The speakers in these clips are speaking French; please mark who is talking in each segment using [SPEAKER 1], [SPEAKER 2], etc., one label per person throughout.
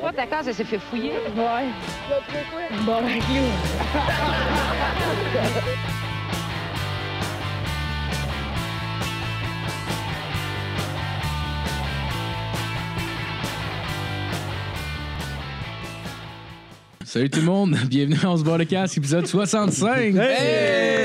[SPEAKER 1] pas ta case, elle s'est fait fouiller.
[SPEAKER 2] Ouais. Bon, ben, you.
[SPEAKER 3] Salut tout le monde, bienvenue à On se barre le casque, épisode 65.
[SPEAKER 4] Hey!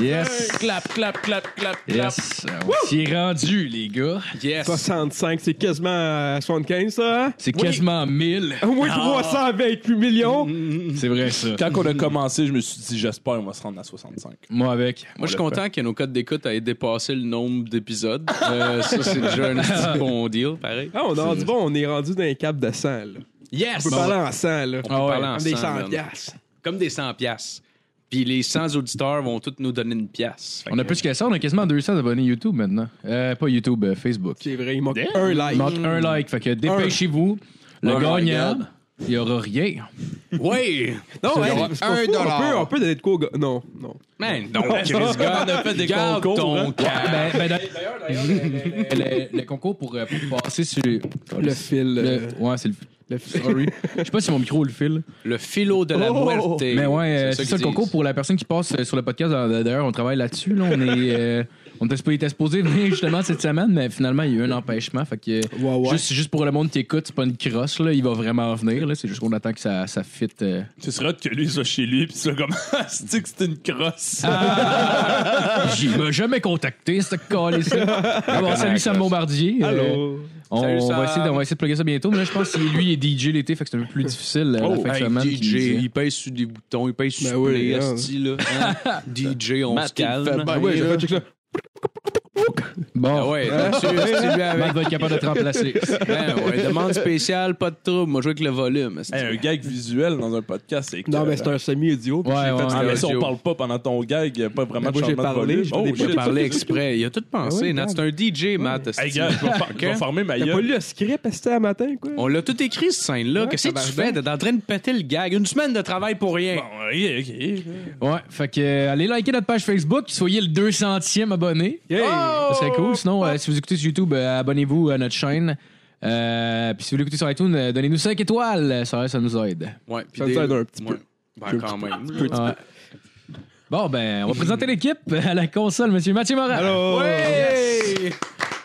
[SPEAKER 3] Yes!
[SPEAKER 4] Clap, clap, clap, clap, clap.
[SPEAKER 3] Yes! On s'y est rendu, les gars.
[SPEAKER 4] Yes.
[SPEAKER 5] 65, c'est quasiment euh, 75, ça, hein?
[SPEAKER 3] C'est quasiment 1000.
[SPEAKER 5] Oui, 328 millions!
[SPEAKER 3] C'est vrai, ça.
[SPEAKER 4] Quand on a commencé, je me suis dit, j'espère qu'on va se rendre à 65.
[SPEAKER 3] Moi avec.
[SPEAKER 6] Moi, je suis
[SPEAKER 4] On l'a
[SPEAKER 6] content que nos codes d'écoute aient dépassé le nombre d'épisodes. Euh, ça, c'est déjà un petit bon deal, pareil.
[SPEAKER 5] Ah, on est rendu bon, on est rendu dans un cap de 100, là.
[SPEAKER 6] Yes!
[SPEAKER 5] On peut parler en 100, là.
[SPEAKER 6] On peut
[SPEAKER 5] Comme
[SPEAKER 6] parler en
[SPEAKER 5] des
[SPEAKER 6] 100,
[SPEAKER 5] 100
[SPEAKER 6] man.
[SPEAKER 5] piastres.
[SPEAKER 6] Comme des 100 piastres. Puis les 100 auditeurs vont tous nous donner une pièce. Fait
[SPEAKER 3] On a
[SPEAKER 6] que-
[SPEAKER 3] plus que ça, on a quasiment 200 abonnés YouTube maintenant. Euh, pas YouTube, euh, Facebook.
[SPEAKER 5] C'est vrai, il manque un like.
[SPEAKER 3] Il manque un like, fait que dépêchez-vous. Le
[SPEAKER 4] Oh my
[SPEAKER 3] gagnant,
[SPEAKER 4] God.
[SPEAKER 3] il n'y aura rien.
[SPEAKER 6] Oui!
[SPEAKER 5] Non,
[SPEAKER 3] Il y
[SPEAKER 5] hey,
[SPEAKER 3] aura
[SPEAKER 5] c'est pas
[SPEAKER 4] un
[SPEAKER 5] fou,
[SPEAKER 4] dollar.
[SPEAKER 5] On peut, on peut donner de quoi au gars. Non, non.
[SPEAKER 6] Man, donc, Chris, garde, on a fait des
[SPEAKER 4] Garde
[SPEAKER 6] concours.
[SPEAKER 4] ton
[SPEAKER 6] hein.
[SPEAKER 3] Ben, ben, d'ailleurs, le, le- le- le concours pour, euh, pour passer sur.
[SPEAKER 5] Le fil.
[SPEAKER 3] le-
[SPEAKER 5] euh,
[SPEAKER 3] ouais, c'est le fil.
[SPEAKER 5] Le fil.
[SPEAKER 3] Je sais pas si mon micro le fil.
[SPEAKER 6] Le philo de la
[SPEAKER 5] Oh!
[SPEAKER 6] muerte.
[SPEAKER 3] Mais ouais, euh, c'est
[SPEAKER 6] qu'ils
[SPEAKER 3] ça le
[SPEAKER 6] disent.
[SPEAKER 3] concours pour la personne qui passe euh, sur le podcast. Euh, D'ailleurs, on travaille là-dessus. là. On est, euh, on était supposé- il était supposé venir justement cette semaine, mais finalement, il y a eu un empêchement. Fait que, euh,
[SPEAKER 5] Ouais, ouais.
[SPEAKER 3] Juste, juste pour le monde qui écoute, c'est pas une crosse, là. Il va vraiment venir, là. C'est juste qu'on attend que ça, ça fit. euh.
[SPEAKER 4] Ce serait que lui, ça chez lui, puis ça comme, c'est que c'est une crosse.
[SPEAKER 3] Il m'a jamais contacté, ce calice là Bon, salut Sam Bombardier. Euh,
[SPEAKER 5] Allô?
[SPEAKER 3] on,
[SPEAKER 6] Salut,
[SPEAKER 3] on
[SPEAKER 6] Sam.
[SPEAKER 3] va essayer, de- on va essayer de plugger ça bientôt, mais là, je pense que lui est DJ l'été, fait que c'est un peu plus difficile euh, la
[SPEAKER 6] Oh,
[SPEAKER 3] fin
[SPEAKER 6] hey,
[SPEAKER 3] de semaine.
[SPEAKER 6] DJ, il pèse sur des boutons, il pèse sur
[SPEAKER 5] Ben oui,
[SPEAKER 6] les
[SPEAKER 5] hein.
[SPEAKER 6] hosties, là. Hein? DJ, on se
[SPEAKER 4] Matt, il
[SPEAKER 6] calme.
[SPEAKER 4] fait bien.
[SPEAKER 5] Ah ouais, j'ai fait check là.
[SPEAKER 3] Bon,
[SPEAKER 6] Ah ouais, tu- tu lui avec.
[SPEAKER 3] Matt va être capable de te remplacer.
[SPEAKER 6] Ben ouais, demande spéciale, pas de trouble. Moi, je joue avec le volume. c'est-
[SPEAKER 4] Hey, un gag visuel dans un podcast, c'est
[SPEAKER 5] Non,
[SPEAKER 4] que-
[SPEAKER 5] mais c'est un semi-audio. puis
[SPEAKER 3] Ouais,
[SPEAKER 5] j'ai
[SPEAKER 3] ouais,
[SPEAKER 5] fait-
[SPEAKER 4] Ah, mais si on
[SPEAKER 6] audio.
[SPEAKER 4] parle pas pendant ton gag, y a pas vraiment
[SPEAKER 5] Mais moi,
[SPEAKER 4] de
[SPEAKER 5] j'ai
[SPEAKER 4] changement
[SPEAKER 5] parlé,
[SPEAKER 4] de
[SPEAKER 5] je
[SPEAKER 4] volume.
[SPEAKER 5] connais
[SPEAKER 4] Oh,
[SPEAKER 6] J'ai
[SPEAKER 4] shit.
[SPEAKER 6] parlé exprès. Il a tout pensé.
[SPEAKER 5] Ah oui,
[SPEAKER 6] Nat, c'est un DJ, Matt.
[SPEAKER 4] Hey,
[SPEAKER 6] c'est-
[SPEAKER 4] gars, je vais fa- je vais
[SPEAKER 6] Ok.
[SPEAKER 4] farmer ma
[SPEAKER 5] T'as pas
[SPEAKER 4] gueule.
[SPEAKER 5] lu le script, c'était à matin, quoi?
[SPEAKER 6] On l'a tout écrit, cette scène-là.
[SPEAKER 5] Ouais,
[SPEAKER 6] Qu'est-ce que tu fais?
[SPEAKER 5] tabarnak.
[SPEAKER 6] T'es en train de péter le gag. Une semaine de travail pour rien.
[SPEAKER 4] Bon, ok, ok.
[SPEAKER 3] Ouais, fait que euh, allez liker notre page Facebook, soyez le 200e abonné. Ça serait
[SPEAKER 5] Oh!
[SPEAKER 3] cool. Sinon, euh, si vous écoutez sur YouTube, euh, abonnez-vous à notre chaîne. Euh, Puis si vous l'écoutez sur iTunes, euh, donnez-nous 5 étoiles. Ça, ça nous aide.
[SPEAKER 6] Ouais, puis
[SPEAKER 5] Ça nous
[SPEAKER 6] des-
[SPEAKER 5] aide un petit
[SPEAKER 6] ouais.
[SPEAKER 5] peu.
[SPEAKER 6] Ben, quand même. là.
[SPEAKER 3] Ouais. Bon, ben, on va présenter l'équipe à la console, Monsieur Mathieu Morin.
[SPEAKER 5] Allô?
[SPEAKER 6] Hey!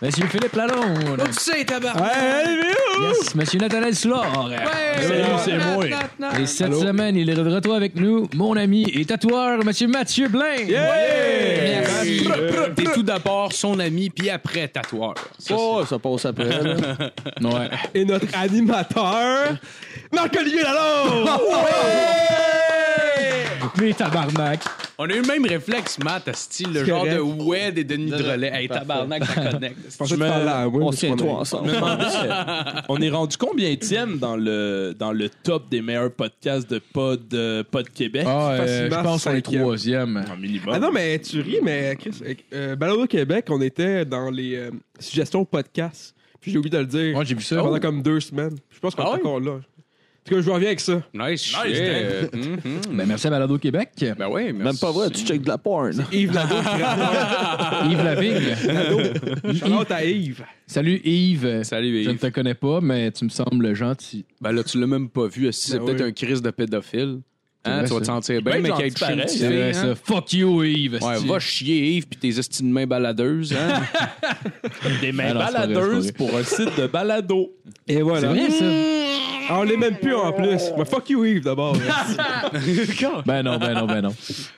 [SPEAKER 3] Monsieur Philippe Lalonde.
[SPEAKER 6] Oh, tu sais, tabarnak.
[SPEAKER 5] Hey, mais où?
[SPEAKER 3] Yes, Monsieur Nathaniel Soulard.
[SPEAKER 6] Ouais!
[SPEAKER 4] Salut, c'est
[SPEAKER 6] Nat,
[SPEAKER 4] moi.
[SPEAKER 6] Nat, Nat.
[SPEAKER 3] Et cette semaine, il est de retour avec nous, mon ami et tatoueur, Monsieur Mathieu Blain.
[SPEAKER 5] Yeah!
[SPEAKER 6] Merci. T'es tout d'abord son ami, puis après tatoueur. Ça,
[SPEAKER 7] Oh, ça passe après. là.
[SPEAKER 3] Ouais.
[SPEAKER 5] Et notre animateur, Marc-Olivier Lalonde!
[SPEAKER 3] Les tabarnak.
[SPEAKER 6] c'est- On a eu le même réflexe, Matt, à style, le
[SPEAKER 5] C'est
[SPEAKER 6] genre
[SPEAKER 5] correct.
[SPEAKER 6] de Wed et Denis Drolet. Hey, tabarnak, ça connecte.
[SPEAKER 5] Je pensais que tu parlais à moi.
[SPEAKER 7] on
[SPEAKER 5] mais c'est
[SPEAKER 7] tient
[SPEAKER 5] pas
[SPEAKER 7] toi hein,
[SPEAKER 5] mal.
[SPEAKER 7] ensemble.
[SPEAKER 4] On est rendu combien tième dans le, dans le top des meilleurs podcasts de Pod, euh, pod Québec?
[SPEAKER 3] Ah, euh,
[SPEAKER 5] Facilement
[SPEAKER 3] je pense qu'on est
[SPEAKER 5] cinquième.
[SPEAKER 3] troisième.
[SPEAKER 4] En minimum.
[SPEAKER 5] Ah non, mais tu ris, mais Chris, euh, euh, Balado Québec, on était dans les euh, suggestions podcast. Puis j'ai oublié de le dire
[SPEAKER 3] Moi, j'ai vu ça.
[SPEAKER 5] pendant comme deux semaines. Je pense qu'on
[SPEAKER 6] Ah
[SPEAKER 5] est
[SPEAKER 6] ouais?
[SPEAKER 5] encore là. En tout cas, je reviens avec ça.
[SPEAKER 6] Nice. shit.
[SPEAKER 4] Dan.
[SPEAKER 6] Mhm.
[SPEAKER 3] Ben, merci à Balado Québec.
[SPEAKER 6] Ben oui, merci.
[SPEAKER 7] Même pas vrai, tu check de la porn.
[SPEAKER 5] Yves Lado,
[SPEAKER 3] Yves Lavigne.
[SPEAKER 5] Charlotte à Yves.
[SPEAKER 3] Salut Yves.
[SPEAKER 6] Salut,
[SPEAKER 3] Je ne
[SPEAKER 6] Yves.
[SPEAKER 3] te connais pas, mais tu me sembles gentil.
[SPEAKER 6] Ben là, tu l'as même pas vu. Esti, C'est
[SPEAKER 5] Ben
[SPEAKER 6] peut-être
[SPEAKER 5] oui.
[SPEAKER 6] un crise de pédophile. Hein,
[SPEAKER 3] vrai,
[SPEAKER 6] tu vas te
[SPEAKER 3] ça.
[SPEAKER 6] sentir bien,
[SPEAKER 4] Ben
[SPEAKER 6] mais qu'il
[SPEAKER 4] gentil,
[SPEAKER 6] y a une
[SPEAKER 4] pareil.
[SPEAKER 6] petite
[SPEAKER 3] C'est vrai,
[SPEAKER 6] fille,
[SPEAKER 3] ça.
[SPEAKER 6] hein.
[SPEAKER 3] Fuck you, Yves.
[SPEAKER 6] Ouais,
[SPEAKER 3] esti.
[SPEAKER 6] va chier, Yves, puis tes estimes de mains baladeuses. Hein?
[SPEAKER 4] Des
[SPEAKER 3] Ah
[SPEAKER 4] mains
[SPEAKER 3] non, c'est pas vrai,
[SPEAKER 4] baladeuses
[SPEAKER 3] c'est pas
[SPEAKER 4] pour un site de balado.
[SPEAKER 5] Et
[SPEAKER 3] C'est
[SPEAKER 5] voilà.
[SPEAKER 3] vrai, ça?
[SPEAKER 5] Ah, on l'est même plus en plus. Mais fuck you, Yves, d'abord.
[SPEAKER 3] Ben non, ben non, ben non.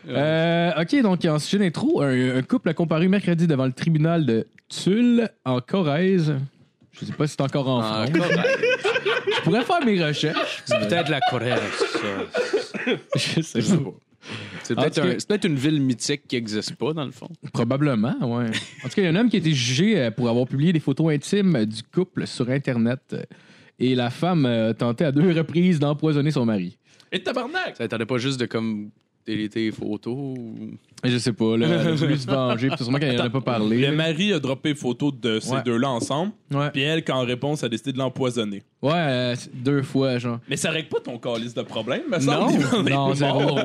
[SPEAKER 3] Euh, OK, donc, en sujet d'intro, un, un couple a comparu mercredi devant le tribunal de Tulle, en Corrèze. Je sais pas si c'est encore en
[SPEAKER 6] Ah,
[SPEAKER 3] France.
[SPEAKER 6] correct.
[SPEAKER 3] Je pourrais faire mes recherches.
[SPEAKER 6] C'est peut-être la Corrèze, ça.
[SPEAKER 3] Je sais
[SPEAKER 6] Je sais
[SPEAKER 3] pas.
[SPEAKER 6] pas. C'est
[SPEAKER 3] En
[SPEAKER 6] peut-être
[SPEAKER 3] tout cas-
[SPEAKER 6] un- c'est peut-être une ville mythique qui n'existe pas, dans le fond.
[SPEAKER 3] Probablement, ouais. En tout cas, il y a un homme qui a été jugé euh, pour avoir publié des photos intimes euh, du couple sur Internet. euh, Et la femme euh, a tenté à deux reprises d'empoisonner son mari.
[SPEAKER 4] Et tabarnak!
[SPEAKER 6] Ça t'attendait pas juste de comme déliter les photos ou-
[SPEAKER 3] Je sais pas, là, elle a voulu se venger, puis sûrement qu'elle n'en a pas
[SPEAKER 4] Le
[SPEAKER 3] parlé.
[SPEAKER 4] mari a droppé une photo de ces
[SPEAKER 3] Ouais.
[SPEAKER 4] deux-là ensemble,
[SPEAKER 3] Ouais,
[SPEAKER 4] puis elle, qu'en réponse, a décidé de l'empoisonner.
[SPEAKER 3] ouais euh, c'est- deux fois, genre.
[SPEAKER 4] Mais ça règle pas ton calice de problème, me
[SPEAKER 3] Non,
[SPEAKER 4] semble. On est
[SPEAKER 3] non,
[SPEAKER 4] mort.
[SPEAKER 3] zéro.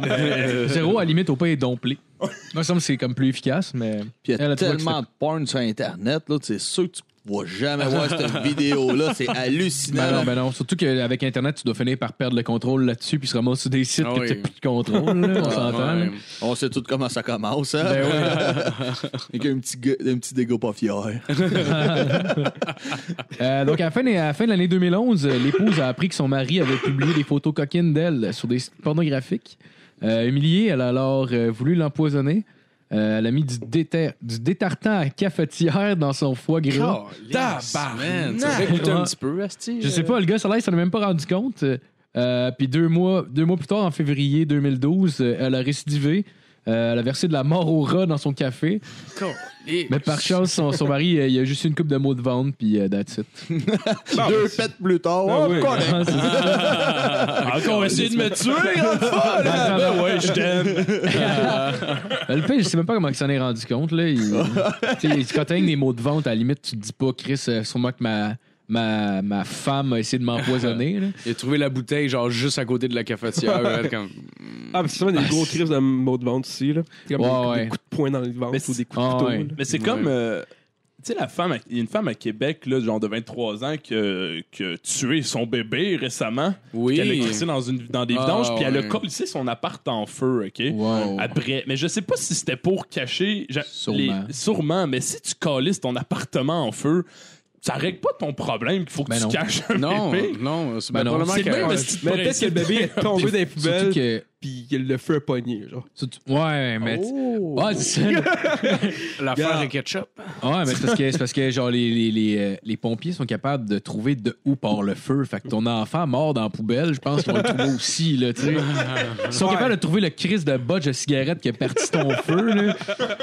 [SPEAKER 3] Zéro, à la limite, au pas est domplé. Moi, ça me semble que c'est comme plus efficace, mais.
[SPEAKER 7] Puis il y
[SPEAKER 3] Elle,
[SPEAKER 7] a
[SPEAKER 3] elle trouvait que
[SPEAKER 7] tellement de porn sur Internet, là, c'est sûr que tu va jamais voir cette vidéo-là. C'est hallucinant.
[SPEAKER 3] Ben non, ben non. Surtout qu'avec Internet, tu dois finir par perdre le contrôle là-dessus, puis se ramasser sur des sites
[SPEAKER 6] Ah
[SPEAKER 3] que
[SPEAKER 6] oui.
[SPEAKER 3] tu plus de contrôle. là, on s'entend. là. Ben
[SPEAKER 6] Ouais.
[SPEAKER 7] On sait tout comment ça commence. Hein? Avec un petit, gue- un petit dégo pas fier.
[SPEAKER 3] Euh, donc, à la fin, à la fin de l'année 2011, euh, l'épouse a appris que son mari avait publié des photos coquines d'elle sur des sites pornographiques. Euh, humiliée, elle a alors euh, voulu l'empoisonner. Euh, elle a mis du, déter- du détartant à cafetière dans son foie gras.
[SPEAKER 6] Tabarnak! Tu devrais goûter un petit peu, Asti.
[SPEAKER 3] Je sais pas, le gars, ça l'air, il s'en est même pas rendu compte. Euh, Puis deux mois, deux mois plus tard, en février 2012, euh, elle a récidivé. Euh, elle a versé de la mort au rat dans son café. Mais par chance, son, son mari, euh, il a juste eu une coupe de mots de vente, puis euh, that's it.
[SPEAKER 7] Deux pètes plus tard.
[SPEAKER 5] ben Ah
[SPEAKER 7] oh,
[SPEAKER 5] oui.
[SPEAKER 7] correct.
[SPEAKER 4] Encore essayer de me tuer, grande folle! hein? Ben ouais, je t'aime.
[SPEAKER 3] Ben, le pire, je sais même pas comment il s'en est rendu compte. Là. Il, tu sais, quand t'as des mots de vente, à la limite, tu te dis pas, Chris, euh, sûrement que ma, ma, ma femme a essayé de m'empoisonner. là.
[SPEAKER 6] Il a trouvé la bouteille, genre, juste à côté de la cafetière. elle, comme...
[SPEAKER 5] Ah, mais c'est vraiment des gros crises de mots de vente ici. Là. C'est comme
[SPEAKER 3] Ouais,
[SPEAKER 5] des,
[SPEAKER 3] ouais.
[SPEAKER 5] des coups de poing dans les ventes
[SPEAKER 4] Mais
[SPEAKER 5] ou des coups de
[SPEAKER 3] Ah,
[SPEAKER 5] couteau.
[SPEAKER 3] ouais.
[SPEAKER 5] là.
[SPEAKER 4] Mais c'est
[SPEAKER 6] Ouais.
[SPEAKER 4] comme. euh, tu sais, la femme, à- il y a une femme à Québec, là, genre de 23 ans, qui a qui a tué son bébé récemment.
[SPEAKER 6] Oui.
[SPEAKER 4] Elle a crissé dans, une, dans des
[SPEAKER 6] Ah,
[SPEAKER 4] vidanges, puis elle a
[SPEAKER 6] ouais.
[SPEAKER 4] collissé son appart en feu, OK?
[SPEAKER 3] Wow.
[SPEAKER 4] Après, mais je sais pas si c'était pour cacher. j'a-
[SPEAKER 3] Sûrement.
[SPEAKER 4] les- sûrement, mais si tu calisses ton appartement en feu, ça règle pas ton problème qu'il faut que
[SPEAKER 3] Ben
[SPEAKER 4] tu
[SPEAKER 3] non.
[SPEAKER 4] caches un
[SPEAKER 6] Non,
[SPEAKER 4] bébé.
[SPEAKER 6] non, c'est
[SPEAKER 3] Ben
[SPEAKER 6] ben
[SPEAKER 3] non.
[SPEAKER 6] probablement
[SPEAKER 4] C'est
[SPEAKER 6] qu'elle-
[SPEAKER 4] bien, mais c'est-
[SPEAKER 5] Mais peut-être que le bébé est tombé dans les
[SPEAKER 3] Surtout
[SPEAKER 5] poubelles
[SPEAKER 3] que.
[SPEAKER 5] puis que le feu a pogné. Genre.
[SPEAKER 3] surtout- ouais, mais. tu- Ouais, c'est
[SPEAKER 6] l'affaire est ketchup.
[SPEAKER 3] ouais, mais c'est parce que, c'est parce que genre, les, les, les, euh, les pompiers sont capables de trouver de où part le feu. Fait que ton enfant mort dans la poubelle, je pense qu'on le trouve aussi. Là, tu sais. Ils sont capables de trouver le crise de botch de cigarette qui est parti ton feu. là.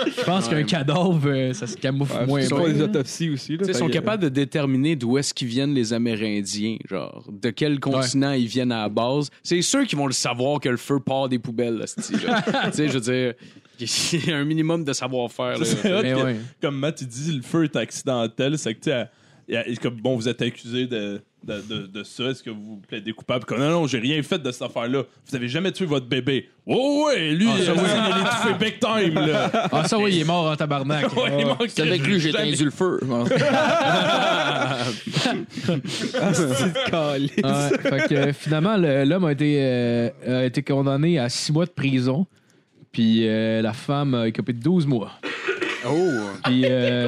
[SPEAKER 3] Je pense qu'un cadavre, euh, ça se camoufle moins.
[SPEAKER 5] ils
[SPEAKER 3] bien,
[SPEAKER 5] font des
[SPEAKER 3] là.
[SPEAKER 5] autopsies aussi. Là,
[SPEAKER 6] Ils
[SPEAKER 5] fait
[SPEAKER 6] sont
[SPEAKER 5] que-
[SPEAKER 6] capables de déterminer d'où est-ce qu'ils viennent les Amérindiens, genre de quel continent ils viennent à la base. C'est ceux qui vont le savoir que le feu part des poubelles, là, c'ti, là. tu sais, je veux dire, il y a un minimum de savoir-faire. là.
[SPEAKER 4] C'est hot
[SPEAKER 3] Mais
[SPEAKER 4] que-
[SPEAKER 3] ouais.
[SPEAKER 4] Comme Matt, il dit, le feu est accidentel. C'est que, tu sais, elle- elle- comme, bon, vous êtes accusé de, de, de- de ça. Est-ce que vous plaidez coupable? Comme, non, non, j'ai rien fait de cette affaire-là. Vous avez jamais tué votre bébé. Oh, ouais, lui,
[SPEAKER 3] Ah, ça,
[SPEAKER 4] euh, il est tout fait big time, là.
[SPEAKER 3] Ah, ça, oui, il est mort en tabarnak.
[SPEAKER 4] Ouais, il manque
[SPEAKER 7] C'est avec
[SPEAKER 4] que
[SPEAKER 7] lui, j'ai
[SPEAKER 4] jamais-
[SPEAKER 7] éteint le feu.
[SPEAKER 3] Ouais, fait que, euh, finalement, le- l'homme a, été, euh, a été condamné à six mois de prison. Puis euh, la femme a écopé de 12 mois.
[SPEAKER 6] Oh,
[SPEAKER 3] Puis, euh,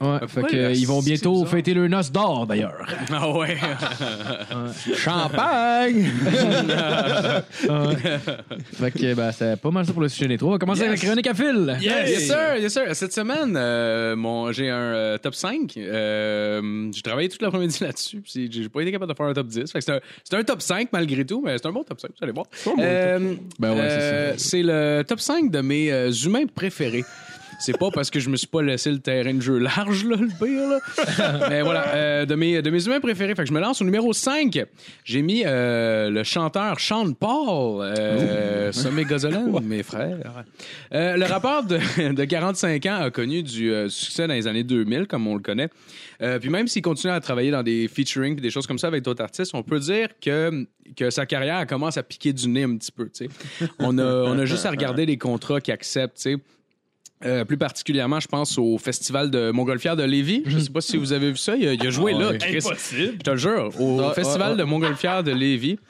[SPEAKER 3] ouais, fait que, euh, ils vont
[SPEAKER 6] c'est
[SPEAKER 3] bientôt
[SPEAKER 6] bizarre.
[SPEAKER 3] fêter le noce d'or, d'ailleurs.
[SPEAKER 6] ah ouais.
[SPEAKER 7] Champagne!
[SPEAKER 3] Ah Ouais. fait que, ben, c'est pas mal ça pour le sujet des trois. On va commencer
[SPEAKER 6] Yes.
[SPEAKER 3] avec la chronique à fil.
[SPEAKER 6] Yes. sir, yes sir. Cette semaine, euh, mon, j'ai un euh, top 5. Euh, j'ai travaillé toute l'après-midi là-dessus. puis J'ai j'ai pas été capable de faire un top 10. Fait que c'est, un, c'est un top 5 malgré tout, mais c'est un bon top 5, vous allez voir. Euh,
[SPEAKER 3] Ben ouais,
[SPEAKER 6] euh, c'est le top 5 de mes euh, humains préférés. C'est pas parce que je me suis pas laissé le terrain de jeu large, là, le pire, là. Mais voilà, euh, de, mes, de mes humains préférés. Fait que je me lance au numéro 5. J'ai mis euh, le chanteur Sean Paul, euh, Sommet Gozolin, mes frères. Euh, le rappeur de, de 45 ans a connu du euh, succès dans les années 2000, comme on le connaît. Euh, puis même s'il continue à travailler dans des featuring puis des choses comme ça avec d'autres artistes, on peut dire que, que sa carrière elle commence à piquer du nez un petit peu. tu sais. On a, on a juste à regarder les contrats qu'il accepte. tu sais. Euh, plus particulièrement, je pense au festival de Montgolfière de Lévis. Je sais pas si vous avez vu ça. Il a, il a joué
[SPEAKER 3] Ah
[SPEAKER 6] là,
[SPEAKER 3] ouais.
[SPEAKER 6] Chris.
[SPEAKER 4] Impossible.
[SPEAKER 6] Je te le jure, au
[SPEAKER 7] Ah,
[SPEAKER 6] festival
[SPEAKER 7] ah, ah.
[SPEAKER 6] de Montgolfière de Lévis.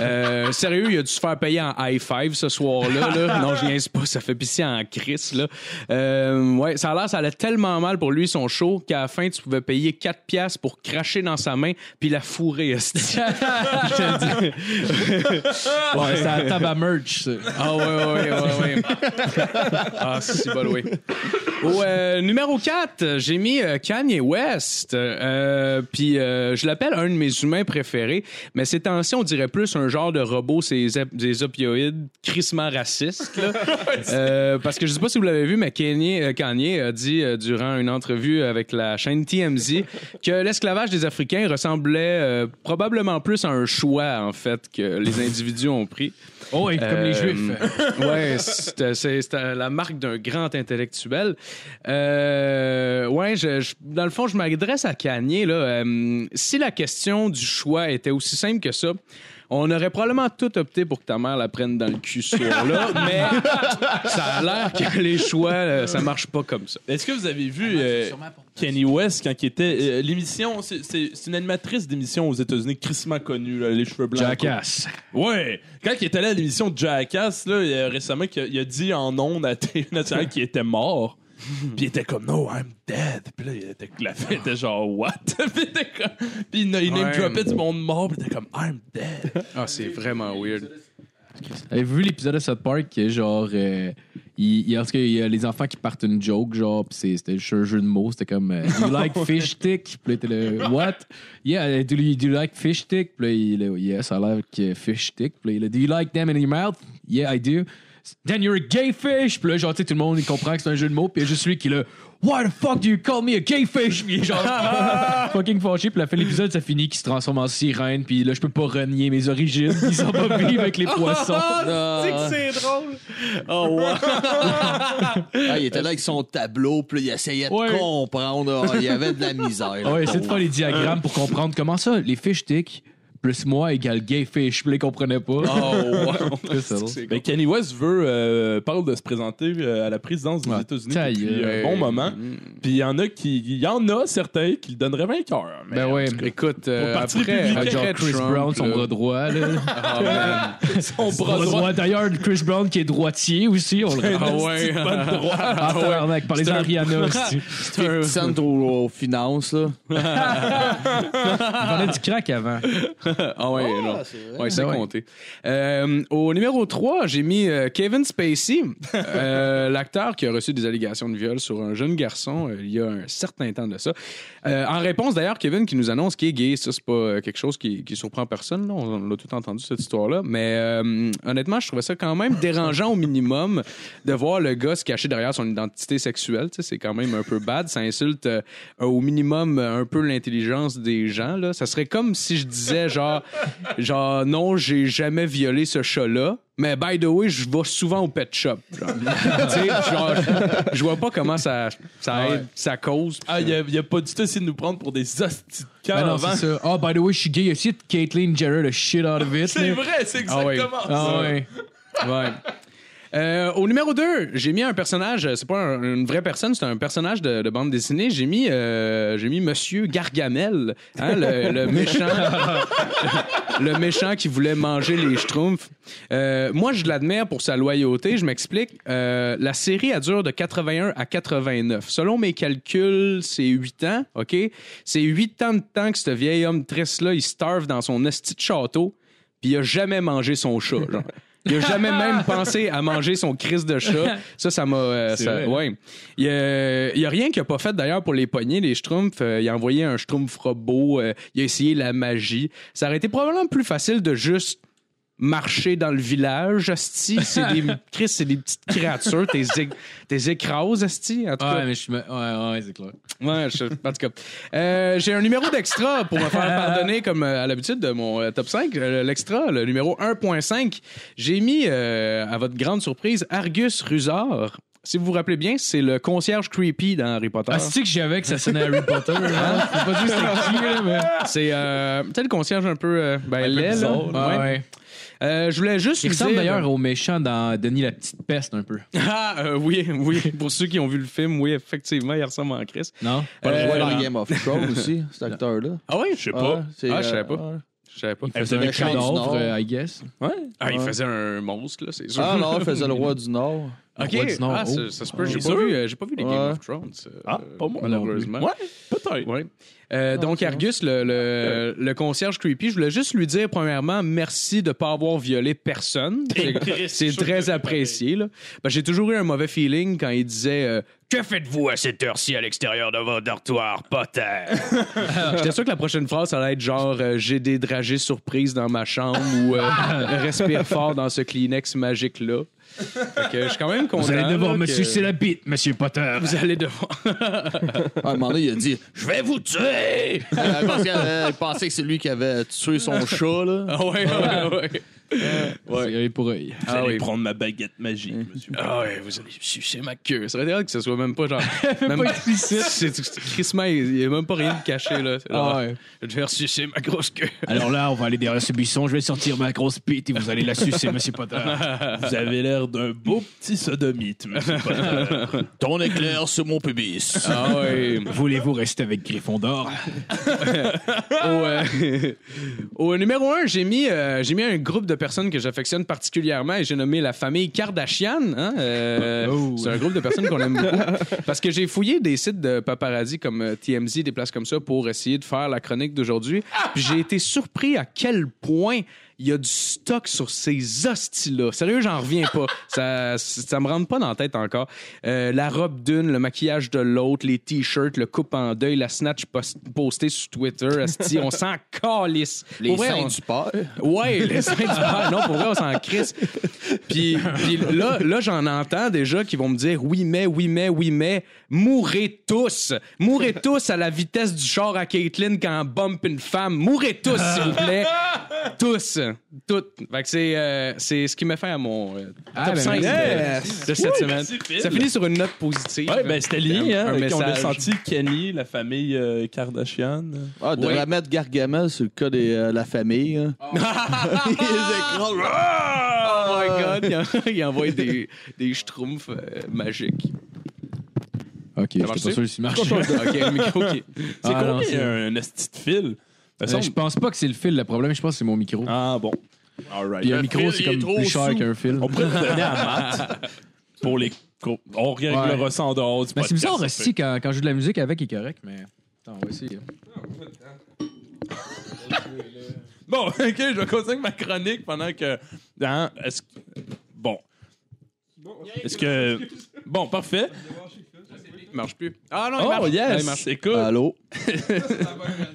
[SPEAKER 6] Euh, sérieux, il a dû se faire payer en high five ce soir-là. là. Non, je niaise pas, ça fait pisser en crise. Là. Euh, ouais, ça a l'air, ça allait tellement mal pour lui, son show, qu'à la fin, tu pouvais payer 4 piastres pour cracher dans sa main puis la fourrer. esti. Je te le dis.
[SPEAKER 3] Ouais, c'est à tabac merch, ça.
[SPEAKER 6] Ah ouais, ouais, ouais, ouais. ah, c'est bon, oui. Au, euh, numéro 4, j'ai mis euh, Kanye West. Euh, Puis euh, je l'appelle un de mes humains préférés, mais ces temps-ci, on dirait plus un genre de robot, ces op- des opioïdes crissement racistes. là. Euh, parce que je sais pas si vous l'avez vu, mais Kanye, euh, Kanye a dit euh, durant une entrevue avec la chaîne TMZ que l'esclavage des Africains ressemblait euh, probablement plus à un choix, en fait, que les individus ont pris.
[SPEAKER 3] Oh, et comme les
[SPEAKER 6] Euh,
[SPEAKER 3] juifs.
[SPEAKER 6] ouais, c'est euh, c'est- c'est, euh, la marque d'un grand intellectuel. Euh, ouais, je- je- dans le fond, je m'adresse à Kanye. Là, Euh, si la question du choix était aussi simple que ça, On aurait probablement tout opté pour que ta mère la prenne dans le cul ce soir-là, mais ça a l'air que les choix, euh, ça marche pas comme ça.
[SPEAKER 4] Est-ce que vous avez vu euh, Kanye West quand il était. euh, L'émission, c'est- c'est c'est une animatrice d'émission aux États-Unis, crissement connue, là, les cheveux blancs.
[SPEAKER 3] Jackass.
[SPEAKER 4] Ouais! Quand il était allé à l'émission de Jackass, là, il y a- récemment, qu'il a- il a, dit en ondes à TV nationale qu'il était mort. Puis il était comme, No, I'm dead. Puis là, il était, la
[SPEAKER 3] Ah.
[SPEAKER 4] fille était genre, What? Puis il était comme. Puis il, il name
[SPEAKER 6] Ouais.
[SPEAKER 4] dropait du monde mort. Puis il était comme, I'm dead.
[SPEAKER 6] Ah, c'est vraiment weird.
[SPEAKER 3] Avez-vous vu l'épisode de South Park qui est genre. euh, il, il- parce qu'il y a les enfants qui partent une joke, genre, pis c'est- c'était juste un jeu de mots, c'était comme euh, You like fish stick? Pis là, t'es le What? Yeah, euh, do you, do you like fish stick? Pis là, il est, Yeah, ça a l'air que fish stick. Pis là, il est, Do you like them in your mouth? Yeah, I do. Then you're a gay fish! Pis là, genre, tu sais, tout le monde il comprend que c'est un jeu de mots, pis il y a juste lui qui est là Why the fuck do you call me a gay fish? Pis il est genre fucking fâché, pis la fin de l'épisode, ça finit qu'il se transforme en sirène, pis là, je peux pas renier mes origines, ils sont pas vivre avec les poissons.
[SPEAKER 7] Ah, il était là avec son tableau, puis là, il essayait
[SPEAKER 3] Ouais.
[SPEAKER 7] de comprendre. Ah, il y avait de la misère. là,
[SPEAKER 3] Ah ouais, c'est de
[SPEAKER 7] pauvre.
[SPEAKER 3] faire les diagrammes pour comprendre comment ça, les fish tick plus moi égale gay fish. Puis là, ils comprenaient pas.
[SPEAKER 6] Ah,
[SPEAKER 7] Oh,
[SPEAKER 3] Très drôle.
[SPEAKER 4] Ben, Kanye West veut, euh, parle de se présenter euh, à la présidence des
[SPEAKER 3] Ouais.
[SPEAKER 4] États-Unis
[SPEAKER 3] Ah, Ta
[SPEAKER 4] depuis
[SPEAKER 3] gueule.
[SPEAKER 4] un bon moment.
[SPEAKER 6] Mm,
[SPEAKER 4] Puis il y en a qui, il y en a certains qui le donneraient vainqueur. hein, Mais
[SPEAKER 3] Ben ouais,
[SPEAKER 6] Écoute, euh,
[SPEAKER 4] Au Parti
[SPEAKER 6] après,
[SPEAKER 4] républicain.
[SPEAKER 3] Avec
[SPEAKER 6] après
[SPEAKER 3] genre Chris
[SPEAKER 6] Trump,
[SPEAKER 3] Brown, son
[SPEAKER 6] là-
[SPEAKER 3] bras droit. Là.
[SPEAKER 6] Ah, man.
[SPEAKER 4] son bras
[SPEAKER 3] Bras
[SPEAKER 4] droit,
[SPEAKER 3] droit. D'ailleurs, Chris Brown qui est droitier aussi, on le
[SPEAKER 6] Ah ouais.
[SPEAKER 4] pas de droit.
[SPEAKER 3] ah, tabarnak, par les
[SPEAKER 6] C'est un-
[SPEAKER 3] Ariana aussi.
[SPEAKER 6] C'est un-
[SPEAKER 7] Petit centre aux, aux finances, là.
[SPEAKER 3] Il parlait du crack avant.
[SPEAKER 6] Ah ouais, non. Ouais, c'est
[SPEAKER 3] Ben ouais.
[SPEAKER 6] compté. Euh, au numéro 3, j'ai mis euh, Kevin Spacey, euh, l'acteur qui a reçu des allégations de viol sur un jeune garçon euh, il y a un certain temps de ça. Euh, en réponse d'ailleurs, Kevin qui nous annonce qu'il est gay, ça c'est pas euh, quelque chose qui, qui surprend personne, là. on, on l'a tout entendu cette histoire-là, mais euh, honnêtement, je trouvais ça quand même dérangeant au minimum de voir le gars se cacher derrière son identité sexuelle, tu sais, c'est quand même un peu bad, ça insulte euh, au minimum euh, un peu l'intelligence des gens là, ça serait comme si je disais genre genre non, j'ai jamais violé ce chat-là. Mais by the way, je vais souvent au pet shop. genre. Tu sais, genre, je- je vois pas comment ça, ça aide, ça cause.
[SPEAKER 4] Ah, il a, il a pas du tout essayé de nous prendre pour des hosties de cœur
[SPEAKER 3] Ben non,
[SPEAKER 4] avant.
[SPEAKER 3] c'est ça. Oh, by the way, je suis gay aussi. Caitlyn Jarrett, le shit out of it.
[SPEAKER 4] C'est
[SPEAKER 3] là.
[SPEAKER 4] vrai, c'est
[SPEAKER 6] Ah ouais.
[SPEAKER 4] exactement ça.
[SPEAKER 3] Ah ouais.
[SPEAKER 6] Ouais. Euh, au numéro 2, j'ai mis un personnage, euh, c'est pas un- une vraie personne, c'est un personnage de, de bande dessinée. J'ai mis, euh, j'ai mis Monsieur Gargamel, hein, le, le méchant, le méchant qui voulait manger les schtroumpfs. Euh, moi, je l'admire pour sa loyauté. Je m'explique. Euh, la série a duré de 81 à 89. Selon mes calculs, c'est 8 ans, ok. C'est 8 ans de temps que ce vieil homme triste là, il starve dans son esti de château, puis il a jamais mangé son chat. genre. Il a jamais même pensé à manger son crise de chat. Ça, ça m'a. euh,
[SPEAKER 3] C'est
[SPEAKER 6] ça-
[SPEAKER 3] vrai.
[SPEAKER 6] ouais. Il y a, il y a rien qu'il a pas fait d'ailleurs pour les pogner, les schtroumpfs. Euh, il a envoyé un schtroumpf robot. euh, il a essayé la magie. Ça aurait été probablement plus facile de juste marcher dans le village, Asti. C'est des, Chris, c'est des petites créatures. T'es, é- t'es écrases, Asti. En tout cas,
[SPEAKER 3] Ouais, mais je suis. Ouais, ouais, c'est clair.
[SPEAKER 6] Ouais, je, en tout cas. Euh, j'ai un numéro d'extra pour me faire pardonner, comme euh, à l'habitude de mon euh, top 5. Euh, L'extra, le numéro 1.5, j'ai mis, euh, à votre grande surprise, Argus Rusard. Si vous vous rappelez bien, c'est le concierge creepy dans Harry Potter.
[SPEAKER 3] Ah, c'est que j'avais que ça sonnait Harry Potter. Hein? Je peux pas dire c'était qui, là, mais.
[SPEAKER 6] c'est euh, peut-être le concierge un peu, euh, ben, laid, là.
[SPEAKER 3] bizarre, là.
[SPEAKER 6] Ouais.
[SPEAKER 3] Ouais.
[SPEAKER 6] Euh, je voulais juste
[SPEAKER 3] Il
[SPEAKER 6] vous
[SPEAKER 3] ressemble
[SPEAKER 6] dire-
[SPEAKER 3] d'ailleurs au méchant dans Denis la petite peste un peu.
[SPEAKER 6] Ah, euh, oui, oui. Pour ceux qui ont vu le film, oui, effectivement, il ressemble en Chris.
[SPEAKER 3] Non?
[SPEAKER 7] Il jouait
[SPEAKER 6] Euh,
[SPEAKER 7] dans Game of Thrones aussi, cet acteur-là.
[SPEAKER 6] Ah oui, je sais
[SPEAKER 7] Ah, c'est,
[SPEAKER 6] Ah, je savais
[SPEAKER 7] euh,
[SPEAKER 6] pas. Je savais pas.
[SPEAKER 3] Il faisait
[SPEAKER 7] le
[SPEAKER 3] un cul
[SPEAKER 7] méchant du
[SPEAKER 3] d'or,
[SPEAKER 7] Nord.
[SPEAKER 3] euh, I guess.
[SPEAKER 6] Ah, il
[SPEAKER 7] Ouais.
[SPEAKER 6] faisait un monstre, là, c'est sûr.
[SPEAKER 7] Ah non, il faisait le roi du Nord.
[SPEAKER 6] Ok,
[SPEAKER 3] Roi du Nord.
[SPEAKER 6] ah,
[SPEAKER 3] Oh.
[SPEAKER 6] ça, ça se peut. J'ai
[SPEAKER 4] C'est
[SPEAKER 6] pas,
[SPEAKER 4] sûr?
[SPEAKER 6] vu, euh, j'ai pas vu les Game
[SPEAKER 7] Ouais.
[SPEAKER 6] of Thrones. euh,
[SPEAKER 4] Ah, pas moi.
[SPEAKER 6] Malheureusement.
[SPEAKER 4] Ouais, peut-être.
[SPEAKER 6] Ouais. Euh, donc, Argus, le, le, le concierge creepy, je voulais juste lui dire, premièrement, merci de pas avoir violé personne. C'est- C'est très apprécié. là. Ben, J'ai toujours eu un mauvais feeling quand il disait euh, Que faites-vous à cette heure-ci à l'extérieur de votre dortoir, potter J'étais sûr que la prochaine phrase, ça allait être genre euh, J'ai des dragées surprises dans ma chambre ou euh, Respire fort dans ce Kleenex magique-là. Fait que Je suis quand même content.
[SPEAKER 3] Vous allez devoir
[SPEAKER 6] là,
[SPEAKER 3] me
[SPEAKER 6] que-
[SPEAKER 3] sucer la bite, monsieur Potter.
[SPEAKER 6] Vous allez devoir.
[SPEAKER 7] À un moment donné, il a dit Je vais vous euh, tuer Euh, Parce qu'il avait- il pensait que c'est lui qui avait tué son chat, là.
[SPEAKER 6] Ah ouais, ouais, ouais.
[SPEAKER 3] C'est œil pour œil.
[SPEAKER 4] Vous
[SPEAKER 6] Ah
[SPEAKER 4] allez
[SPEAKER 6] oui.
[SPEAKER 4] prendre ma baguette magique, monsieur.
[SPEAKER 6] Ah ouais, vous allez sucer ma queue. Ça serait drôle que ce soit même pas genre. même
[SPEAKER 3] pas explicite.
[SPEAKER 6] C'est c'est- crissement, il n'y a même pas rien de caché, là. C'est genre,
[SPEAKER 3] Ah ouais.
[SPEAKER 6] Je vais te faire sucer ma grosse queue.
[SPEAKER 3] Alors là, on va aller derrière ce buisson, je vais sortir ma grosse pite et vous allez la sucer, monsieur Potter.
[SPEAKER 4] Vous avez l'air d'un beau petit sodomite, monsieur. Potter.
[SPEAKER 7] Ton éclair sur mon pubis.
[SPEAKER 6] Ah ouais.
[SPEAKER 3] Voulez-vous rester avec Gryffondor?
[SPEAKER 6] au, euh, au numéro un, j'ai mis, euh, j'ai mis un groupe de personnes que j'affectionne particulièrement et j'ai nommé la famille Kardashian. hein, euh,
[SPEAKER 3] Oh.
[SPEAKER 6] C'est un groupe de personnes qu'on aime beaucoup. Parce que j'ai fouillé des sites de paparazzi comme euh, TMZ, des places comme ça, pour essayer de faire la chronique d'aujourd'hui. Puis j'ai été surpris à quel point il y a du stock sur ces hosties-là. Sérieux, j'en reviens pas. Ça, ça me rentre pas dans la tête encore. Euh, la robe d'une, le maquillage de l'autre, les t-shirts, le coupe en deuil, la snatch post- postée sur Twitter, hostie, on s'en calisse.
[SPEAKER 7] Les
[SPEAKER 6] Pour vrai,
[SPEAKER 7] seins
[SPEAKER 6] on-
[SPEAKER 7] du père.
[SPEAKER 6] Ouais, les seins du père. Non, pour vrai, on s'en crisse. Puis, puis là, là j'en entends déjà qui vont me dire oui, mais, oui, mais, oui, mais, mourrez tous. Mourrez tous à la vitesse du char à Caitlyn quand on bump une femme. Mourrez tous, s'il vous plaît. Tous. Toutes. Fait que c'est, euh, c'est ce qui m'a fait à mon euh, top
[SPEAKER 3] Ah, ben,
[SPEAKER 6] 5 de-
[SPEAKER 4] yes.
[SPEAKER 6] de, cette
[SPEAKER 4] Oui,
[SPEAKER 6] semaine.
[SPEAKER 4] merci, Phil.
[SPEAKER 6] Ça finit sur une note positive.
[SPEAKER 4] Ouais, ben c'était lié,
[SPEAKER 6] Un-
[SPEAKER 4] hein.
[SPEAKER 6] un
[SPEAKER 4] avec- on a
[SPEAKER 6] message.
[SPEAKER 4] senti Kenny, la famille euh, Kardashian.
[SPEAKER 7] Ah, de
[SPEAKER 6] Ouais.
[SPEAKER 7] remettre Gargamel sur le cas de la famille. hein. Il les écrase. Ah.
[SPEAKER 6] Oh my
[SPEAKER 4] euh,
[SPEAKER 6] god, il, en- il envoie des, des schtroumpfs euh, magiques.
[SPEAKER 3] Ok, je
[SPEAKER 6] marche-tu?
[SPEAKER 3] pas sûr si marche.
[SPEAKER 6] ok, le micro qui-
[SPEAKER 4] C'est euh,
[SPEAKER 3] Ah, non,
[SPEAKER 4] combien
[SPEAKER 3] c'est-
[SPEAKER 4] un esti de fil? De toute
[SPEAKER 3] Euh,
[SPEAKER 4] façon-
[SPEAKER 3] je pense pas que c'est le fil le problème, je pense que c'est mon micro.
[SPEAKER 4] Ah bon. All right.
[SPEAKER 3] Puis un
[SPEAKER 7] le
[SPEAKER 3] micro,
[SPEAKER 7] fil,
[SPEAKER 3] c'est
[SPEAKER 7] il est
[SPEAKER 3] comme
[SPEAKER 7] trop
[SPEAKER 3] plus cher
[SPEAKER 7] sous.
[SPEAKER 3] qu'un fil.
[SPEAKER 4] On pourrait le donner à Matt pour les. co- On règle
[SPEAKER 3] Ouais.
[SPEAKER 4] le ressent en dehors du
[SPEAKER 3] Ben,
[SPEAKER 4] podcast.
[SPEAKER 3] c'est bizarre,
[SPEAKER 4] ça
[SPEAKER 3] aussi, quand, quand je joue de la musique avec, il est correct, mais. Attends, on va essayer. hein.
[SPEAKER 4] Bon, ok, je vais continuer avec ma chronique pendant que. hein, est-ce que. Bon. Est-ce que. Bon, parfait.
[SPEAKER 6] Il marche plus. Ah non, il marche.
[SPEAKER 4] Oh,
[SPEAKER 6] Ah,
[SPEAKER 4] yes!
[SPEAKER 6] il marche.
[SPEAKER 4] Écoute.
[SPEAKER 7] Allô?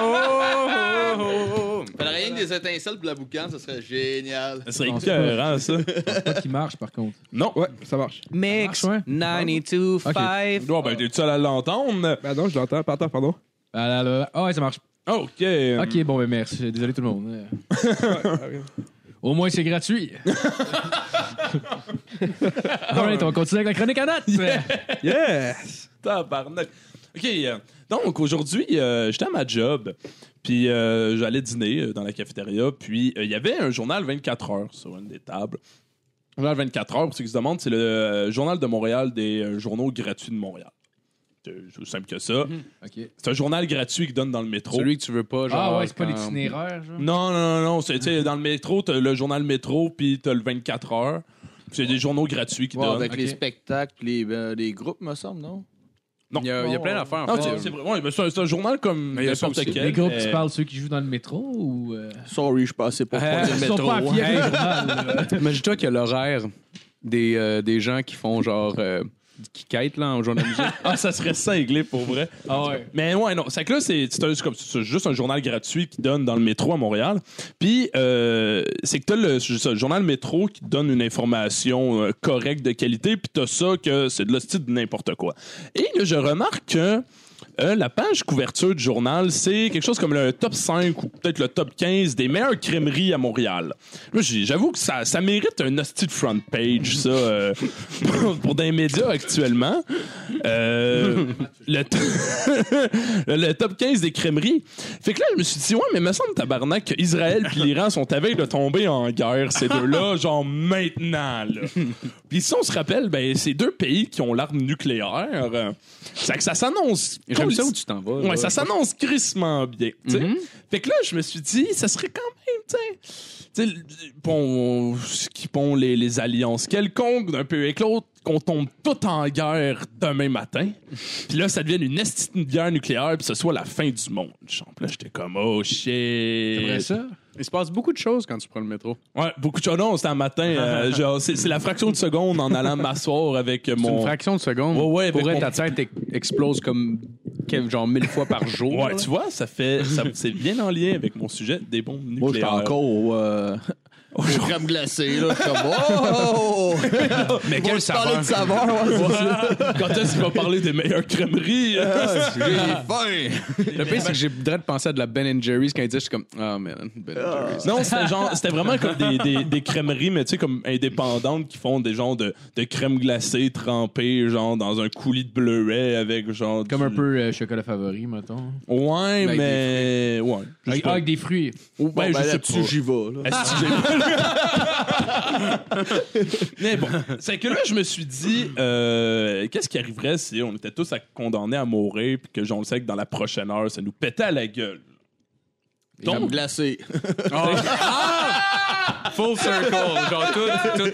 [SPEAKER 6] Oh, oh, oh.
[SPEAKER 7] Fallait rien que des étincelles pour la boucane, ça serait génial.
[SPEAKER 4] Ça serait
[SPEAKER 3] Non, c'est pas-
[SPEAKER 4] écœurant, ça.
[SPEAKER 3] Pas qu'il marche, par contre.
[SPEAKER 4] Non.
[SPEAKER 5] Ouais, ça marche.
[SPEAKER 6] Mix
[SPEAKER 3] marche, ouais.
[SPEAKER 6] 92.5.
[SPEAKER 4] Bon, ben, t'es le seul à l'entendre.
[SPEAKER 5] Ben non, je l'entends. Pardon, pardon.
[SPEAKER 3] Ah là là. Ah ouais, ça marche.
[SPEAKER 4] OK.
[SPEAKER 6] Euh,
[SPEAKER 3] Ok, bon, ben merci. Désolé tout le monde. Euh, Au moins, c'est gratuit. Alright, on continue avec la chronique à date. Ah,
[SPEAKER 5] Yes!
[SPEAKER 4] Tabarnak. OK. euh, donc, aujourd'hui, euh, j'étais à ma job. Puis, euh, j'allais dîner euh, dans la cafétéria. Puis, euh, il y avait un journal 24 heures sur une des tables. Journal 24 heures, pour ceux qui se demandent, c'est le euh, journal de Montréal des euh, journaux gratuits de Montréal. C'est aussi simple que ça.
[SPEAKER 3] Ok.
[SPEAKER 4] C'est un journal gratuit qui donne dans le métro.
[SPEAKER 6] Mhm. Celui que tu veux pas, genre. euh,
[SPEAKER 3] Ah ouais, c'est pas
[SPEAKER 6] quand-
[SPEAKER 3] l'itinéraire, genre.
[SPEAKER 4] Non, non, non, non. C'est, tu
[SPEAKER 6] Mhm.
[SPEAKER 4] sais, dans le métro, t'as le journal métro, puis t'as le 24 heures. Puis C'est des journaux gratuits qui
[SPEAKER 7] Ouais,
[SPEAKER 4] donnent.
[SPEAKER 6] ben,
[SPEAKER 7] avec
[SPEAKER 3] ok.
[SPEAKER 7] les spectacles, les, euh, les groupes, me semble, non?
[SPEAKER 4] Non.
[SPEAKER 6] Il y a, il y a plein d'affaires,
[SPEAKER 4] Non,
[SPEAKER 6] en
[SPEAKER 4] c'est,
[SPEAKER 6] fait.
[SPEAKER 4] c'est vrai. Ouais, mais c'est, un- c'est un journal comme
[SPEAKER 6] Mais il y a ça
[SPEAKER 4] n'importe
[SPEAKER 6] aussi.
[SPEAKER 4] quel.
[SPEAKER 3] Les groupes,
[SPEAKER 6] euh,
[SPEAKER 4] mais-
[SPEAKER 3] tu parles ceux qui jouent dans le métro ou. euh,
[SPEAKER 7] Sorry, je passais pas pour
[SPEAKER 6] Euh,
[SPEAKER 7] le
[SPEAKER 3] ils
[SPEAKER 7] métro.
[SPEAKER 3] sont pas affiliés avec le journal, là.
[SPEAKER 6] Imagine-toi qu'il y a l'horaire des, euh, des gens qui font genre. euh, qui quittent, là, en journal de musique.
[SPEAKER 4] Ah, ça serait cinglé pour vrai.
[SPEAKER 3] Ah ouais.
[SPEAKER 4] Mais ouais, non. C'est que là, c'est, c'est un- c'est comme, c'est juste un journal gratuit qui donne dans le métro à Montréal. Puis, euh, c'est que t'as le, ça, le journal métro qui donne une information euh, correcte de qualité, puis t'as ça que c'est de l'hostie de n'importe quoi. Et là, je remarque que euh, la page couverture du journal, c'est quelque chose comme le top 5 ou peut-être le top 15 des meilleures crèmeries à Montréal. Là, j'ai- j'avoue que ça, ça mérite un hostie de front page, ça, euh, pour, pour des médias actuellement. Euh, le, t- le top 15 des crèmeries. Fait que là, je me suis dit, ouais, mais me semble, tabarnak, que Israël puis l'Iran sont à veille de tomber en guerre, ces deux-là, genre maintenant, là. Puis si on se rappelle, ben, c'est deux pays qui ont l'arme nucléaire. euh, C'est que ça s'annonce.
[SPEAKER 6] J'aime ça où tu t'en vas.
[SPEAKER 4] Ouais,
[SPEAKER 6] là.
[SPEAKER 4] ça s'annonce crissement bien. tu
[SPEAKER 6] Mm-hmm.
[SPEAKER 4] sais. Fait que là, je me suis dit, ça serait quand même, tu sais, tu sais, bon, skippons les, les alliances quelconques d'un peu avec l'autre, qu'on tombe tout en guerre demain matin. Puis là, ça devient une esti de guerre nucléaire, puis ce soit la fin du monde. Genre, Puis là, j'étais comme, oh shit.
[SPEAKER 6] euh,
[SPEAKER 3] Après ça.
[SPEAKER 6] Il se passe beaucoup de choses quand tu prends le métro.
[SPEAKER 4] Ouais, beaucoup de choses. Non, c'était un matin. euh, genre, c'est c'est la fraction de seconde en allant m'asseoir avec
[SPEAKER 6] C'est une
[SPEAKER 4] mon.
[SPEAKER 6] fraction de seconde.
[SPEAKER 4] Ouais, ouais,
[SPEAKER 6] Pour
[SPEAKER 4] avec
[SPEAKER 6] être
[SPEAKER 4] mon-
[SPEAKER 6] ta tête ex- explose comme que- genre mille fois par jour.
[SPEAKER 4] Ouais,
[SPEAKER 6] là.
[SPEAKER 4] tu vois, ça fait. ça- C'est bien en lien avec mon sujet des bombes
[SPEAKER 7] Moi, j'étais
[SPEAKER 4] nucléaires.
[SPEAKER 7] encore au, euh, Au crème glacée, là. Comme, oh!
[SPEAKER 6] Mais
[SPEAKER 7] On
[SPEAKER 6] quel
[SPEAKER 7] va se
[SPEAKER 6] saveur!
[SPEAKER 7] parler de saveur, ouais, c'est ça.
[SPEAKER 4] Quand est-ce qu'il va parler des meilleures crèmeries?
[SPEAKER 7] Ah, J'ai faim!
[SPEAKER 6] Le pire, c'est que j'ai de penser à de la Ben Jerry's quand il disait, je suis comme, oh man, Ben Jerry's.
[SPEAKER 4] Non, c'était genre, c'était vraiment comme des, des, des crèmeries, mais tu sais, comme indépendantes qui font des genres de, de crème glacée trempée, genre dans un coulis de bleuet avec genre.
[SPEAKER 3] Comme un
[SPEAKER 4] du-
[SPEAKER 3] peu euh, chocolat favori, mettons.
[SPEAKER 6] Ah,
[SPEAKER 4] Ouais,
[SPEAKER 6] Avec
[SPEAKER 4] mais. Ouais. Je sais
[SPEAKER 3] Avec,
[SPEAKER 4] pas.
[SPEAKER 3] avec des fruits.
[SPEAKER 4] Ouais,
[SPEAKER 7] Bon, ben,
[SPEAKER 4] je sais
[SPEAKER 7] là-dessus,
[SPEAKER 4] pas.
[SPEAKER 7] j'y vais, là.
[SPEAKER 4] Est-ce que j'ai- Mais bon, c'est que là, je me suis dit, euh, qu'est-ce qui arriverait si on était tous à condamnés à mourir, puis que j'en sais que dans la prochaine heure, ça nous pétait à la gueule?
[SPEAKER 7] Crème
[SPEAKER 4] Donc,
[SPEAKER 7] glacée.
[SPEAKER 6] Ah! Full circle, genre tout, tout.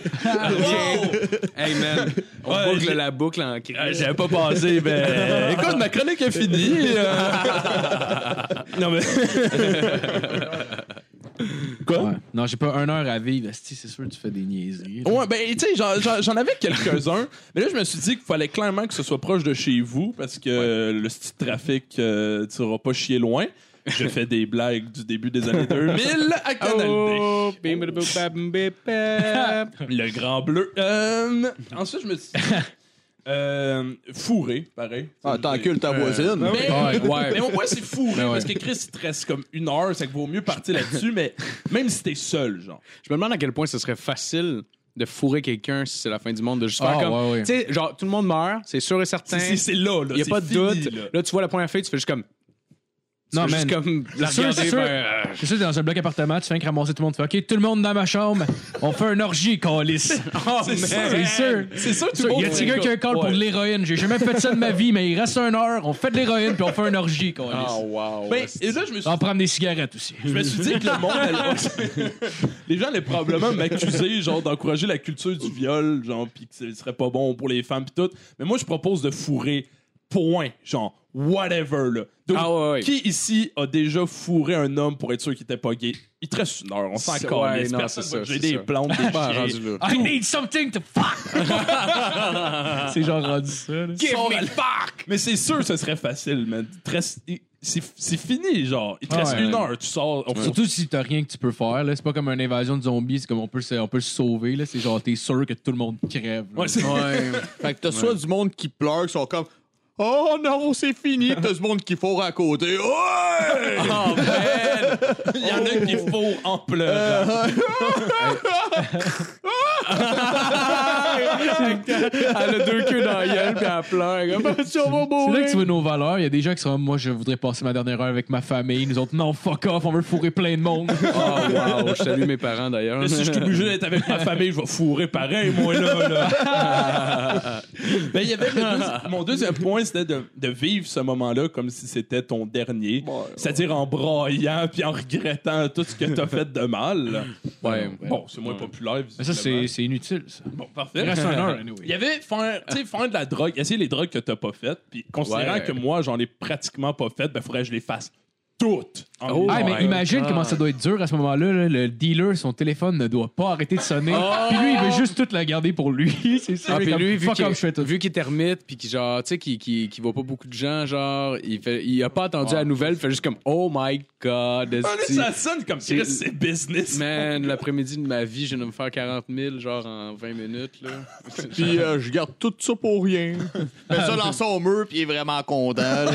[SPEAKER 6] Hey man, on
[SPEAKER 4] Ouais,
[SPEAKER 6] boucle
[SPEAKER 4] j'ai-
[SPEAKER 6] la boucle en crise.
[SPEAKER 4] euh, j'avais pas pensé,
[SPEAKER 6] ben.
[SPEAKER 4] mais Euh, écoute, ma chronique est finie. euh. non, mais.
[SPEAKER 6] Ah.
[SPEAKER 4] Quoi?
[SPEAKER 3] Ouais. Non, j'ai pas une heure à vivre. asti, C'est sûr que tu fais des niaiseries. là.
[SPEAKER 4] Ouais, ben, tu sais, j'en- j'en j'en avais quelques-uns, mais là, je me suis dit qu'il fallait clairement que ce soit proche de chez vous parce que euh, le style de trafic, euh, tu seras pas chier loin. Je fais des blagues du début des années 2000 à Canal D.
[SPEAKER 6] Oh, bim, bim, bim, bam, bim, bam.
[SPEAKER 4] Le grand bleu. Euh, ensuite, je me suis dit, euh, fourré, pareil.
[SPEAKER 7] Ah, t'encules ta voisine.
[SPEAKER 4] Mais,
[SPEAKER 6] Ouais, ouais.
[SPEAKER 4] mais mon point, c'est fourré
[SPEAKER 6] Ben ouais.
[SPEAKER 4] parce que Chris, il te reste comme une heure, ça vaut mieux partir là-dessus, mais même si t'es seul, genre.
[SPEAKER 6] Je me demande à quel point ce serait facile de fourrer quelqu'un si c'est la fin du monde, de juste faire
[SPEAKER 3] Ah,
[SPEAKER 6] comme.
[SPEAKER 3] ouais, ouais.
[SPEAKER 6] Tu sais, genre, tout le monde meurt, c'est sûr et certain.
[SPEAKER 4] C'est- C'est c'est là, là.
[SPEAKER 6] Il n'y a
[SPEAKER 4] c'est
[SPEAKER 6] pas de
[SPEAKER 4] fini,
[SPEAKER 6] doute.
[SPEAKER 4] là.
[SPEAKER 6] Là. tu vois la première fille, tu fais juste comme. Tu
[SPEAKER 3] Non,
[SPEAKER 6] fais
[SPEAKER 3] man.
[SPEAKER 6] juste comme
[SPEAKER 4] Ah,
[SPEAKER 6] la
[SPEAKER 3] C'est sûr,
[SPEAKER 6] regarder
[SPEAKER 3] c'est sûr.
[SPEAKER 6] vers- euh,
[SPEAKER 3] C'est sûr, t'es dans un bloc appartement, tu fais que ramasser tout le monde. Tu fais OK, tout le monde dans ma chambre, on fait un orgie, calice.
[SPEAKER 6] Oh,
[SPEAKER 4] C'est
[SPEAKER 6] man.
[SPEAKER 3] C'est sûr.
[SPEAKER 4] C'est sûr, tout
[SPEAKER 3] Il
[SPEAKER 4] le monde.
[SPEAKER 3] y a quelqu'un qui a un call pour de l'héroïne. J'ai jamais fait ça de ma vie, mais il reste une heure, on fait de l'héroïne, puis on fait un orgie, calice.
[SPEAKER 6] Oh, wow.
[SPEAKER 4] Ben, et là, je me suis
[SPEAKER 3] On va prendre des cigarettes aussi.
[SPEAKER 4] Je me suis dit que le monde allait- les gens allaient probablement m'accuser genre d'encourager la culture du viol genre puis que ce serait pas bon pour les femmes puis tout mais moi je propose de fourrer point genre whatever là Donc,
[SPEAKER 6] Ah ouais, ouais.
[SPEAKER 4] qui ici a déjà fourré un homme pour être sûr qu'il était pas gay il te reste une heure on s'en
[SPEAKER 6] C'est-
[SPEAKER 4] calisse
[SPEAKER 6] ouais, non,
[SPEAKER 4] personne
[SPEAKER 6] c'est
[SPEAKER 4] va
[SPEAKER 6] ça, c'est
[SPEAKER 4] j'ai des
[SPEAKER 6] ça.
[SPEAKER 4] plantes des
[SPEAKER 6] Ah,
[SPEAKER 4] chiens.
[SPEAKER 6] rendu là.
[SPEAKER 3] I need something to fuck! c'est genre rendu ça. là.
[SPEAKER 6] Give
[SPEAKER 4] Son-
[SPEAKER 6] me fuck!
[SPEAKER 4] mais c'est sûr ce serait facile man Il te reste- il- c'est c'est fini genre il te
[SPEAKER 3] Ah
[SPEAKER 4] reste
[SPEAKER 3] ouais.
[SPEAKER 4] une heure tu sors on
[SPEAKER 3] Surtout si t'as rien que tu peux faire, là. C'est pas comme une invasion de zombies, c'est comme on peut se, on peut se sauver, là. C'est genre, t'es sûr que tout le monde crève. là.
[SPEAKER 4] Ouais, c'est-
[SPEAKER 7] Fait que t'as soit du monde qui pleure, qui sont comme Oh non, c'est fini, t'as du monde qui fourre à côté. Ouais!
[SPEAKER 4] Oh, man! Il y en a qui font en
[SPEAKER 3] Euh,
[SPEAKER 4] pleurant.
[SPEAKER 6] Elle a deux queues dans la gueule, puis elle pleure. Comme, Ah, tu vas
[SPEAKER 3] C'est là
[SPEAKER 6] mourir.
[SPEAKER 3] que tu vois nos valeurs. Il y a des gens qui sont moi, je voudrais passer ma dernière heure avec ma famille. Nous autres, non, fuck off, on veut fourrer plein de monde.
[SPEAKER 6] Oh, wow. Je salue mes parents d'ailleurs.
[SPEAKER 4] Mais si je suis obligé d'être avec ma famille, je vais fourrer pareil, moi, là. là. Ben, il y avait le deuxi- mon deuxième point, c'était de, de vivre ce moment-là comme si c'était ton dernier. C'est-à-dire en braillant puis en regrettant tout ce que t'as fait de mal.
[SPEAKER 6] Ouais.
[SPEAKER 4] Bon, c'est moins populaire,
[SPEAKER 3] Mais ça,
[SPEAKER 4] visiblement.
[SPEAKER 3] c'est c'est inutile, ça.
[SPEAKER 4] Bon, parfait.
[SPEAKER 3] Il reste un heure, anyway.
[SPEAKER 4] Il y avait faire, tu sais, faire de la drogue, essayer les drogues que t'as pas faites, puis considérant
[SPEAKER 6] Ouais.
[SPEAKER 4] que moi, j'en ai pratiquement pas faites, ben, faudrait que je les fasse toutes. en
[SPEAKER 6] Oh.
[SPEAKER 4] même
[SPEAKER 3] Ah,
[SPEAKER 4] temps.
[SPEAKER 3] mais
[SPEAKER 6] my
[SPEAKER 3] imagine
[SPEAKER 6] God.
[SPEAKER 3] comment ça doit être dur à ce moment-là. là. Le dealer, son téléphone ne doit pas arrêter de sonner. Puis lui, il veut juste tout la garder pour lui. C'est ça.
[SPEAKER 6] Ah, Oh! puis lui, vu
[SPEAKER 3] fuck
[SPEAKER 6] qu'il
[SPEAKER 3] off, je fais tout.
[SPEAKER 6] vu qu'il est ermite, puis qu'il genre, tu sais, qu'il qu'il- qu'il voit pas beaucoup de gens, genre, il fait, il a pas attendu la nouvelle, il fait juste comme, oh my god,
[SPEAKER 4] Ah, là,
[SPEAKER 6] esti.
[SPEAKER 4] ça sonne comme Chris, c'est business.
[SPEAKER 6] man, l'après-midi de ma vie, je viens de me faire 40 000, genre, en 20 minutes, là.
[SPEAKER 7] Puis euh, je garde tout ça pour rien. Mais ça dans son mur, puis il est vraiment content. là.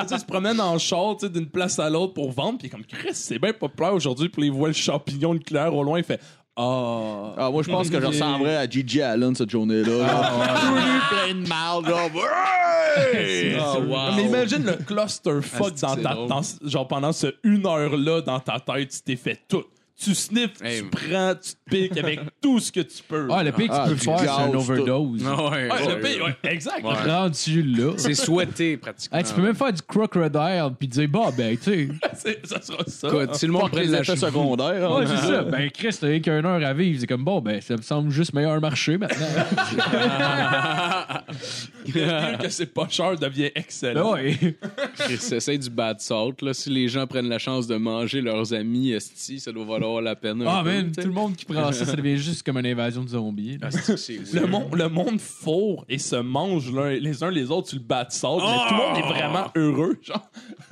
[SPEAKER 4] Tu sais, il se promène en char tu sais, d'une place à l'autre pour vendre, puis il est comme Chris, c'est bien populaire aujourd'hui, puis il voit le champignon de clair au loin, il fait Ah.
[SPEAKER 7] Ah, moi, je pense que je ressemblerais à Gigi Allen cette journée-là.
[SPEAKER 3] Ah,
[SPEAKER 7] là. Tout nu, plein de mal, genre. Ouais!
[SPEAKER 6] Ah, wow.
[SPEAKER 4] Mais imagine le clusterfuck
[SPEAKER 6] Ah,
[SPEAKER 4] dans
[SPEAKER 6] c'est
[SPEAKER 4] ta
[SPEAKER 6] drôle.
[SPEAKER 4] dans- genre pendant ce une heure là dans ta tête, tu t'es fait tout. Tu sniffes,
[SPEAKER 6] Hey.
[SPEAKER 4] tu prends, tu te piques avec tout ce que tu peux.
[SPEAKER 3] Ah, le pire que
[SPEAKER 7] Ah,
[SPEAKER 3] tu peux
[SPEAKER 7] du
[SPEAKER 3] faire, c'est
[SPEAKER 7] gaz,
[SPEAKER 3] un
[SPEAKER 7] tout.
[SPEAKER 3] overdose.
[SPEAKER 6] Ah ouais,
[SPEAKER 4] Ouais,
[SPEAKER 6] ouais.
[SPEAKER 4] le pire, ouais, exact.
[SPEAKER 6] Ouais.
[SPEAKER 3] Rendu là.
[SPEAKER 6] C'est souhaité, pratiquement.
[SPEAKER 3] Hey, tu peux même faire du crocodile puis dire, bah, ben, tu sais.
[SPEAKER 4] C'est- ça sera ça.
[SPEAKER 6] Écoute, si le monde
[SPEAKER 7] Fuck
[SPEAKER 6] prenne
[SPEAKER 7] les
[SPEAKER 6] la
[SPEAKER 7] effets
[SPEAKER 6] cheville-
[SPEAKER 7] secondaires. hein.
[SPEAKER 3] Ouais, c'est ça. Ben, Chris, t'as rien qu'une heure à vivre. C'est comme, bon, ben, ça me semble juste meilleur marché maintenant.
[SPEAKER 4] Le truc que c'est pas cher devient
[SPEAKER 6] Ben
[SPEAKER 4] excellent.
[SPEAKER 3] Ouais.
[SPEAKER 6] Chris, essaye du bad salt. Là. Si les gens prennent la chance de manger leurs amis, esti, ça doit valoir la peine. un
[SPEAKER 3] Ah,
[SPEAKER 6] peu,
[SPEAKER 3] man,
[SPEAKER 6] tu
[SPEAKER 3] tout
[SPEAKER 6] sais.
[SPEAKER 3] le monde qui prend ça, ça devient juste comme une invasion de zombies.
[SPEAKER 6] Ah,
[SPEAKER 3] là.
[SPEAKER 4] Le, monde, le monde fourre et se mange l'un- les uns les autres sur le bas de sable, mais tout le monde
[SPEAKER 6] Ah!
[SPEAKER 4] est vraiment heureux. Genre,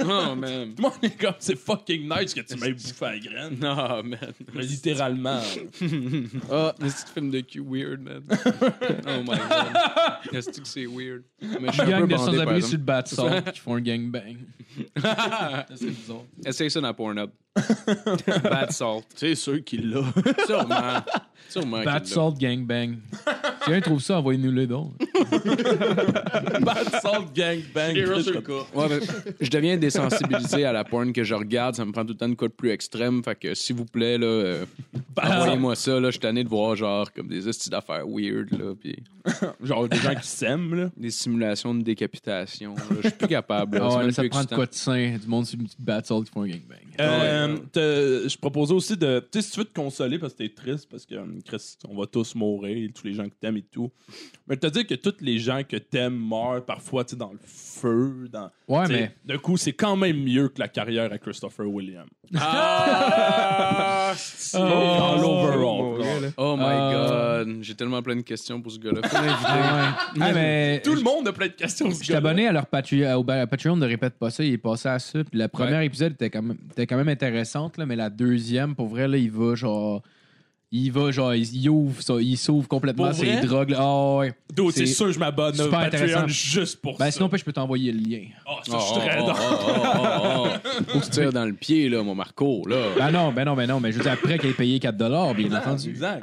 [SPEAKER 6] Non, Ah, man.
[SPEAKER 4] tout le monde est comme c'est fucking nice que tu m'aies bouffé à la graine.
[SPEAKER 6] Non, man.
[SPEAKER 4] Mais littéralement.
[SPEAKER 6] Ah, un petit film de cul weird, man. oh my god. Est-ce que c'est weird? Mais je suis un peu
[SPEAKER 3] Gang de
[SPEAKER 6] bandé, par
[SPEAKER 3] sans-abri
[SPEAKER 6] exemple.
[SPEAKER 3] sur le bat sort qui font un gangbang. c'est bizarre.
[SPEAKER 6] Essaye ça dans Pornhub. Bad salt. C'est sûr qu'il l'a. Sûrement. Sûrement. qu'il
[SPEAKER 3] Bat
[SPEAKER 6] l'a.
[SPEAKER 3] salt gangbang. Si un trouve ça, envoyez-nous le don.
[SPEAKER 4] Bad salt gang bang.
[SPEAKER 6] Ouais, ben, je deviens désensibilisé à la porn que je regarde. Ça me prend tout le temps de quoi de plus extrême. Fait que, s'il vous plaît, là, euh, envoyez-moi ça. Là, je suis tanné de voir, genre, comme des hosties d'affaires weird, là, puis
[SPEAKER 4] Genre des gens qui s'aiment, là.
[SPEAKER 6] des simulations de décapitation. là. Je suis plus capable. là.
[SPEAKER 3] Ah
[SPEAKER 6] C'est
[SPEAKER 3] ouais,
[SPEAKER 6] même
[SPEAKER 3] là, ça
[SPEAKER 6] plus
[SPEAKER 3] prend de
[SPEAKER 6] excitant.
[SPEAKER 3] quoi de sain. Du monde sur une petite bat salt qui font un gangbang.
[SPEAKER 4] Euh, te- je proposais aussi de. Tu sais, si tu veux te consoler parce que t'es triste, parce que hum, Chris, on va tous mourir, tous les gens que t'aimes et tout. Mais te dire que tous les gens que t'aimes meurent parfois, tu sais, dans le feu. Dans,
[SPEAKER 3] Ouais,
[SPEAKER 4] tu sais,
[SPEAKER 3] mais-
[SPEAKER 4] De coup, c'est quand même mieux que la carrière à Christopher Williams.
[SPEAKER 6] Ah! c'est-
[SPEAKER 4] All
[SPEAKER 5] Pour
[SPEAKER 4] overall.
[SPEAKER 5] vrai, Oh, là.
[SPEAKER 6] Oh my
[SPEAKER 3] Euh.
[SPEAKER 6] god. J'ai tellement plein de questions pour ce gars-là. Faut
[SPEAKER 3] Ah ouais. Ah, mais
[SPEAKER 4] Tout le monde a plein de questions.
[SPEAKER 3] Je suis abonné à leur Patreon, euh, au ba- à Patreon, ne répète pas ça, il est passé à ça. Puis la première épisode était quand même, était quand même intéressante, là, mais la deuxième, pour vrai, là, il va genre. Il va genre, il, il ouvre ça, il s'ouvre complètement
[SPEAKER 4] Pour
[SPEAKER 3] ses
[SPEAKER 4] vrai?
[SPEAKER 3] drogues. là. Ah ouais.
[SPEAKER 4] Dude, c'est
[SPEAKER 3] C'est-
[SPEAKER 4] sûr que je m'abonne au
[SPEAKER 3] Super
[SPEAKER 4] Patreon
[SPEAKER 3] intéressant.
[SPEAKER 4] juste pour
[SPEAKER 3] Ben
[SPEAKER 4] ça.
[SPEAKER 3] sinon, pas, je peux t'envoyer le lien.
[SPEAKER 4] Ah,
[SPEAKER 6] Oh,
[SPEAKER 4] ça, je suis très dans-
[SPEAKER 6] se tirer dans le pied, là, mon Marco, là.
[SPEAKER 3] Ben non, ben non, ben non, mais je veux dire, après qu'il ait payé 4$, bien entendu.
[SPEAKER 4] Exact.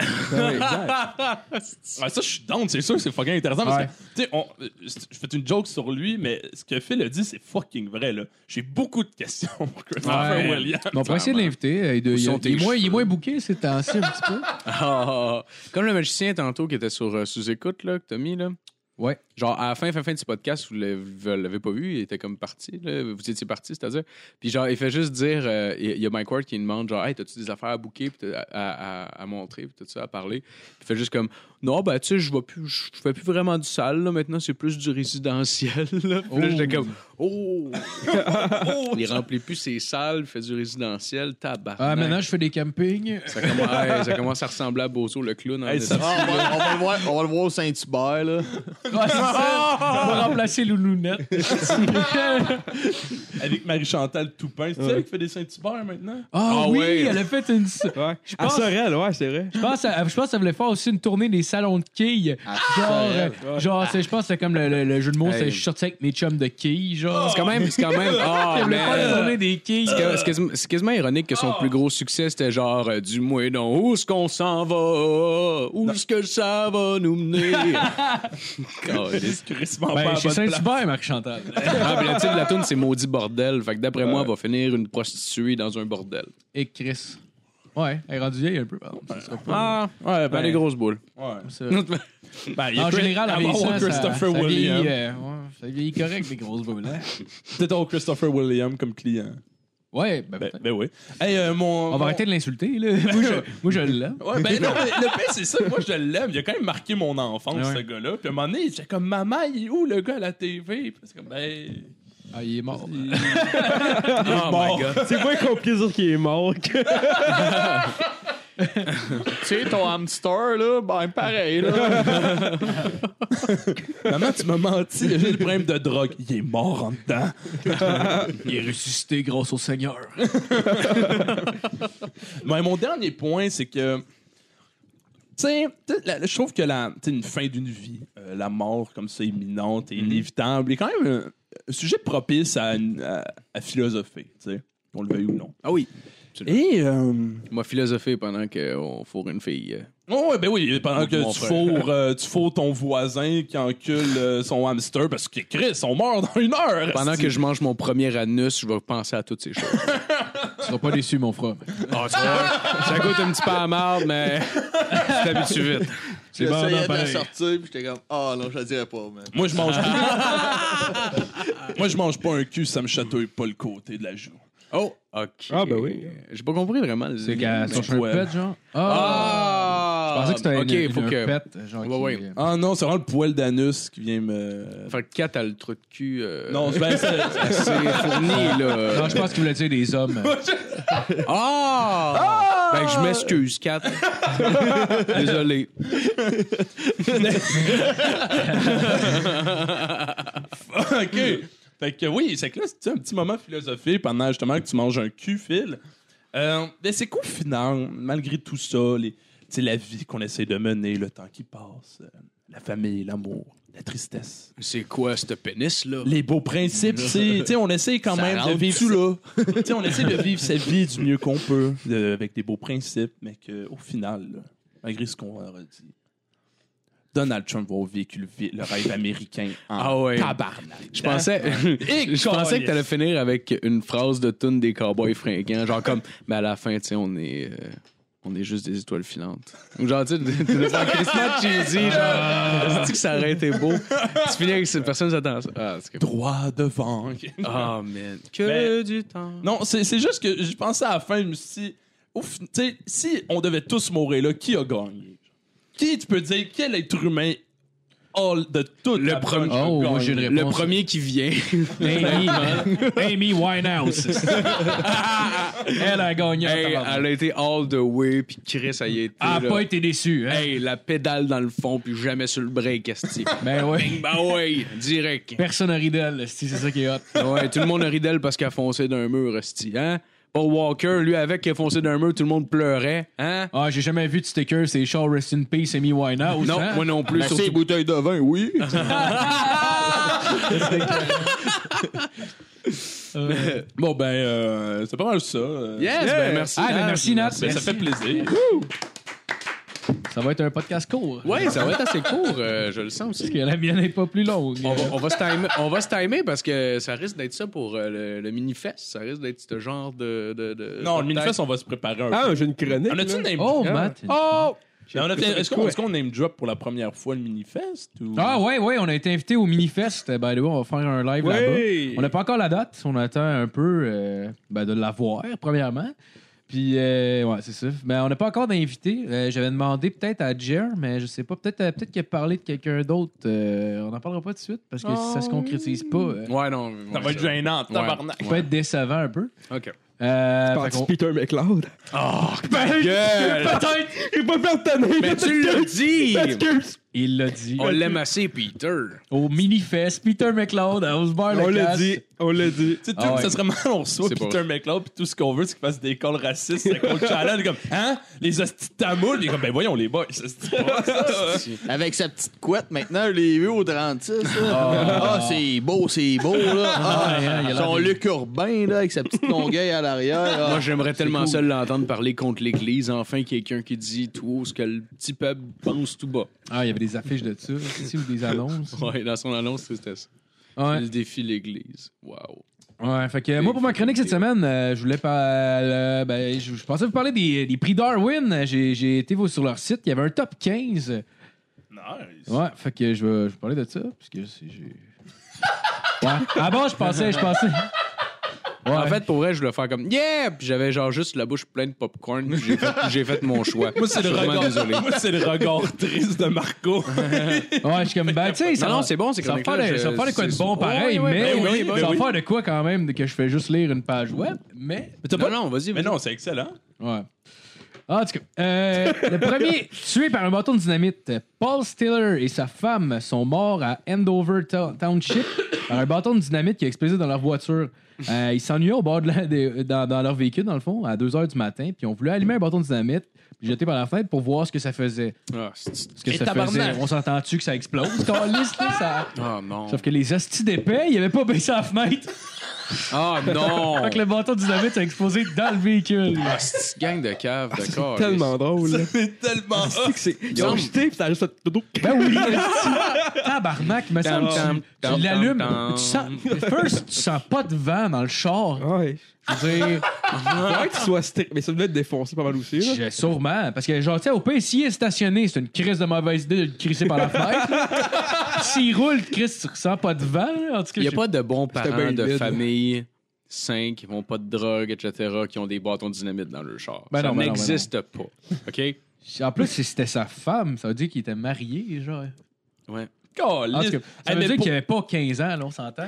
[SPEAKER 4] Ah, ça, je suis down, c'est sûr, c'est fucking intéressant. Parce
[SPEAKER 3] Ouais.
[SPEAKER 4] que, tu sais, on- euh, c'est- je fais une joke sur lui, mais ce que Phil a dit, c'est fucking vrai, là. J'ai beaucoup de questions pour Christopher
[SPEAKER 3] Ouais.
[SPEAKER 4] Williams.
[SPEAKER 3] Mais on pourrait essayer de l'inviter. euh, et de-
[SPEAKER 6] Où
[SPEAKER 3] Il,
[SPEAKER 6] sont
[SPEAKER 3] il
[SPEAKER 6] tes
[SPEAKER 3] est moins, il est
[SPEAKER 6] cheveux?
[SPEAKER 3] moins bouqué ces temps-ci un petit peu.
[SPEAKER 6] Ah, comme le magicien tantôt qui était sur euh, sous-écoute, là, que t'as mis, là.
[SPEAKER 3] Ouais.
[SPEAKER 6] Genre, à la fin, fin, fin du podcast, vous l'avez- vous l'avez pas vu, il était comme parti, là. Vous étiez parti, c'est-à-dire. Puis genre, il fait juste dire, euh, il il y a Mike Ward qui demande, genre, hey, t'as-tu des affaires à bouquer, puis t'as- à, à- à montrer, puis tout ça, à parler. Il fait juste comme, non, ben, tu sais, je vois plus, je je fais plus vraiment du sale, là. Maintenant, c'est plus du résidentiel, là. Puis là,
[SPEAKER 3] Oh.
[SPEAKER 6] j'étais comme, oh! il remplit plus ses salles, il fait du résidentiel, tabac.
[SPEAKER 3] Ah, maintenant, je fais des campings.
[SPEAKER 6] Ça commence, hey, ça commence à ressembler à Bozo le clown. en
[SPEAKER 4] Hey, ça-
[SPEAKER 6] esti.
[SPEAKER 7] Ah, on, va, on va le voir, on va le voir au Saint-Hubert, là.
[SPEAKER 3] On va remplacer Loulounette.
[SPEAKER 4] Avec Marie-Chantal Toupin. C'est elle qui fait des Saint-Hubert maintenant?
[SPEAKER 3] Ah
[SPEAKER 6] Ah
[SPEAKER 3] oui,
[SPEAKER 6] ouais.
[SPEAKER 3] elle a fait une.
[SPEAKER 5] Ouais.
[SPEAKER 3] Je
[SPEAKER 5] À
[SPEAKER 3] pense-
[SPEAKER 5] Sorel, ouais, c'est vrai.
[SPEAKER 3] Je pense, à- je pense qu'elle voulait faire aussi une tournée des salons de quilles.
[SPEAKER 7] Ah,
[SPEAKER 3] Genre, euh, genre c'est- je pense que c'est comme le, le- le jeu de mots,
[SPEAKER 6] Hey.
[SPEAKER 3] c'est je suis sorti avec mes chums de quilles. Genre,
[SPEAKER 6] C'est quand même. C'est quand même. Ah,
[SPEAKER 3] Elle voulait
[SPEAKER 6] man.
[SPEAKER 3] faire une tournée des quilles.
[SPEAKER 6] C'est quasi- c'est quasiment, ironique que son plus gros succès, c'était genre euh, du moins donc, où est-ce qu'on s'en va? Où est-ce que ça va nous mener? Caliste.
[SPEAKER 4] Crissement pas
[SPEAKER 3] Ben,
[SPEAKER 4] à
[SPEAKER 3] chez
[SPEAKER 4] bonne place.
[SPEAKER 3] Saint-Hubert, Marc-Chantal.
[SPEAKER 6] ah, puis le titre de la tune, c'est Maudit Bordel. Fait que d'après moi, elle va finir une prostituée dans un bordel.
[SPEAKER 3] Et Chris. Ouais, elle est rendue vieille un peu. pardon. Ça sera pas-
[SPEAKER 6] Ah, ben,
[SPEAKER 4] Ouais, ben,
[SPEAKER 6] les grosses boules.
[SPEAKER 4] ouais.
[SPEAKER 3] ça-
[SPEAKER 4] Ben, il est
[SPEAKER 3] En
[SPEAKER 4] prêt
[SPEAKER 3] général,
[SPEAKER 4] à
[SPEAKER 3] en
[SPEAKER 4] avoir
[SPEAKER 3] vieillissant, ça, ça,
[SPEAKER 4] Christopher
[SPEAKER 3] vieillit,
[SPEAKER 4] Williams.
[SPEAKER 3] euh, ouais, ça vieillit correct, les grosses boules. hein.
[SPEAKER 4] Peut-être au Christopher Williams comme client.
[SPEAKER 3] Ouais, ben,
[SPEAKER 4] Ben,
[SPEAKER 3] peut-être.
[SPEAKER 4] ben oui. Hey, euh, mon,
[SPEAKER 3] On va
[SPEAKER 4] mon-
[SPEAKER 3] arrêter de l'insulter. là. moi, je, moi, je l'aime.
[SPEAKER 4] Ouais, ben non, mais le pire, c'est ça. Moi, je l'aime. Il a quand même marqué mon enfance,
[SPEAKER 3] Ouais.
[SPEAKER 4] ce gars-là. Puis à un moment donné, j'étais comme, maman, il est où le gars à la TV? Puis c'est comme, ben.
[SPEAKER 3] Ah, il est mort.
[SPEAKER 6] Oh my god.
[SPEAKER 5] C'est moins compliqué de dire qu'il est mort. que-
[SPEAKER 7] Tu sais, ton hamster, là, ben pareil, là.
[SPEAKER 4] Maman, tu m'as menti. Il a juste le problème de drogue. Il est mort en dedans.
[SPEAKER 3] Il est ressuscité grâce au Seigneur.
[SPEAKER 4] Mais Ben, mon dernier point, c'est que. Tu sais, tu sais, la- je trouve que la, tu sais, une fin d'une vie, euh, la mort comme ça imminente et inévitable, est quand même un, un sujet propice à, une- à, à philosopher, tu sais, qu'on le veuille ou non.
[SPEAKER 6] Ah oui.
[SPEAKER 4] Et. euh,
[SPEAKER 6] Il m'a philosophé pendant qu'on fourre une fille.
[SPEAKER 4] Oh, ouais, ben oui, pendant que
[SPEAKER 6] Mon
[SPEAKER 4] tu
[SPEAKER 6] frère.
[SPEAKER 4] fourres, euh, tu fourres ton voisin qui encule euh, son hamster parce que Chris, on meurt dans une heure.
[SPEAKER 6] Pendant
[SPEAKER 4] esti.
[SPEAKER 6] que je mange mon premier anus, je vais penser à toutes ces choses.
[SPEAKER 3] Tu seras pas déçu, mon frère.
[SPEAKER 6] Ah, c'est vrai. Ça coûte un petit peu à la marde, mais tu t'habitues vite.
[SPEAKER 3] C'est bon, non,
[SPEAKER 7] J'essayais de la
[SPEAKER 3] pareil.
[SPEAKER 7] sortir, puis j'étais comme, ah non, je la dirais pas, man.
[SPEAKER 4] Moi, je mange. Moi, je mange pas un cul, ça me chatouille pas le côté de la joue.
[SPEAKER 6] Oh, OK.
[SPEAKER 5] Ah, ben oui.
[SPEAKER 6] J'ai pas compris vraiment. le
[SPEAKER 3] C'est
[SPEAKER 6] lien,
[SPEAKER 3] qu'à
[SPEAKER 6] mais-
[SPEAKER 3] son
[SPEAKER 4] ouais.
[SPEAKER 3] pet, genre. Ah!
[SPEAKER 6] Ah!
[SPEAKER 3] pensais que c'était
[SPEAKER 6] ok,
[SPEAKER 3] une, une-
[SPEAKER 6] faut
[SPEAKER 3] un
[SPEAKER 6] que-
[SPEAKER 3] pet, genre,
[SPEAKER 6] Ouais,
[SPEAKER 3] qui- euh,
[SPEAKER 6] ouais.
[SPEAKER 4] Ah non, c'est vraiment le poil d'anus qui vient me.
[SPEAKER 6] Fait que Kat a le trou de cul. euh,
[SPEAKER 4] Non, c'est ben, c'est-
[SPEAKER 6] c'est fourni, là.
[SPEAKER 3] Non, je pense qu'il voulait dire des hommes.
[SPEAKER 6] Ah! Ben, je m'excuse, Kat. Désolé.
[SPEAKER 4] OK. Fait que oui, c'est que là, c'est un petit moment philosophie pendant justement que tu manges un cul fil. Euh, mais c'est qu'au final, malgré tout ça, les, tu sais, la vie qu'on essaie de mener, le temps qui passe, euh, la famille, l'amour, la tristesse,
[SPEAKER 6] C'est quoi, ce pénis-là?
[SPEAKER 4] les beaux principes, c'est- tu sais, on essaie quand
[SPEAKER 6] Ça
[SPEAKER 4] même de
[SPEAKER 6] rentre
[SPEAKER 4] vivre ça. Tu sais, on essaie de vivre sa vie du mieux qu'on peut, de- avec des beaux principes, mais qu'au final, là, malgré ce qu'on leur a dit, Donald Trump va vécu le, vi- le rêve américain en
[SPEAKER 6] Ah ouais.
[SPEAKER 4] tabarnak.
[SPEAKER 6] Je pensais,
[SPEAKER 3] Hein?
[SPEAKER 6] je pensais que t'allais finir avec une phrase de tune des cowboys fringants, genre comme, mais à la fin, tu sais, on est, euh, on est juste des étoiles filantes. Ou Genre, tu sais, de- de faire Christmas cheesy, genre, tu que ça aurait été beau. Tu finis avec cette personne, j'attends ça. Ah, c'est que-
[SPEAKER 4] droit devant.
[SPEAKER 6] Ah, man. Que
[SPEAKER 4] Ben,
[SPEAKER 6] du temps.
[SPEAKER 4] Non, c'est c'est juste que je pensais à la fin, je me suis dit, ouf, tu sais, si on devait tous mourir là, qui a gagné? Qui, tu peux dire, quel être humain all de tout
[SPEAKER 6] Le premier-
[SPEAKER 3] Oh, moi, j'ai une
[SPEAKER 6] Le
[SPEAKER 3] réponse.
[SPEAKER 6] premier qui vient.
[SPEAKER 3] Amy, Amy Winehouse. elle a gagné. en
[SPEAKER 6] Hey,
[SPEAKER 3] tabarnak.
[SPEAKER 6] elle a été all the way, puis Chris, elle y a été.
[SPEAKER 3] Elle a
[SPEAKER 6] là.
[SPEAKER 3] Ah, pas été déçue. Hein?
[SPEAKER 6] Hey, la pédale dans le fond, puis jamais sur le break, esti.
[SPEAKER 3] Ben oui.
[SPEAKER 6] bah ouais, direct. Ben
[SPEAKER 3] Personne n'a ri d'elle, si c'est ça qui est hot.
[SPEAKER 6] Ouais, tout le monde a ri d'elle parce qu'elle a foncé d'un mur, esti, hein? Paul Walker, lui, avec, qui a foncé d'un mur, tout le monde pleurait, hein?
[SPEAKER 3] Ah, j'ai jamais vu de sticker, c'est Shaw Rest in Peace, Amy Winehouse.
[SPEAKER 6] Non,
[SPEAKER 3] hein?
[SPEAKER 6] moi non plus,
[SPEAKER 7] Merci,
[SPEAKER 6] surtout-
[SPEAKER 7] bouteille de vin, oui.
[SPEAKER 4] Bon, ben, euh, c'est pas mal ça. euh.
[SPEAKER 6] Yes, ben merci.
[SPEAKER 3] Ah, ben,
[SPEAKER 6] Nat.
[SPEAKER 3] merci, Nat.
[SPEAKER 4] Ben, ça
[SPEAKER 3] Merci.
[SPEAKER 4] fait plaisir.
[SPEAKER 3] Ça va être un podcast court.
[SPEAKER 6] Ouais, ça va être assez court, euh, je le sens aussi.
[SPEAKER 3] Parce que la mienne n'est pas plus longue.
[SPEAKER 6] On va, on va se timer, on va se timer parce que ça risque d'être ça pour euh, le, le mini-fest. Ça risque d'être ce genre de. de, de-
[SPEAKER 4] Non,
[SPEAKER 6] de
[SPEAKER 4] le mini-fest, on va se préparer un
[SPEAKER 5] Ah,
[SPEAKER 4] peu.
[SPEAKER 5] j'ai une chronique.
[SPEAKER 4] On a-tu
[SPEAKER 5] là. Ah!
[SPEAKER 4] une name
[SPEAKER 3] Oh,
[SPEAKER 4] drop?
[SPEAKER 3] Matt.
[SPEAKER 4] On a- Est-ce qu'on est-ce qu'on name drop pour la première fois le mini-fest? Ou...
[SPEAKER 3] Ah ouais, ouais, on a été invité au Minifest. By the way, on va faire un live
[SPEAKER 5] Ouais.
[SPEAKER 3] là-bas. On n'a pas encore la date. On attend un peu euh, ben, de la voir, premièrement. Puis, euh, ouais, c'est ça. Mais on n'a pas encore d'invité. Euh, J'avais demandé peut-être à Jer, mais je sais pas. Peut-être euh, peut-être qu'il a parlé de quelqu'un d'autre. Euh, on n'en parlera pas tout de suite parce que ça se concrétise pas. euh,
[SPEAKER 6] Ouais, non. ouais,
[SPEAKER 4] Ça va être gênant,
[SPEAKER 6] Ouais.
[SPEAKER 4] tabarnak.
[SPEAKER 3] ça peut être décevant un peu.
[SPEAKER 6] OK.
[SPEAKER 3] Euh, fait
[SPEAKER 5] Parti
[SPEAKER 3] qu'on-
[SPEAKER 5] Peter McLeod.
[SPEAKER 4] Euh,
[SPEAKER 6] Peut-être.
[SPEAKER 5] J'ai pas peur de ta name,
[SPEAKER 6] Mais tu l'as dit.
[SPEAKER 5] Excuse.
[SPEAKER 3] il l'a dit.
[SPEAKER 6] On l'aime assez, Peter.
[SPEAKER 3] Au Minifest, Peter McLeod, à Osbar
[SPEAKER 5] On
[SPEAKER 3] le
[SPEAKER 5] l'a
[SPEAKER 3] Casse.
[SPEAKER 5] dit, on l'a dit.
[SPEAKER 4] Tu sais,
[SPEAKER 3] Ah
[SPEAKER 4] tout-
[SPEAKER 3] ouais.
[SPEAKER 4] ça serait mal, on reçoit
[SPEAKER 6] C'est pas
[SPEAKER 4] Peter McLeod, puis tout ce qu'on veut, c'est qu'il fasse des calls racistes, c'est contre challenge, comme, hein? Les hosties de tamouls, pis comme, ben voyons les boys, ça, c'est pas ça.
[SPEAKER 7] Avec sa petite couette maintenant, les vieux au 36. là. Ah, c'est beau, c'est beau, là. Ah,
[SPEAKER 3] Ouais, hein, il a l'air
[SPEAKER 7] son
[SPEAKER 3] bien.
[SPEAKER 7] Luc Urbain, là, avec sa petite longueuil à l'arrière.
[SPEAKER 6] Moi,
[SPEAKER 7] Ah.
[SPEAKER 6] j'aimerais tellement ça l'entendre parler contre l'Église. Enfin, quelqu'un qui dit tout haut ce que le petit peuple pense tout bas.
[SPEAKER 3] Ah, il y avait des affiches de ça ici ou des annonces.
[SPEAKER 6] Ouais, dans son annonce, c'était ça.
[SPEAKER 3] Ouais.
[SPEAKER 6] Il défie l'Église. Wow.
[SPEAKER 3] Ouais, fait que euh, moi, pour ma chronique cette semaine, euh, je voulais pas. euh, ben, je, je pensais vous parler des, des prix Darwin. J'ai, j'ai été voir sur leur site, il y avait un top 15.
[SPEAKER 4] Nice.
[SPEAKER 3] Ouais, fait que je vais, je vais parler de ça, parce que c'est- j'ai. Ouais. Avant, je pensais, je pensais. Ouais.
[SPEAKER 6] En fait, pour vrai, je voulais faire comme Yeah! Puis j'avais genre juste la bouche pleine de popcorn. puis J'ai fait, j'ai fait mon choix.
[SPEAKER 4] Moi, c'est le
[SPEAKER 6] Je suis vraiment
[SPEAKER 4] regard.
[SPEAKER 6] désolé.
[SPEAKER 4] Moi, c'est le regard triste de
[SPEAKER 3] ouais,
[SPEAKER 4] Marco.
[SPEAKER 3] je suis comme, ben, tu sais, ça
[SPEAKER 6] Non, non,
[SPEAKER 3] va-
[SPEAKER 6] c'est bon, c'est
[SPEAKER 3] ça va
[SPEAKER 6] correct,
[SPEAKER 3] faire
[SPEAKER 6] là,
[SPEAKER 3] de-
[SPEAKER 6] je-
[SPEAKER 3] ça va faire de quoi de
[SPEAKER 6] c'est-
[SPEAKER 3] bon
[SPEAKER 6] c'est-
[SPEAKER 3] pareil,
[SPEAKER 6] Ouais, ouais,
[SPEAKER 3] mais,
[SPEAKER 6] ben oui, ben
[SPEAKER 3] ça va
[SPEAKER 4] oui.
[SPEAKER 3] faire de quoi quand même que je fais juste lire une page web, mais.
[SPEAKER 6] Non, non, vas-y.
[SPEAKER 4] Mais
[SPEAKER 6] vas-y.
[SPEAKER 4] non, c'est excellent.
[SPEAKER 3] Ouais. En tout cas, euh, le premier tué par un bâton de dynamite, Paul Stiller et sa femme sont morts à Andover Ta- Township par un bâton de dynamite qui a explosé dans leur voiture. Euh, ils s'ennuyaient au bord de la- de- dans, dans leur véhicule, dans le fond, à 2 h du matin, puis on voulait allumer un bâton de dynamite, puis jeter par la fenêtre pour voir ce que ça faisait.
[SPEAKER 6] Ah, c'est-
[SPEAKER 3] Ce que
[SPEAKER 4] Et
[SPEAKER 3] ça
[SPEAKER 4] tabarnak!
[SPEAKER 3] faisait. On s'entend-tu que ça explose? câlisse, là, ça-
[SPEAKER 6] Ah non.
[SPEAKER 3] Sauf que les hosties d'épais, ils n'avaient pas baissé la fenêtre.
[SPEAKER 6] Ah non.
[SPEAKER 3] Fait que le bâton de dynamite a explosé dans le véhicule.
[SPEAKER 6] Ah, c'est gang de cave,
[SPEAKER 3] Ah,
[SPEAKER 6] d'accord.
[SPEAKER 5] Tellement drôle. là. Ah,
[SPEAKER 4] C'est tellement.
[SPEAKER 5] C'est que c'est- Ils ont
[SPEAKER 6] semble-
[SPEAKER 5] jeté, puis ça a juste fait dodo.
[SPEAKER 3] Ben oui! Tabarnak, me semble
[SPEAKER 6] tam,
[SPEAKER 3] que tu-
[SPEAKER 6] tam,
[SPEAKER 3] tu l'allumes.
[SPEAKER 6] tam,
[SPEAKER 3] Tu sens. First, tu sens pas de vent dans le char.
[SPEAKER 5] Ouais.
[SPEAKER 3] Je veux dire,
[SPEAKER 5] Ouais, qu'il soit strict, mais ça devait être défoncé pas mal aussi. Là.
[SPEAKER 3] je- sûrement. Parce que, genre, tu sais, au pire, s'il est stationné, c'est une crise de mauvaise idée de le crisser par la fenêtre. Puis S'il roule, Chris, tu ressens pas de vent. là. En tout cas,
[SPEAKER 6] Il n'y a
[SPEAKER 3] je-
[SPEAKER 6] pas de bons parents
[SPEAKER 5] bien
[SPEAKER 6] de
[SPEAKER 5] vide.
[SPEAKER 6] famille sains qui font pas de drogue, etc., qui ont des bâtons de dynamite dans leur char.
[SPEAKER 3] Ben
[SPEAKER 6] ça
[SPEAKER 3] non, ben non, ben
[SPEAKER 6] n'existe pas. OK?
[SPEAKER 3] En plus, si c'était sa femme, ça veut dire qu'il était marié, genre. En tout
[SPEAKER 4] Caliste.
[SPEAKER 3] cas, ça
[SPEAKER 4] Hey,
[SPEAKER 3] veut
[SPEAKER 4] mais
[SPEAKER 3] dire
[SPEAKER 4] pour-
[SPEAKER 3] qu'il avait pas 15 ans, là, on s'entend.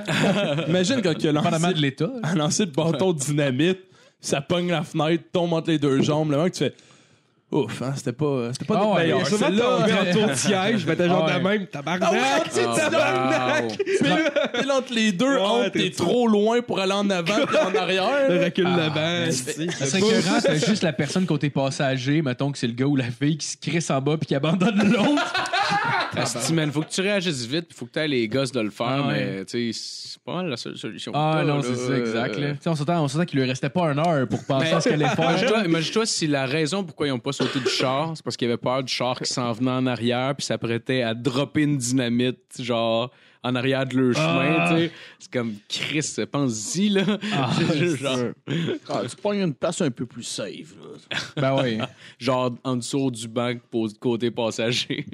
[SPEAKER 4] Imagine quand il a lancé,
[SPEAKER 3] Dépendamment de l'État.
[SPEAKER 4] a lancé le bâton de dynamite, ça pogne la fenêtre, tombe entre les deux jambes. Le mec, tu fais Ouf, hein, c'était pas, c'était pas
[SPEAKER 3] Ah
[SPEAKER 4] notre
[SPEAKER 3] ouais,
[SPEAKER 5] ben, Il y a
[SPEAKER 4] meilleur.
[SPEAKER 5] sûrement
[SPEAKER 4] Celle-là,
[SPEAKER 5] tombé en tour de siège, mais t'as genre de
[SPEAKER 3] Ouais.
[SPEAKER 5] même, tabarnak!
[SPEAKER 6] Oh, wow. Ah
[SPEAKER 5] tabarnak!
[SPEAKER 4] pile entre les deux,
[SPEAKER 5] Ah, Ouais,
[SPEAKER 4] entre,
[SPEAKER 5] t'es
[SPEAKER 4] t'es trop loin pour aller en avant et en
[SPEAKER 5] Le
[SPEAKER 4] arrière.
[SPEAKER 5] recul de base.
[SPEAKER 3] Ça serait écœurant, t'as juste la personne côté passager, mettons que c'est le gars ou la fille qui se crisse en bas puis qui abandonne l'autre.
[SPEAKER 6] Asti, Ah, man, faut que tu réagisses vite, puis faut que t'aies les gosses de le faire,
[SPEAKER 3] Ah ouais.
[SPEAKER 6] mais tu sais, c'est pas mal la seule solution. que
[SPEAKER 3] Ah
[SPEAKER 6] t'as,
[SPEAKER 3] non,
[SPEAKER 6] là.
[SPEAKER 3] c'est ça, exact. là.
[SPEAKER 6] Euh,
[SPEAKER 3] Tu sais, On s'entend on s'entend qu'il lui restait pas une heure pour penser à ce qu'elle allait faire.
[SPEAKER 6] Imagine-toi imagine-toi si la raison pourquoi ils n'ont pas sauté du char, c'est parce qu'ils avaient peur du char qui s'en venait en arrière puis s'apprêtait à dropper une dynamite, genre en arrière de leur chemin.
[SPEAKER 3] Ah.
[SPEAKER 6] tu sais. C'est comme Chris, pense-y, là. C'est juste genre,
[SPEAKER 7] Ah, tu pognes une place un peu plus safe. là.
[SPEAKER 3] Ben oui.
[SPEAKER 6] genre en dessous du banc pos- côté passager.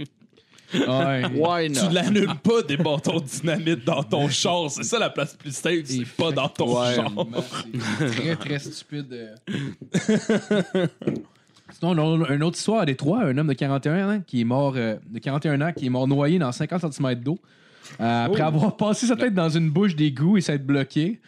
[SPEAKER 3] Ouais.
[SPEAKER 7] Why
[SPEAKER 4] Tu
[SPEAKER 7] not?
[SPEAKER 4] l'annules pas des bâtons de dynamite dans ton char. C'est ça la place plus safe, c'est pas dans ton char.
[SPEAKER 3] C'est très, très stupide. euh. Sinon, on a une autre histoire à Détroit, un homme de 41 ans qui est mort, euh, de 41 ans qui est mort noyé dans 50 cm d'eau. euh, après avoir passé sa tête dans une bouche d'égout et s'être bloqué.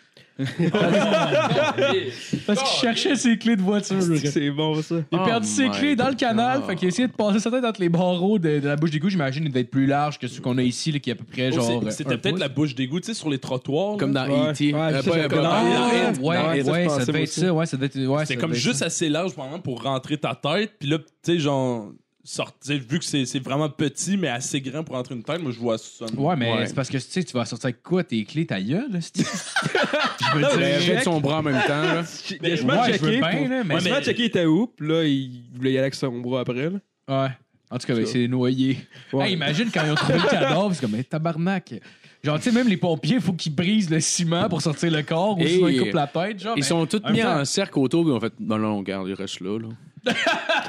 [SPEAKER 3] Parce qu'il cherchait ses clés de voiture.
[SPEAKER 5] C'est bon, ça.
[SPEAKER 3] Il a
[SPEAKER 6] Oh
[SPEAKER 3] perdu ses
[SPEAKER 6] my
[SPEAKER 3] clés dans le canal,
[SPEAKER 6] God.
[SPEAKER 3] fait qu'il a essayé de passer sa tête entre les barreaux de, de la bouche d'égout, j'imagine, et d'être plus large que ce qu'on a ici, là, qui est à peu près
[SPEAKER 4] Oh, c'est-
[SPEAKER 3] genre. euh, un
[SPEAKER 4] C'était peut-être
[SPEAKER 3] pouce.
[SPEAKER 4] la bouche d'égout, tu sais, sur les trottoirs. là.
[SPEAKER 6] Comme dans
[SPEAKER 5] Ouais.
[SPEAKER 6] E.T.
[SPEAKER 5] Ouais,
[SPEAKER 6] Euh,
[SPEAKER 5] c'est
[SPEAKER 6] pas-
[SPEAKER 5] ça,
[SPEAKER 6] pas-
[SPEAKER 4] dans
[SPEAKER 6] pas-
[SPEAKER 4] Hit.
[SPEAKER 3] Ah,
[SPEAKER 6] Hit.
[SPEAKER 3] ouais,
[SPEAKER 6] Dans
[SPEAKER 3] ouais,
[SPEAKER 5] je
[SPEAKER 6] Hit.
[SPEAKER 5] pensais,
[SPEAKER 3] ça devait
[SPEAKER 5] moi
[SPEAKER 3] être ça, ouais, ça devait être. Ouais,
[SPEAKER 4] C'est
[SPEAKER 3] ça
[SPEAKER 4] comme
[SPEAKER 3] devait être
[SPEAKER 4] juste
[SPEAKER 3] ça.
[SPEAKER 4] assez large vraiment pour rentrer ta tête. Puis là, tu sais, genre, sortir, vu que c'est c'est vraiment petit, mais assez grand pour rentrer une tête, moi, je vois ça.
[SPEAKER 3] Ouais, mais
[SPEAKER 6] Ouais.
[SPEAKER 3] c'est parce que tu sais, tu vas sortir avec quoi tes clés, ta gueule, là, c'est- Je veux
[SPEAKER 5] Non,
[SPEAKER 3] dire,
[SPEAKER 6] Elle
[SPEAKER 5] mais-
[SPEAKER 6] jette son bras en même temps, là.
[SPEAKER 5] Mais je
[SPEAKER 3] ouais,
[SPEAKER 5] m'en
[SPEAKER 3] je veux
[SPEAKER 5] checké.
[SPEAKER 3] bien,
[SPEAKER 5] pour-
[SPEAKER 3] là, mais-
[SPEAKER 5] Ouais, Je m'en checké, il était où? Puis là, il voulait y aller avec son bras après. là.
[SPEAKER 3] Ouais. En tout cas, ben, c'est noyé.
[SPEAKER 5] Ouais.
[SPEAKER 3] Hey, imagine quand ils ont trouvé le cadavre, c'est comme, mais tabarnak. Genre, tu sais, même les pompiers, il faut qu'ils brisent le ciment pour sortir le corps ou
[SPEAKER 6] Et-
[SPEAKER 3] sinon ils coupent la tête. Genre, ben,
[SPEAKER 6] Ils
[SPEAKER 3] mais-
[SPEAKER 6] sont tous
[SPEAKER 3] en
[SPEAKER 6] mis
[SPEAKER 3] même temps-
[SPEAKER 6] en cercle autour, puis en fait, non, non, regarde, il reste là. là.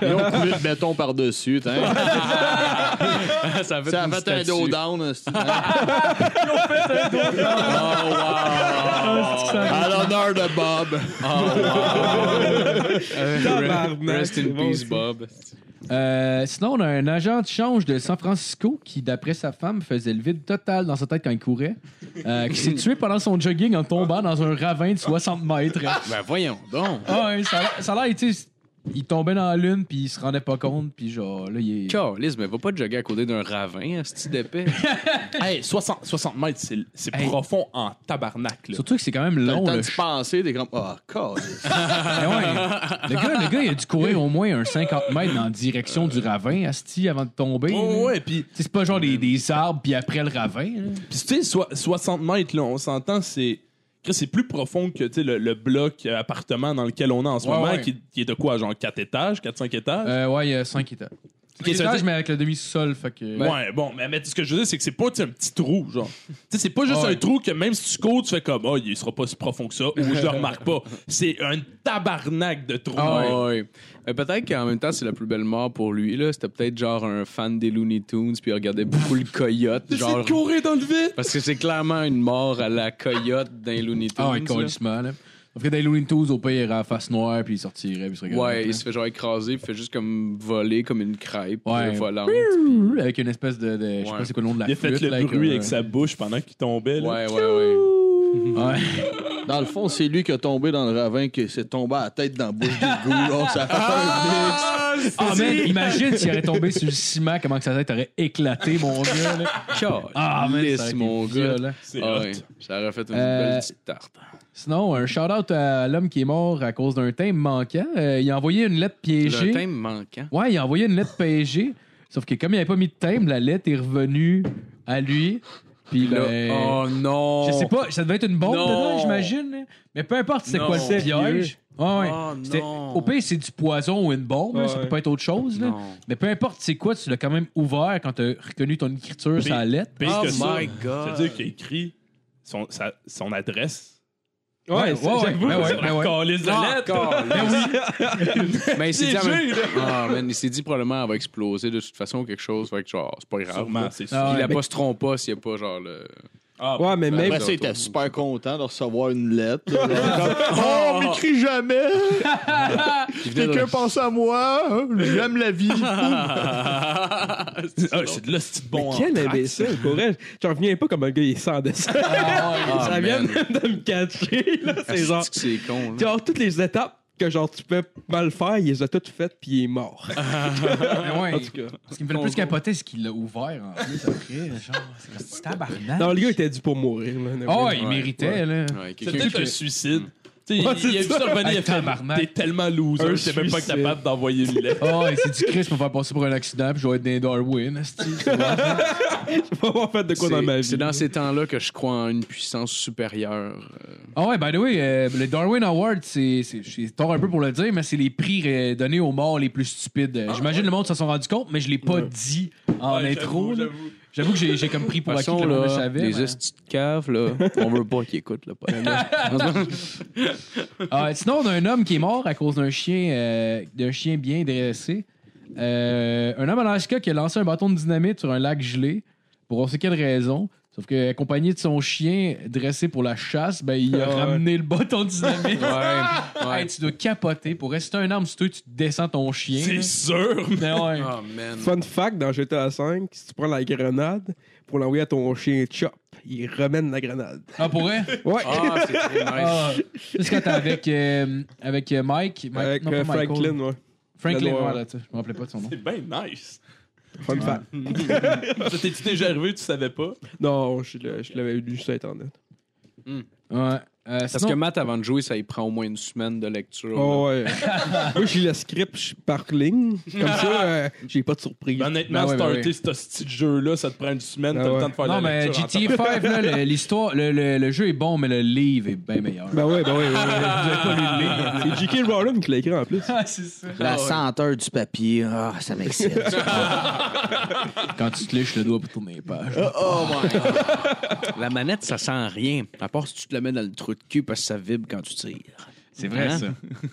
[SPEAKER 7] Ils ont coulé de béton par-dessus. t'as-
[SPEAKER 6] ça
[SPEAKER 7] Ça a
[SPEAKER 6] une
[SPEAKER 7] fait un
[SPEAKER 6] statue.
[SPEAKER 7] dos down. hostie, hein. Oh,
[SPEAKER 3] Ah, c'est que ça-
[SPEAKER 7] À l'honneur de Bob.
[SPEAKER 5] Tabarnak,
[SPEAKER 6] Rest
[SPEAKER 5] c'est
[SPEAKER 6] in
[SPEAKER 5] bon,
[SPEAKER 6] peace,
[SPEAKER 5] ça.
[SPEAKER 6] Bob.
[SPEAKER 3] Euh, sinon, on a un agent de change de San Francisco qui, d'après sa femme, faisait le vide total dans sa tête quand il courait, euh, qui s'est tué pendant son jogging en tombant dans un ravin de 60 mètres.
[SPEAKER 6] Ben voyons donc.
[SPEAKER 3] Ah ouais, ça a l'air- ça a l'air, tu sais, il tombait dans la lune puis il se rendait pas compte puis genre là il est...
[SPEAKER 6] Calice, mais va pas jogger à côté d'un ravin, ce petit d'épais.
[SPEAKER 4] Hey, 60, 60 mètres, c'est c'est
[SPEAKER 3] Hey.
[SPEAKER 4] profond en tabarnak. Là.
[SPEAKER 3] Surtout que c'est quand même
[SPEAKER 7] T'as le
[SPEAKER 3] long.
[SPEAKER 7] temps
[SPEAKER 3] Le,
[SPEAKER 7] d'y penser, t'es comme, ah, calice.
[SPEAKER 3] Ah ouais. le, gars, le gars, il a dû courir au moins un 50 mètres dans la direction du ravin, Asti, avant de tomber.
[SPEAKER 4] Oh,
[SPEAKER 3] là.
[SPEAKER 4] ouais, Ah. puis
[SPEAKER 3] Tu sais, C'est pas genre des, des arbres puis après le ravin. là.
[SPEAKER 4] puis tu sais, soi- 60 mètres, là, on s'entend, c'est Chris, c'est plus profond que tu sais, le, le bloc euh, appartement dans lequel on est en ce
[SPEAKER 3] Ouais,
[SPEAKER 4] moment,
[SPEAKER 3] ouais.
[SPEAKER 4] Qui, qui est de quoi, genre 4 étages, 4-5 étages?
[SPEAKER 3] Euh, ouais, il y a 5 étages. 5
[SPEAKER 4] ça veut
[SPEAKER 3] étages,
[SPEAKER 4] dire-
[SPEAKER 3] mais avec le demi-sol, fait que...
[SPEAKER 4] Ouais, bon, mais, mais ce que je veux dire, c'est que c'est pas tu sais, un petit trou, genre. Tu sais, c'est pas juste
[SPEAKER 3] Ouais.
[SPEAKER 4] un trou que même si tu cours, tu fais comme, oh, il sera pas si profond que ça, ou je le remarque pas. C'est un tabarnak de trou.
[SPEAKER 6] Ah ouais. Mais peut-être qu'en même temps, c'est la plus belle mort pour lui. là. C'était peut-être genre un fan des Looney Tunes, puis il regardait beaucoup le coyote. genre...
[SPEAKER 4] courir dans le vide!
[SPEAKER 6] Parce que c'est clairement une mort à la coyote d'un Looney Tunes.
[SPEAKER 3] Ah ouais,
[SPEAKER 6] là.
[SPEAKER 3] colissement, là. Sauf que dans les Looney Tunes, au pire, il irait à la face noire, puis il sortirait, puis il se
[SPEAKER 6] Ouais,
[SPEAKER 3] regarderait.
[SPEAKER 6] il se fait genre écraser, puis il fait juste comme voler comme une crêpe
[SPEAKER 3] Ouais.
[SPEAKER 6] euh, volante.
[SPEAKER 3] Ouh, Avec une espèce de... de- Je sais
[SPEAKER 6] Ouais.
[SPEAKER 3] pas c'est quoi le nom de la
[SPEAKER 4] Il a fait
[SPEAKER 3] flûte,
[SPEAKER 4] le
[SPEAKER 3] là,
[SPEAKER 4] bruit
[SPEAKER 3] un-
[SPEAKER 4] avec sa bouche pendant qu'il tombait. Là.
[SPEAKER 6] Ouais, ouais, ouais.
[SPEAKER 3] Ouais.
[SPEAKER 7] Dans le fond, c'est lui qui a tombé dans le ravin, qui s'est tombé à la tête dans la bouche du goût. Ça a fait
[SPEAKER 6] Ah,
[SPEAKER 7] un mix.
[SPEAKER 3] Ah, man, imagine s'il aurait tombé sur le ciment, comment que sa tête aurait éclaté, mon gars. là. Ah, man, ça aurait
[SPEAKER 6] Calisse,
[SPEAKER 3] été
[SPEAKER 6] mon gars.
[SPEAKER 3] violent.
[SPEAKER 4] C'est
[SPEAKER 6] Ah
[SPEAKER 4] hot.
[SPEAKER 6] ouais, ça aurait fait une
[SPEAKER 3] Euh,
[SPEAKER 6] belle petite tarte.
[SPEAKER 3] Sinon, un shout-out à l'homme qui est mort à cause d'un thème manquant. Euh, il a envoyé une lettre
[SPEAKER 6] Le
[SPEAKER 3] piégée.
[SPEAKER 6] thème manquant.
[SPEAKER 3] Ouais, il a envoyé une lettre piégée. Sauf que comme il avait pas mis de thème, la lettre est revenue à lui. Puis
[SPEAKER 6] Là,
[SPEAKER 3] ben,
[SPEAKER 6] oh non!
[SPEAKER 3] Je sais pas, ça devait être une bombe
[SPEAKER 6] Non.
[SPEAKER 3] dedans, j'imagine. là. Mais peu importe c'est
[SPEAKER 6] Non.
[SPEAKER 3] quoi le
[SPEAKER 6] C'est
[SPEAKER 3] piège. Ouais, ouais.
[SPEAKER 6] Oh
[SPEAKER 3] C'était-
[SPEAKER 6] non.
[SPEAKER 3] Au pire, c'est du poison ou une bombe, là, ça
[SPEAKER 5] Ouais.
[SPEAKER 3] peut pas être autre chose. là.
[SPEAKER 6] Non.
[SPEAKER 3] Mais peu importe c'est quoi, tu l'as quand même ouvert quand tu as reconnu ton écriture sur la lettre.
[SPEAKER 4] Pire
[SPEAKER 6] Oh
[SPEAKER 4] que ça,
[SPEAKER 6] my God.
[SPEAKER 4] c'est-à-dire qu'il a écrit son, sa- son adresse.
[SPEAKER 5] Ouais,
[SPEAKER 3] ouais,
[SPEAKER 5] ça, j'avoue.
[SPEAKER 3] ouais, ouais, ouais, ouais.
[SPEAKER 4] Calisse de
[SPEAKER 6] Ah,
[SPEAKER 4] lettre.
[SPEAKER 6] calisse. Mais il s'est dit, ah,
[SPEAKER 4] Léger, là.
[SPEAKER 6] man, ah, man, il s'est dit probablement elle va exploser de toute façon quelque chose, fait que genre c'est pas grave.
[SPEAKER 4] Sûrement,
[SPEAKER 6] là.
[SPEAKER 4] c'est
[SPEAKER 3] Ah
[SPEAKER 4] sûr.
[SPEAKER 6] Puis
[SPEAKER 3] ouais,
[SPEAKER 6] la
[SPEAKER 3] mais-
[SPEAKER 6] poste se trompe pas s'il n'y a pas genre le.
[SPEAKER 4] Ah,
[SPEAKER 5] Ouais, mais même.
[SPEAKER 7] Après ça, il était super content de recevoir une lettre. Genre, comme, oh, on m'écrit jamais! Quelqu'un pense à moi! hein, J'aime la vie!
[SPEAKER 4] Ah, c'est de l'hostie de bon.
[SPEAKER 5] Quel imbécile, pour vrai. J'en reviens pas comme un gars, il est sans dessin. ça vient
[SPEAKER 6] Ah, man.
[SPEAKER 5] même de me catcher, là. C'est genre.
[SPEAKER 6] C'est que c'est con. là.
[SPEAKER 5] Genre, toutes les étapes que genre tu peux mal faire, il les a toutes faites puis il est mort.
[SPEAKER 3] Mais ouais,
[SPEAKER 5] en tout cas.
[SPEAKER 3] Ce qui me fait le plus capoter, c'est qu'il l'a ouvert en plus après. Genre, c'est comme si tabarnak.
[SPEAKER 5] Non, le gars était dû pour mourir. Là,
[SPEAKER 3] Oh,
[SPEAKER 5] Ouais.
[SPEAKER 3] il méritait, là.
[SPEAKER 6] Ouais,
[SPEAKER 4] C'est
[SPEAKER 6] quelqu'un
[SPEAKER 4] peut-être
[SPEAKER 6] qui-
[SPEAKER 4] un suicide. Tu sais,
[SPEAKER 5] Ouais,
[SPEAKER 4] il, il a
[SPEAKER 5] c'est
[SPEAKER 4] vu
[SPEAKER 5] ça.
[SPEAKER 4] ça revenir, il a
[SPEAKER 3] Ah,
[SPEAKER 4] fait
[SPEAKER 3] tabarnak.
[SPEAKER 4] T'es tellement loser,
[SPEAKER 5] Un
[SPEAKER 4] t'es même pas
[SPEAKER 5] suicide.
[SPEAKER 4] capable d'envoyer une lettre.
[SPEAKER 3] Oh, il s'est dit Chris pour faire passer pour un accident, puis je vais être dans Darwin. esti.
[SPEAKER 5] Je vais avoir fait de quoi
[SPEAKER 6] C'est-
[SPEAKER 5] dans ma vie.
[SPEAKER 6] C'est dans ces temps-là que je crois en une puissance supérieure. euh,
[SPEAKER 3] Ah ouais, by the way, euh, le Darwin Award, c'est c'est- j'ai tort un peu pour le dire, mais c'est les prix euh, donnés aux morts les plus stupides. Euh, J'imagine le monde s'en sont rendu compte, mais je l'ai pas dit en
[SPEAKER 4] Ah, Ouais,
[SPEAKER 3] intro.
[SPEAKER 4] j'avoue,
[SPEAKER 3] là.
[SPEAKER 4] j'avoue.
[SPEAKER 3] J'avoue que j'ai j'ai comme pris pour acquis
[SPEAKER 6] façon,
[SPEAKER 3] que le monde le
[SPEAKER 6] là,
[SPEAKER 3] savait.
[SPEAKER 6] les
[SPEAKER 3] mais-
[SPEAKER 6] estis de cave, là, on veut pas qu'ils écoutent le podcast.
[SPEAKER 3] Ah, sinon, on a un homme qui est mort à cause d'un chien, euh, d'un chien bien dressé. Euh, un homme en Alaska qui a lancé un bâton de dynamite sur un lac gelé pour on sait quelle raison. Sauf que accompagné de son chien dressé pour la chasse, ben, il a
[SPEAKER 5] Ah ouais.
[SPEAKER 3] ramené le bâton de dynamite.
[SPEAKER 6] Ouais, ouais.
[SPEAKER 3] Hey, tu dois capoter. Pour rester un arme sur toi, tu descends ton chien.
[SPEAKER 4] C'est
[SPEAKER 3] là.
[SPEAKER 4] sûr,
[SPEAKER 3] Mais ouais.
[SPEAKER 5] Ah.
[SPEAKER 6] Oh, man.
[SPEAKER 5] Fun fact, dans GTA V, si tu prends la grenade pour l'envoyer à ton chien Chop, il ramène la grenade.
[SPEAKER 3] Ah, pour vrai?
[SPEAKER 5] Ouais.
[SPEAKER 6] Ah, c'est très nice.
[SPEAKER 3] Ah. Tu sais, quand t'es avec, euh, avec euh, Mike, Mike-
[SPEAKER 5] Avec
[SPEAKER 3] non, pas
[SPEAKER 5] euh,
[SPEAKER 3] Michael.
[SPEAKER 5] Franklin, ouais.
[SPEAKER 3] Franklin,
[SPEAKER 5] Benoît.
[SPEAKER 3] voilà, tu sais, je me rappelais pas de son nom.
[SPEAKER 4] c'est bien nice.
[SPEAKER 5] Fun fact.
[SPEAKER 4] Ça t'es-tu déjà arrivé, tu savais pas?
[SPEAKER 5] Non, je l'ai- je l'avais lu sur Internet.
[SPEAKER 3] Ouais. Euh,
[SPEAKER 6] Parce
[SPEAKER 3] sinon-
[SPEAKER 6] que Matt, avant de jouer, ça il prend au moins une semaine de lecture.
[SPEAKER 5] Oh, ouais. Moi, j'ai le script je- par ligne. Comme ça, euh, j'ai pas de surprise.
[SPEAKER 4] Ben, honnêtement,
[SPEAKER 3] Ben ouais, ben
[SPEAKER 4] starter
[SPEAKER 3] ouais.
[SPEAKER 4] ce petit jeu-là, ça te prend une semaine,
[SPEAKER 5] Ben
[SPEAKER 4] t'as
[SPEAKER 5] ouais.
[SPEAKER 4] le temps de faire
[SPEAKER 3] Non,
[SPEAKER 4] la
[SPEAKER 3] mais
[SPEAKER 4] lecture. en
[SPEAKER 3] GTA 5, là, le- l'histoire, le, le- le jeu est bon, mais le livre est bien meilleur.
[SPEAKER 5] Ben ouais, ben ouais. ouais, ouais. C'est J.K. Rowling qui l'a écrit en plus.
[SPEAKER 7] Ah,
[SPEAKER 1] La senteur du papier, ah, ça m'excite.
[SPEAKER 3] Quand tu te lèches le doigt pour tourner les pages.
[SPEAKER 6] La manette, ça sent rien. À part si tu te la mets dans le trou de cul parce que ça vibre quand tu tires.
[SPEAKER 3] C'est
[SPEAKER 6] vrai, ça.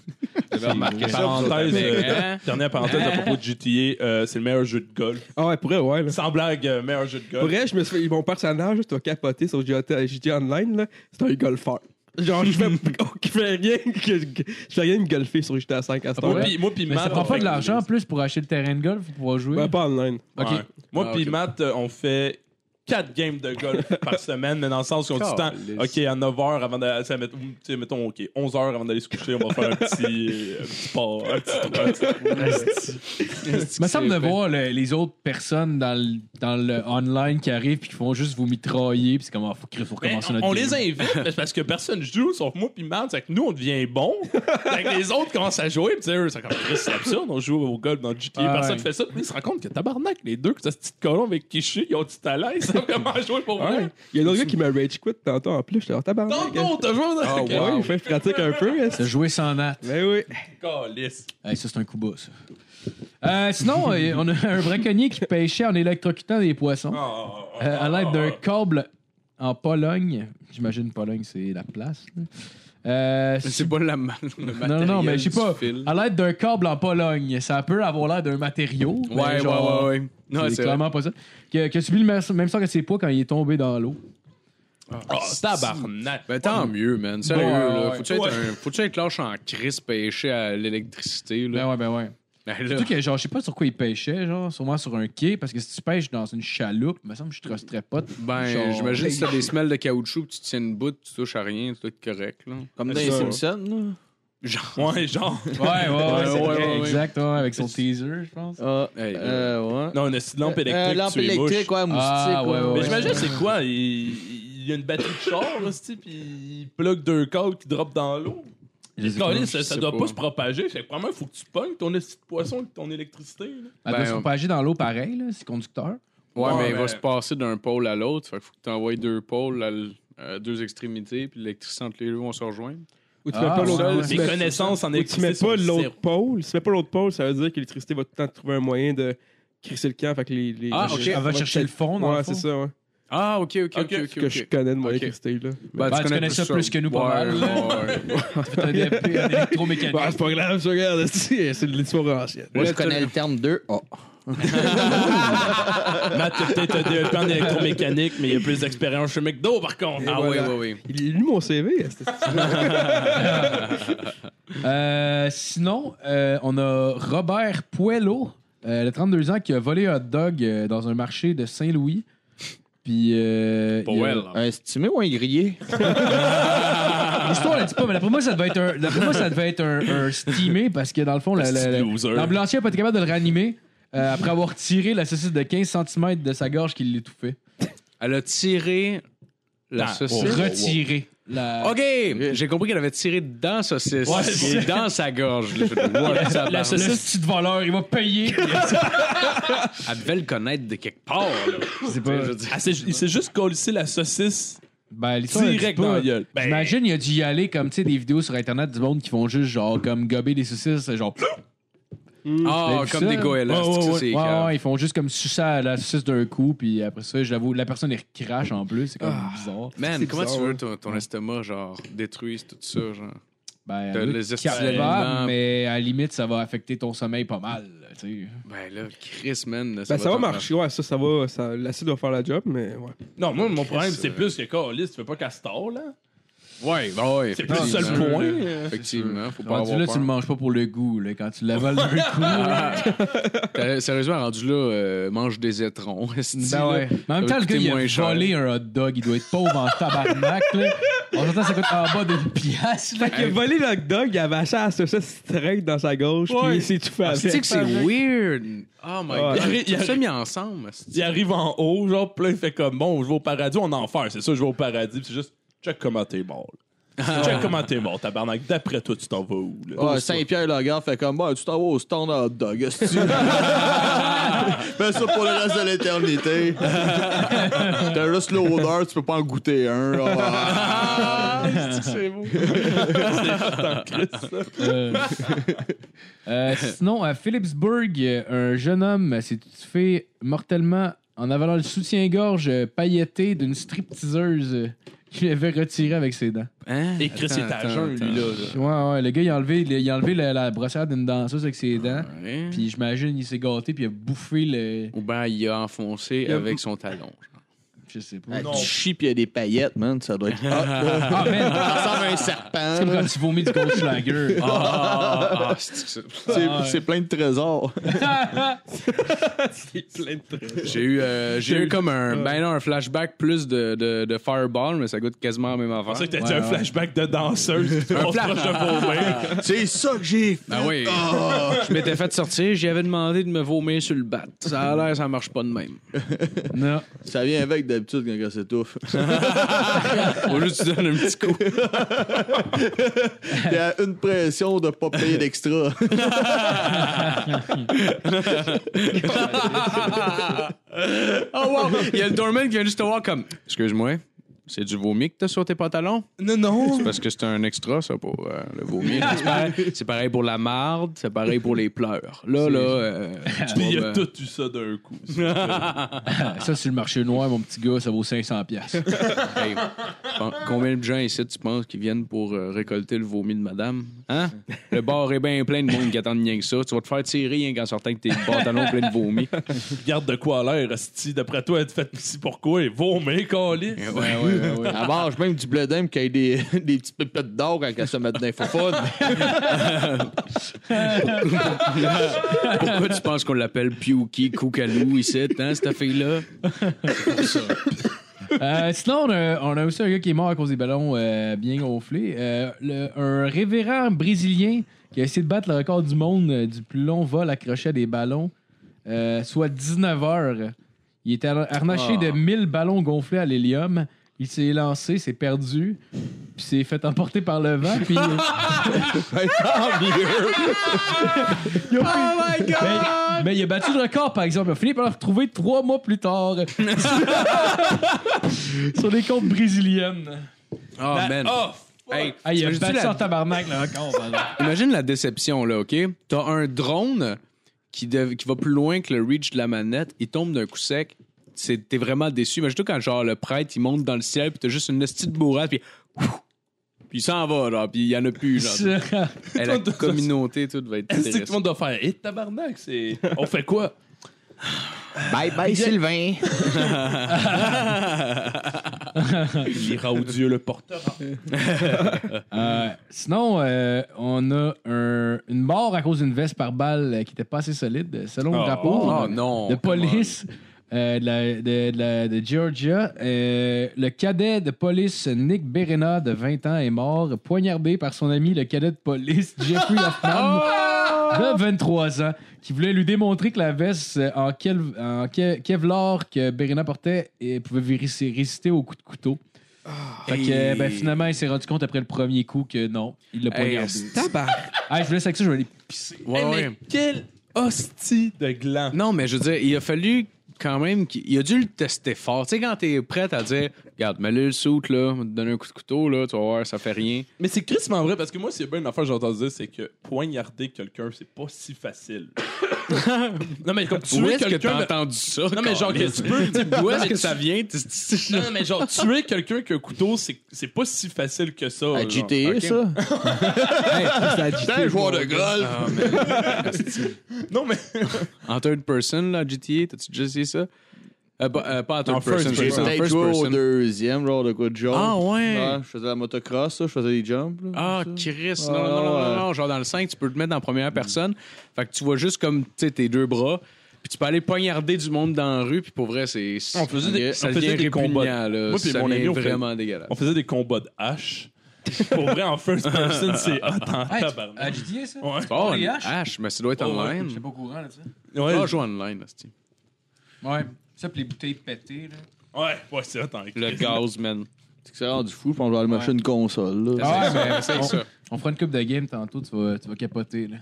[SPEAKER 4] J'avais remarqué ça. Parenthèse, euh,
[SPEAKER 3] hein?
[SPEAKER 4] dernière parenthèse à propos de GTA, euh, c'est le meilleur jeu de golf.
[SPEAKER 5] Ah ouais, pour vrai, ouais. Là.
[SPEAKER 4] Sans blague, euh, meilleur jeu de golf.
[SPEAKER 5] Pour vrai, je me suis fait, mon personnage, tu vas capoter sur GTA, GTA Online, là, c'est un golfeur. Genre, je fais, je fais rien que, je fais rien de golfer sur GTA 5 à ce
[SPEAKER 3] pour
[SPEAKER 4] Moi
[SPEAKER 5] temps-là.
[SPEAKER 3] vrai?
[SPEAKER 4] pis moi pis
[SPEAKER 3] Mais ça
[SPEAKER 4] Matt,
[SPEAKER 3] prend
[SPEAKER 4] on
[SPEAKER 3] pas
[SPEAKER 4] fait-
[SPEAKER 3] de l'argent en plus pour acheter le terrain de golf pour pouvoir jouer.
[SPEAKER 5] Ben, pas online.
[SPEAKER 3] Ok.
[SPEAKER 4] Ouais. Moi
[SPEAKER 6] Ah,
[SPEAKER 4] pis
[SPEAKER 6] ok.
[SPEAKER 4] Matt, euh, on fait 4 games de golf par semaine, mais dans le sens qu'on dit tant, ok, à 9h avant d'aller, ça met- tu sais, mettons, ok, 11h avant d'aller se coucher, on va faire un petit, euh, un petit pas, un petit tour, un petit tour.
[SPEAKER 3] Il me semble de voir le- les autres personnes dans le, dans le online qui arrivent puis qui font juste vous mitrailler puis c'est comme ah, faut, faut
[SPEAKER 4] Mais
[SPEAKER 3] recommencer
[SPEAKER 4] on,
[SPEAKER 3] notre
[SPEAKER 4] Ben, on
[SPEAKER 3] game.
[SPEAKER 4] les invite mais c'est parce que personne joue sauf moi puis Matt c'est que nous on devient bon fait que les autres commencent à jouer puis tu sais, eux c'est comme Chris, c'est absurde on joue au golf dans GTA
[SPEAKER 3] Ah,
[SPEAKER 4] personne
[SPEAKER 3] ouais.
[SPEAKER 4] fait ça puis ils se rendent compte que tabarnak les deux que ce petit colon avec Kishi ils ont du talent ils savent comment jouer pour vrai
[SPEAKER 5] Ouais. Il y a un autre gars qui m'a rage quit tantôt en plus, j'étais en tabarnak.
[SPEAKER 4] donc on te joue dans
[SPEAKER 5] Ouais, ouais, fait que je pratique un peu. est-ce
[SPEAKER 3] De
[SPEAKER 5] que-
[SPEAKER 3] jouer sans natte.
[SPEAKER 5] Ben oui.
[SPEAKER 4] Calice.
[SPEAKER 3] Hey, ça, c'est un coup bas, ça. Euh, sinon, euh, on a un braconnier qui pêchait en électrocutant des poissons
[SPEAKER 4] Ah,
[SPEAKER 3] euh, à l'aide d'un câble en Pologne. J'imagine Pologne, c'est la place. là. Euh,
[SPEAKER 6] C'est pas la man- le
[SPEAKER 3] non,
[SPEAKER 6] matériel
[SPEAKER 3] non, mais je sais
[SPEAKER 6] du
[SPEAKER 3] pas. Ah,
[SPEAKER 6] fil.
[SPEAKER 3] À l'aide d'un câble en Pologne, ça peut avoir l'air d'un matériau. mais
[SPEAKER 6] Ouais,
[SPEAKER 3] genre,
[SPEAKER 6] ouais, ouais, ouais. Non,
[SPEAKER 3] C'est
[SPEAKER 6] c'est
[SPEAKER 3] clairement
[SPEAKER 6] vraiment.
[SPEAKER 3] pas ça. Qui a subi le même même sort que ses poids quand il est tombé dans l'eau.
[SPEAKER 4] oh tabarnak
[SPEAKER 6] Ben, tant mieux, man. Sérieux,
[SPEAKER 3] Bon,
[SPEAKER 6] là.
[SPEAKER 3] ouais.
[SPEAKER 6] Faut-tu être, un- faut-tu être lâche en crise pêché à l'électricité,
[SPEAKER 3] Ben
[SPEAKER 6] là?
[SPEAKER 3] ouais, ben ouais.
[SPEAKER 6] Ben, là.
[SPEAKER 3] Surtout que, genre, je sais pas sur quoi il pêchait, genre, sûrement sur un quai, parce que si tu pêches dans une chaloupe, il me semble que je trusterais pas. de-
[SPEAKER 6] Ben,
[SPEAKER 3] genre-
[SPEAKER 6] j'imagine si t'as des semelles de caoutchouc, puis tu tiens une bout, tu touches à rien, tu dois être correct, là.
[SPEAKER 1] Comme dans les
[SPEAKER 5] Ça,
[SPEAKER 1] Simpsons, là.
[SPEAKER 6] Genre.
[SPEAKER 4] ouais genre
[SPEAKER 3] Ouais, ouais, ouais,
[SPEAKER 6] ouais,
[SPEAKER 3] c'est-
[SPEAKER 6] ouais, Ben, ouais.
[SPEAKER 3] exact, ouais, avec son teaser, je pense.
[SPEAKER 1] Ah,
[SPEAKER 6] Hey, là.
[SPEAKER 1] euh, ouais.
[SPEAKER 4] non une petite lampe
[SPEAKER 1] Euh,
[SPEAKER 4] électrique
[SPEAKER 1] lampe
[SPEAKER 4] tu es
[SPEAKER 1] électrique, ouais, moustique.
[SPEAKER 3] Ah, ouais, ouais,
[SPEAKER 4] Mais
[SPEAKER 3] ouais.
[SPEAKER 4] j'imagine c'est quoi? Il, il y a une batterie de char, là, c'ti, puis il plug deux câbles qui drop dans l'eau. Caliste,
[SPEAKER 6] je
[SPEAKER 4] ça, ça
[SPEAKER 6] sais
[SPEAKER 4] doit
[SPEAKER 6] pas.
[SPEAKER 4] pas. se propager. Fait que probablement, il faut que tu pognes ton esti de poisson avec ton électricité. là.
[SPEAKER 3] Elle doit
[SPEAKER 6] Ben,
[SPEAKER 3] se
[SPEAKER 6] on-
[SPEAKER 3] propager dans l'eau pareil, là, c'est conducteur.
[SPEAKER 6] Ouais,
[SPEAKER 4] Ouais,
[SPEAKER 6] mais il
[SPEAKER 4] mais-
[SPEAKER 6] va se passer d'un pôle à l'autre. Fait qu'il faut que tu envoies deux pôles à l- à deux extrémités, puis l'électricité entre les deux vont se rejoindre.
[SPEAKER 5] Ou tu
[SPEAKER 3] Ah,
[SPEAKER 5] mets pas l'autre
[SPEAKER 3] seul,
[SPEAKER 5] tu
[SPEAKER 4] Mes
[SPEAKER 5] mets-
[SPEAKER 4] connaissances en
[SPEAKER 5] ou tu
[SPEAKER 4] électricité
[SPEAKER 5] mets
[SPEAKER 4] sont
[SPEAKER 5] pas
[SPEAKER 4] zéro.
[SPEAKER 5] l'autre pôle. Si tu mets pas l'autre pôle, ça veut dire que l'électricité va tout le temps trouver un moyen de crisser le camp. Fait que les. les-
[SPEAKER 6] Ah,
[SPEAKER 5] les-
[SPEAKER 6] ok.
[SPEAKER 5] les-
[SPEAKER 3] Elle va chercher le fond, dans le
[SPEAKER 5] Ouais,
[SPEAKER 3] fond.
[SPEAKER 5] c'est ça, ouais.
[SPEAKER 6] Ah, ok, ok, ok, ok.
[SPEAKER 5] que je connais de mon
[SPEAKER 6] Ok.
[SPEAKER 5] électricité, là.
[SPEAKER 6] Ben,
[SPEAKER 3] Ben, tu connais ça plus que nous, pas mal, un DP, un électromécanique.
[SPEAKER 5] Bah, c'est pas grave, ça, regarde, c'est c'est de l'histoire ancienne.
[SPEAKER 1] Moi, je connais le terme 2A.
[SPEAKER 4] Matt, t'as peut-être un DEP en électromécanique, mais il a plus d'expérience chez McDo, par contre.
[SPEAKER 6] Ah, oui, oui, oui.
[SPEAKER 5] Il lit mon CV. est-ce que c'est-
[SPEAKER 3] Euh, sinon, euh, on a Robert Puello, euh, de 32 ans, qui a volé un hot dog euh, dans un marché de Saint-Louis. Puis. Euh, il a-
[SPEAKER 6] Powell.
[SPEAKER 4] hein.
[SPEAKER 1] Un estimé ou un grillé?
[SPEAKER 3] Ah, L'histoire, elle dit pas, mais d'après moi, ça devait être un, d'après moi, ça devait être un, un steamé parce que dans le fond, la- la- la-
[SPEAKER 4] Loser.
[SPEAKER 3] l'ambulancier n'a pas été capable de le réanimer euh, après avoir tiré la saucisse de 15 cm de sa gorge qui l'étouffait.
[SPEAKER 6] Elle a tiré la
[SPEAKER 4] Ah,
[SPEAKER 6] saucisse.
[SPEAKER 3] Retiré.
[SPEAKER 4] Oh,
[SPEAKER 3] La...
[SPEAKER 6] OK! J'ai compris qu'elle avait tiré dans sa saucisse.
[SPEAKER 3] Ah. Ouais,
[SPEAKER 6] et
[SPEAKER 3] c'est-
[SPEAKER 6] dans sa gorge. J'ai fait, What,
[SPEAKER 3] La
[SPEAKER 6] tabarnak?
[SPEAKER 3] saucisse, petit voleur, il va payer.
[SPEAKER 6] Elle devait le connaître de quelque part. là.
[SPEAKER 3] Je sais pas.
[SPEAKER 6] Je veux dire,
[SPEAKER 4] Ah, c'est- il s'est juste collissé la saucisse
[SPEAKER 3] Ben, l'histoire, elle dit
[SPEAKER 4] direct
[SPEAKER 3] pas-
[SPEAKER 4] dans la gueule. Ben,
[SPEAKER 6] Ben,
[SPEAKER 3] J'imagine, il a dû y aller comme, tu sais, des vidéos sur Internet du monde qui font juste, genre, comme gober des saucisses, genre...
[SPEAKER 6] Ah,
[SPEAKER 3] T'as vu
[SPEAKER 6] comme
[SPEAKER 3] ça?
[SPEAKER 6] des goélands.
[SPEAKER 3] Ouais,
[SPEAKER 6] c'est que ça,
[SPEAKER 3] ouais,
[SPEAKER 6] c'est
[SPEAKER 3] ouais,
[SPEAKER 6] écœurant.
[SPEAKER 3] ouais, ils font juste comme sucer à la saucisse d'un coup, puis après ça, j'avoue, la personne, elle crache en plus, c'est comme
[SPEAKER 6] Ah.
[SPEAKER 3] bizarre.
[SPEAKER 6] Man,
[SPEAKER 5] C'est
[SPEAKER 6] comment tu
[SPEAKER 5] bizarre,
[SPEAKER 6] veux
[SPEAKER 5] ouais.
[SPEAKER 6] ton, ton estomac, genre, détruise tout ça, genre?
[SPEAKER 3] Ben,
[SPEAKER 6] T'as
[SPEAKER 3] elle
[SPEAKER 6] les
[SPEAKER 3] est
[SPEAKER 6] estivales,
[SPEAKER 3] capable,
[SPEAKER 6] hein.
[SPEAKER 3] mais à la limite, ça va affecter ton sommeil pas mal, tu sais.
[SPEAKER 6] Ben là, Chris, man.
[SPEAKER 5] Ben, ça va
[SPEAKER 6] t'en-
[SPEAKER 5] marcher, ouais, ça, ça va. Ça, l'acide va faire la job, mais ouais.
[SPEAKER 4] Non, moi, mon problème,
[SPEAKER 6] Chris,
[SPEAKER 4] c'est
[SPEAKER 6] euh,
[SPEAKER 4] plus que Carlis, tu veux pas Castor, là?
[SPEAKER 6] Ouais, ben ouais.
[SPEAKER 4] C'est plus le seul
[SPEAKER 6] effectivement.
[SPEAKER 4] point.
[SPEAKER 5] Euh,
[SPEAKER 6] euh, Effectivement, faut pas
[SPEAKER 3] Rendu
[SPEAKER 6] avoir
[SPEAKER 3] là,
[SPEAKER 6] peur.
[SPEAKER 3] tu
[SPEAKER 6] Ah,
[SPEAKER 3] le manges pas pour le goût, là, quand tu l'avales d'un coup. là.
[SPEAKER 6] T'as- Sérieusement, rendu là, euh, mange des étrons. esti,
[SPEAKER 3] Ben
[SPEAKER 6] là.
[SPEAKER 3] ouais. Mais en même
[SPEAKER 6] Ça
[SPEAKER 3] temps, le gars,
[SPEAKER 6] va coûter
[SPEAKER 3] il
[SPEAKER 6] moins
[SPEAKER 3] a
[SPEAKER 6] cher.
[SPEAKER 3] volé un hot dog, il doit être pauvre en tabarnak, là. On s'entend, ça coûte en bas d'une piastre, là.
[SPEAKER 5] Il a volé le hot dog, il a avaché à ça, ça straight dans sa gauche, puis il s'est tout fait avec.
[SPEAKER 6] Tu sais Ah, que c'est weird. Oh my
[SPEAKER 5] Ouais.
[SPEAKER 6] god.
[SPEAKER 4] Il y a- il y
[SPEAKER 6] Ils
[SPEAKER 4] a-
[SPEAKER 6] se sont mis ensemble. esti.
[SPEAKER 4] Il arrive en haut, genre, plein fait comme bon, je vais au paradis, on en fait. C'est ça, je vais au paradis, pis c'est juste, check comment t'es mort. là. check comment t'es mort, tabarnak. D'après toi, tu t'en vas où, là?
[SPEAKER 7] Ouais, Ah, Saint-Pierre Lagarde fait comme bah, tu t'en vas au stand hot dog. est-ce que tu- Fais ça pour le reste de l'éternité. T'as juste l'odeur, tu peux pas en goûter un. Ah,
[SPEAKER 3] Euh, euh, sinon, à Phillipsburg, euh, un jeune homme euh, s'est fait mortellement en avalant le soutien-gorge euh, pailleté d'une stripteaseuse euh, qu'il avait retiré avec ses dents.
[SPEAKER 6] Hein?
[SPEAKER 4] Et Chris, il est à
[SPEAKER 6] Attends,
[SPEAKER 4] jeun, lui,
[SPEAKER 6] attends.
[SPEAKER 4] là.
[SPEAKER 3] Ouais, ouais, le gars, il a enlevé, il a enlevé la, la brossière d'une danseuse avec ses dents.
[SPEAKER 6] Ouais.
[SPEAKER 3] Puis j'imagine, il s'est gâté, puis il a bouffé le.
[SPEAKER 6] Ou ben, il a enfoncé avec son talon.
[SPEAKER 3] Je sais pas.
[SPEAKER 7] Ah, Tu chies pis y a des paillettes, man. Ça doit être. hot, là.
[SPEAKER 3] Ah, man!
[SPEAKER 7] Ça ressemble à un serpent.
[SPEAKER 3] C'est comme
[SPEAKER 7] là.
[SPEAKER 3] quand tu vomis du Goldschlager.
[SPEAKER 6] Ah, ah, ah, ah, c'est que ça.
[SPEAKER 7] C'est c'est plein de trésors.
[SPEAKER 6] J'ai eu, euh, j'ai eu comme un, ben non, un flashback plus de, de, de Fireball, mais ça goûte quasiment la même affaire.
[SPEAKER 4] C'est que t'as dit
[SPEAKER 3] Ouais,
[SPEAKER 4] un
[SPEAKER 3] ouais.
[SPEAKER 4] flashback de danseuse qui passe
[SPEAKER 6] flash-
[SPEAKER 4] proche de vomir.
[SPEAKER 7] C'est ça que j'ai fait.
[SPEAKER 6] Ben oui.
[SPEAKER 7] Ah.
[SPEAKER 6] Je m'étais fait sortir, j'y avais demandé de me vomir sur le bat. Ça a l'air, ça marche pas de même.
[SPEAKER 3] non.
[SPEAKER 7] Ça vient avec d'habitude quand on s'étouffe.
[SPEAKER 6] Au lieu, tu donnes un petit coup.
[SPEAKER 7] T'es à une pression de pas payer d'extra.
[SPEAKER 6] Oh wow! Il y a le doorman qui vient juste te voir comme Excuse-moi, c'est du vomi que t'as sur tes pantalons?
[SPEAKER 4] Non, non.
[SPEAKER 6] C'est parce que c'est un extra, ça, pour euh, le vomi. C'est pareil- C'est pareil pour la marde, c'est pareil pour les pleurs. Là, là. euh, tu
[SPEAKER 4] Puis il
[SPEAKER 6] vas,
[SPEAKER 4] a
[SPEAKER 6] ben-
[SPEAKER 4] tout eu ça d'un coup.
[SPEAKER 3] Ah, ça, sur le marché noir, mon petit gars, ça vaut 500$. piastres.
[SPEAKER 6] Hey, pen- combien de gens ici, tu penses, qui viennent pour euh, récolter le vomi de madame? Hein? Le bar est bien plein de monde qui attend rien que ça. Tu vas te faire tirer rien qu'en sortant que tes pantalons pleins de vomi.
[SPEAKER 4] Regarde de quoi à l'air, Asti. D'après toi, elle te fait ici pourquoi? Et vomir, Carlis.
[SPEAKER 3] Ouais, ouais, ouais, ouais.
[SPEAKER 7] Elle mange même du blé d'âme qui a des, des petites pépettes d'or quand elle se met dans les faux-faunes.
[SPEAKER 6] Pourquoi tu penses qu'on l'appelle Piuki Koukalou ici, hein, cette fille-là?
[SPEAKER 3] Euh, sinon, on a, on a aussi un gars qui est mort à cause des ballons euh, bien gonflés. Euh, le- un révérend brésilien qui a essayé de battre le record du monde euh, du plus long vol accroché à des ballons, euh, soit 19 heures. Il était ar- harnaché
[SPEAKER 6] Ah.
[SPEAKER 3] de 1000 ballons gonflés à l'hélium. Il s'est lancé, s'est perdu, puis s'est fait emporter par le vent. Puis,
[SPEAKER 6] Ben, Oh my God!
[SPEAKER 3] mais, mais Ben, il a battu le record, par exemple. Il a fini par le retrouver trois mois plus tard sur les comptes brésiliennes.
[SPEAKER 6] Oh, man.
[SPEAKER 4] Oh,
[SPEAKER 6] Hey,
[SPEAKER 3] Ah, il a
[SPEAKER 6] t'imagines-tu
[SPEAKER 3] battu
[SPEAKER 6] la-
[SPEAKER 3] en tabarnak le record. par exemple.
[SPEAKER 6] Imagine la déception, là, OK? T'as un drone qui, dev- qui va plus loin que le reach de la manette, il tombe d'un coup sec, c'est- t'es vraiment déçu. Mais surtout quand genre le prêtre il monte dans le ciel puis t'as juste une petite bourrade puis ouf, puis il s'en va genre puis il y en a plus genre. Eh, la communauté toute va être
[SPEAKER 4] Est-ce que tout
[SPEAKER 6] intéressante.
[SPEAKER 4] le monde doit faire Hé, tabarnak, c'est. On fait quoi?
[SPEAKER 1] Bye bye, Sylvain.
[SPEAKER 4] Il ira au Dieu le porteur.
[SPEAKER 3] Euh, sinon, euh, on a un- une mort à cause d'une veste par balle euh, qui n'était pas assez solide, selon le
[SPEAKER 4] Oh,
[SPEAKER 3] rapport
[SPEAKER 6] oh non,
[SPEAKER 3] de
[SPEAKER 6] come
[SPEAKER 3] police euh, de, la- de- de la- de Georgia. Euh, le cadet de police Nick Berena, de 20 ans, est mort, poignardé par son ami le cadet de police Jeffrey Hoffman. De 23 ans, qui voulait lui démontrer que la veste euh, en, kev- en ke- Kevlar que Berena portait et pouvait virisser- résister aux coups de couteau.
[SPEAKER 6] Ah.
[SPEAKER 3] Fait que,
[SPEAKER 6] Hey.
[SPEAKER 3] ben, finalement, il s'est rendu compte après le premier coup que non, il l'a pas
[SPEAKER 6] Hey,
[SPEAKER 3] gardé.
[SPEAKER 6] c'est-
[SPEAKER 5] Tabar.
[SPEAKER 3] Ah, je vous laisse avec ça, je vais aller.
[SPEAKER 6] Ouais,
[SPEAKER 4] Eh,
[SPEAKER 6] ouais.
[SPEAKER 4] mais quel hostie de gland.
[SPEAKER 6] Non, mais je veux dire, il a fallu quand même. qu'il- Il a dû le tester fort. Tu sais, quand t'es prête à dire, regarde, mets-le le soute, là, on va te donner un coup de couteau, là, tu vas voir, ça fait rien.
[SPEAKER 4] Mais c'est crissement vrai, parce que moi, s'il y a bien une affaire que j'ai entendu dire, c'est que poignarder quelqu'un, c'est pas si facile. non, mais comme
[SPEAKER 6] Où
[SPEAKER 4] tuer
[SPEAKER 6] est-ce que t'as
[SPEAKER 4] quelqu'un.
[SPEAKER 6] entendu ça?
[SPEAKER 4] Non, mais genre que tu peux.
[SPEAKER 6] Où
[SPEAKER 4] Non,
[SPEAKER 6] est-ce
[SPEAKER 4] mais
[SPEAKER 6] que
[SPEAKER 4] tu-
[SPEAKER 6] ça vient? Tu- tu- tu-
[SPEAKER 4] Non, mais genre, tuer quelqu'un avec un couteau, c'est c'est pas si facile que ça. genre.
[SPEAKER 7] À GTA,
[SPEAKER 4] Ok.
[SPEAKER 7] ça? T'es un joueur de golf!
[SPEAKER 4] Non, mais.
[SPEAKER 6] En third person, là, GTA, t'as-tu déjà essayé ça? Euh, bah, euh, pas en third
[SPEAKER 4] En
[SPEAKER 6] person,
[SPEAKER 4] first
[SPEAKER 6] je
[SPEAKER 7] J'ai
[SPEAKER 6] pense en
[SPEAKER 7] peut-être
[SPEAKER 6] first
[SPEAKER 7] joué au
[SPEAKER 6] person.
[SPEAKER 7] deuxième, genre de quoi de jump.
[SPEAKER 6] Ah, ouais.
[SPEAKER 7] Je faisais la motocross, là, je faisais des jumps. là,
[SPEAKER 6] Ah,
[SPEAKER 7] comme ça.
[SPEAKER 6] Chris, non, non, non, non, non, non. Genre dans le 5, tu peux te mettre en première personne. Fait que tu vois juste comme tu sais, tes deux bras. Puis tu peux aller poignarder du monde dans la rue. Puis pour vrai, c'est.
[SPEAKER 4] On faisait des-
[SPEAKER 6] ça
[SPEAKER 4] on
[SPEAKER 6] devient
[SPEAKER 4] faisait des
[SPEAKER 6] répugnant,
[SPEAKER 4] combats.
[SPEAKER 6] là.
[SPEAKER 4] Moi, puis
[SPEAKER 6] ça
[SPEAKER 4] mon ami,
[SPEAKER 6] devient
[SPEAKER 4] on fait-
[SPEAKER 6] vraiment dégueulasse.
[SPEAKER 4] On faisait des combats de hache. Pour vrai, en first person, c'est hot en tabarnak.
[SPEAKER 3] GTA, Ah, ça?
[SPEAKER 4] Ouais.
[SPEAKER 6] Oh,
[SPEAKER 3] les
[SPEAKER 6] une
[SPEAKER 3] haches?
[SPEAKER 6] hache, mais ça doit être
[SPEAKER 4] Oh, ouais,
[SPEAKER 6] online.
[SPEAKER 3] pas au courant, là, tu
[SPEAKER 4] Ouais,
[SPEAKER 6] Ah, joue online, hostie.
[SPEAKER 3] Ouais. Ça, puis les bouteilles pétées, là.
[SPEAKER 4] ouais, ouais, c'est hot en
[SPEAKER 6] Le
[SPEAKER 4] crise.
[SPEAKER 6] gaz, man.
[SPEAKER 7] C'est que c'est rendu fou, je pense que je vais aller m'acheter une console. Là.
[SPEAKER 3] Ah, ouais, mais
[SPEAKER 6] C'est
[SPEAKER 3] on,
[SPEAKER 6] ça.
[SPEAKER 3] on fera une coupe de game tantôt, tu vas, tu vas capoter, là.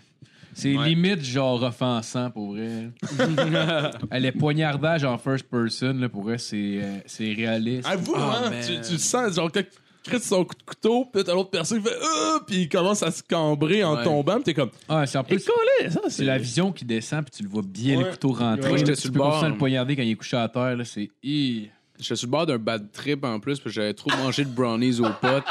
[SPEAKER 3] C'est
[SPEAKER 6] Ouais.
[SPEAKER 3] limite genre offensant pour elle. elle est poignardage en first person, là, pour elle, c'est euh, c'est réaliste.
[SPEAKER 4] Ah, vous,
[SPEAKER 6] Ah,
[SPEAKER 4] hein,
[SPEAKER 6] man.
[SPEAKER 4] tu, tu le sens, genre, quand Chris son coup de couteau, puis t'as l'autre personne qui fait Ah! puis il commence à se cambrer en
[SPEAKER 6] Ouais.
[SPEAKER 4] tombant, puis t'es comme
[SPEAKER 3] Ah, c'est en plus.
[SPEAKER 4] collé, ça,
[SPEAKER 3] C'est la vision qui descend, puis tu le vois bien
[SPEAKER 4] Ouais.
[SPEAKER 3] le couteau rentrer.
[SPEAKER 6] Moi, j'étais
[SPEAKER 3] là,
[SPEAKER 6] sur
[SPEAKER 3] tu
[SPEAKER 6] le
[SPEAKER 3] peux
[SPEAKER 6] bord.
[SPEAKER 3] continuer à le poignarder quand il est couché à terre, là, c'est. Hi.
[SPEAKER 6] J'étais sur le bord d'un bad trip en plus, parce que j'avais trop mangé de brownies aux potes.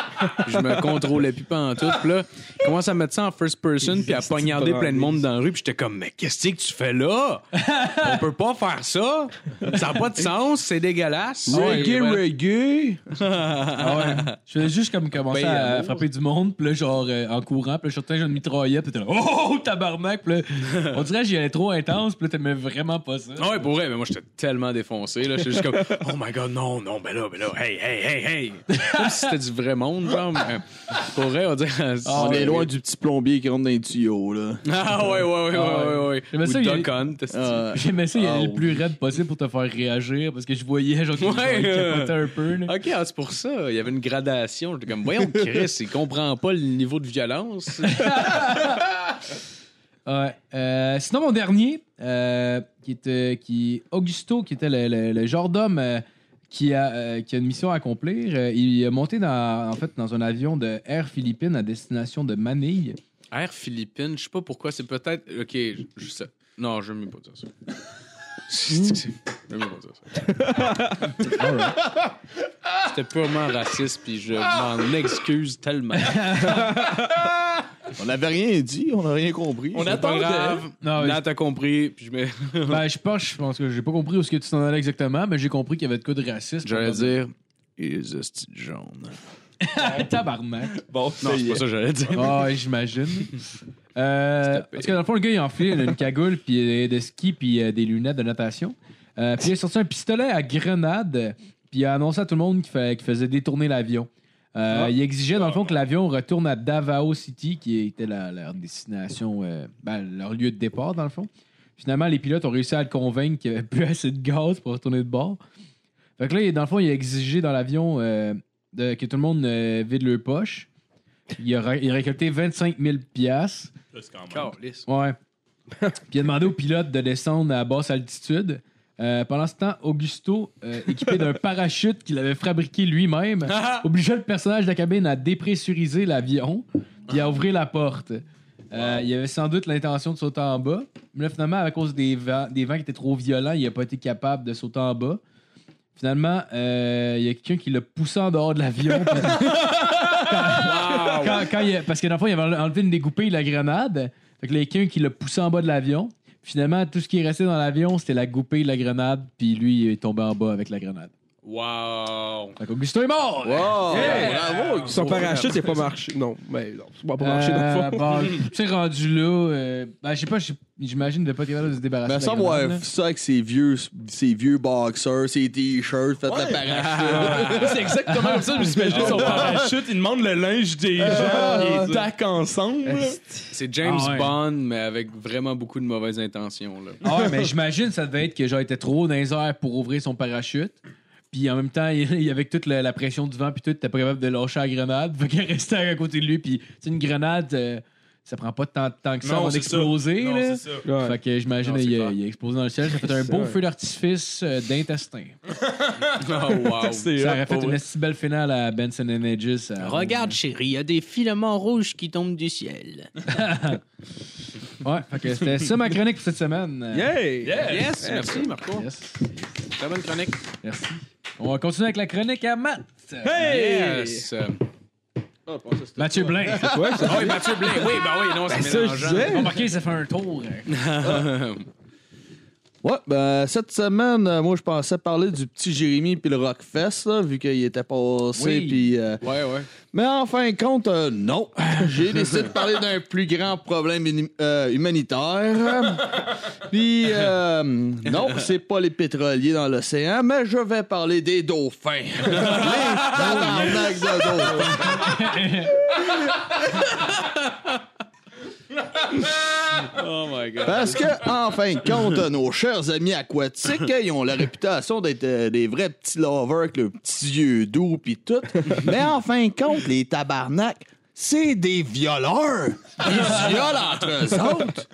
[SPEAKER 6] Puis je me contrôlais plus pas en tout. Puis là, il commence à mettre ça en first person, puis à poignarder plein de monde dans la rue. Puis j'étais comme, mais qu'est-ce que tu fais là? On peut pas faire ça. Ça n'a pas de sens, c'est dégueulasse.
[SPEAKER 7] Reggae,
[SPEAKER 6] Ouais,
[SPEAKER 7] reggae!
[SPEAKER 3] Ah ouais. Je faisais juste comme commencer
[SPEAKER 6] Ben,
[SPEAKER 3] à
[SPEAKER 6] amour.
[SPEAKER 3] frapper du monde, puis là, genre, euh, en courant, puis là, je sortais, j'ai une mitraillette, puis t'es là, oh, tabarnak, puis là, on dirait que j'y allais trop intense, puis là, t'aimais vraiment pas ça.
[SPEAKER 6] Ah ouais, pour vrai, mais moi j'étais tellement défoncé. là J'étais juste comme, oh my god, non, non, ben là, ben là, hey, hey, hey, hey. Comme si c'était du vrai monde, genre. mais pour vrai, on dirait.
[SPEAKER 7] On est loin du petit plombier qui rentre dans les tuyaux. Là.
[SPEAKER 6] Ah ouais, ouais, ouais, ouais, ouais. ouais.
[SPEAKER 3] Mais ça,
[SPEAKER 6] Ou
[SPEAKER 3] il y a-
[SPEAKER 6] Duck Hunt, est-ce que-
[SPEAKER 7] Ah,
[SPEAKER 3] J'aimais ça, il allait
[SPEAKER 7] Ah,
[SPEAKER 3] le plus raide possible pour te faire réagir, parce que je voyais, genre, qu'il
[SPEAKER 6] Ouais,
[SPEAKER 3] il
[SPEAKER 6] euh.
[SPEAKER 3] capotait un peu, là.
[SPEAKER 6] OK, ah, c'est pour ça. Il y avait une gradation. J'étais comme, voyons, Chris, il comprend pas le niveau de violence.
[SPEAKER 3] Ouais. Euh, sinon, mon dernier, euh, qui était qui, Augusto, qui était le, le- le genre d'homme euh, qui, a, euh, qui a une mission à accomplir, euh, il est monté dans, en fait, dans un avion de Air Philippines à destination de Manille.
[SPEAKER 6] Air Philippines, je sais pas pourquoi, c'est peut-être. OK, je- je sais. Non, je veux mieux pas dire ça. Je veux mieux pas dire ça. C'était purement raciste, puis je m'en excuse tellement.
[SPEAKER 7] on n'avait rien dit, on n'a rien compris.
[SPEAKER 4] On
[SPEAKER 7] Ça.
[SPEAKER 6] C'est pas
[SPEAKER 4] attendait.
[SPEAKER 6] grave.
[SPEAKER 3] Non, mais-
[SPEAKER 6] Nat a compris, puis je me.
[SPEAKER 3] Ah, Ben, je pense, je pense que j'ai pas compris où ce que tu t'en allais exactement, mais j'ai compris qu'il y avait de quoi de raciste.
[SPEAKER 6] J'allais dire. Les hosties de jaunes.
[SPEAKER 3] Ah, tabarnak.
[SPEAKER 4] Bon,
[SPEAKER 6] Non, c'est pas ça que j'allais dire.
[SPEAKER 3] Ah, j'imagine. Euh, parce que dans le fond, le gars, il a enfilé une cagoule, puis euh, de ski, puis euh, des lunettes de natation. Euh, puis il a sorti un pistolet à grenade, puis il a annoncé à tout le monde qu'il fa- qu'il faisait détourner l'avion. Euh, Il exigeait, dans le fond, que l'avion retourne à Davao City, qui était la- leur destination, euh, ben, leur lieu de départ, dans le fond. Finalement, les pilotes ont réussi à le convaincre qu'il n'y avait plus assez de gaz pour retourner de bord. Fait que là, dans le fond, il a exigé dans l'avion euh, de- que tout le monde euh, vide leur poche. Il a, ra- il a récolté 25 000 piastres.
[SPEAKER 6] Calisse.
[SPEAKER 3] Ouais. Puis il a demandé au pilote de descendre à basse altitude. Euh, pendant ce temps, Augusto, euh, équipé d'un parachute qu'il avait fabriqué lui-même, obligea le personnage de la cabine à dépressuriser l'avion puis à ouvrir la porte. Euh, Il avait sans doute l'intention de sauter en bas, mais là, finalement, à cause des vents, des vents qui étaient trop violents, il n'a pas été capable de sauter en bas. Finalement, euh, il y a quelqu'un qui l'a poussé en dehors de l'avion. Quand- quand- quand il a- parce que dans le fond, il avait enlevé une découpée de la grenade. Fait que là, il y a quelqu'un qui l'a poussé en bas de l'avion. Finalement, tout ce qui est resté dans l'avion, c'était la goupille de la grenade, puis lui, il est tombé en bas avec la grenade.
[SPEAKER 6] Wow!
[SPEAKER 3] Fait qu'Augustin est mort!
[SPEAKER 7] Wow!
[SPEAKER 5] Yeah!
[SPEAKER 7] Bravo! Ben, Guy.
[SPEAKER 5] Son parachute, c'est pas marché. Non, mais non, c'est pas marché dans
[SPEAKER 3] Euh,
[SPEAKER 5] le fond.
[SPEAKER 3] bon, tu sais, rendu là, euh, ben, je sais pas, je- j'imagine de pas être capable de se débarrasser.
[SPEAKER 7] Mais
[SPEAKER 3] de la
[SPEAKER 7] Ben, ça,
[SPEAKER 3] grenade,
[SPEAKER 7] ouais,
[SPEAKER 3] là.
[SPEAKER 7] ça avec ses vieux, ses vieux boxers, ses t-shirts, faites le parachute.
[SPEAKER 4] c'est exactement comme ça, je me suis imaginé son parachute, il demande le linge des
[SPEAKER 6] Euh,
[SPEAKER 4] gens, ils taquent ensemble.
[SPEAKER 6] C'est James
[SPEAKER 3] Ah ouais.
[SPEAKER 6] Bond, mais avec vraiment beaucoup de mauvaises intentions. Là.
[SPEAKER 3] Ah ouais, mais j'imagine ça devait être que genre il était trop dans les airs pour ouvrir son parachute. Puis en même temps, il il y avait toute la, la pression du vent, puis tout, t'es pas capable de lâcher la grenade. Fait qu'il restait à côté de lui, puis c'est une grenade, euh, ça prend pas tant de temps que ça avant
[SPEAKER 4] c'est
[SPEAKER 3] d'exploser.
[SPEAKER 4] Non,
[SPEAKER 3] là.
[SPEAKER 4] c'est ça.
[SPEAKER 5] Ouais.
[SPEAKER 3] Fait que j'imagine
[SPEAKER 6] Non, c'est
[SPEAKER 3] il, a-
[SPEAKER 6] clair.
[SPEAKER 3] il a explosé dans le ciel, ça a fait un
[SPEAKER 5] C'est
[SPEAKER 3] beau
[SPEAKER 5] vrai.
[SPEAKER 3] feu d'artifice euh, d'intestin.
[SPEAKER 6] Oh, wow!
[SPEAKER 4] C'est
[SPEAKER 3] Ça
[SPEAKER 4] hot,
[SPEAKER 3] aurait fait
[SPEAKER 4] pour
[SPEAKER 3] une
[SPEAKER 4] vrai.
[SPEAKER 3] si belle finale à Benson and euh, Hedges. à-
[SPEAKER 8] Euh.
[SPEAKER 6] chérie, il y a des filaments rouges qui tombent du ciel.
[SPEAKER 3] Ouais, fait que c'était ça ma chronique pour cette semaine. Euh,
[SPEAKER 5] Yay!
[SPEAKER 6] Yes, merci Marco.
[SPEAKER 3] yes.
[SPEAKER 6] Très bonne chronique.
[SPEAKER 3] Merci. On va continuer avec la chronique à Matt.
[SPEAKER 6] Yes!
[SPEAKER 3] Mathieu Blain.
[SPEAKER 6] Ah oui, Mathieu Blais, oui, ben oui, non, c'est
[SPEAKER 5] Ça, je
[SPEAKER 6] mélangeant.
[SPEAKER 5] disais.
[SPEAKER 3] Remarquez, ça fait un tour.
[SPEAKER 7] Ouais, ben cette semaine, euh, moi je pensais parler du petit Jérémy puis le Rockfest, là, vu qu'il était passé.
[SPEAKER 3] Oui.
[SPEAKER 7] Puis, euh,
[SPEAKER 6] Ouais, ouais.
[SPEAKER 7] Mais en fin de compte, euh, non. J'ai décidé de parler d'un plus grand problème hum- euh, humanitaire. Puis euh, non, c'est pas les pétroliers dans l'océan, mais je vais parler des dauphins. Les tabarnak de dauphins.
[SPEAKER 6] Oh my god.
[SPEAKER 7] Parce que, en fin de compte, nos chers amis aquatiques, ils ont la réputation d'être euh, des vrais petits lovers avec leurs petits yeux doux pis tout. Mais en fin de compte, les tabarnaks, c'est des violeurs. Ils violent entre eux autres.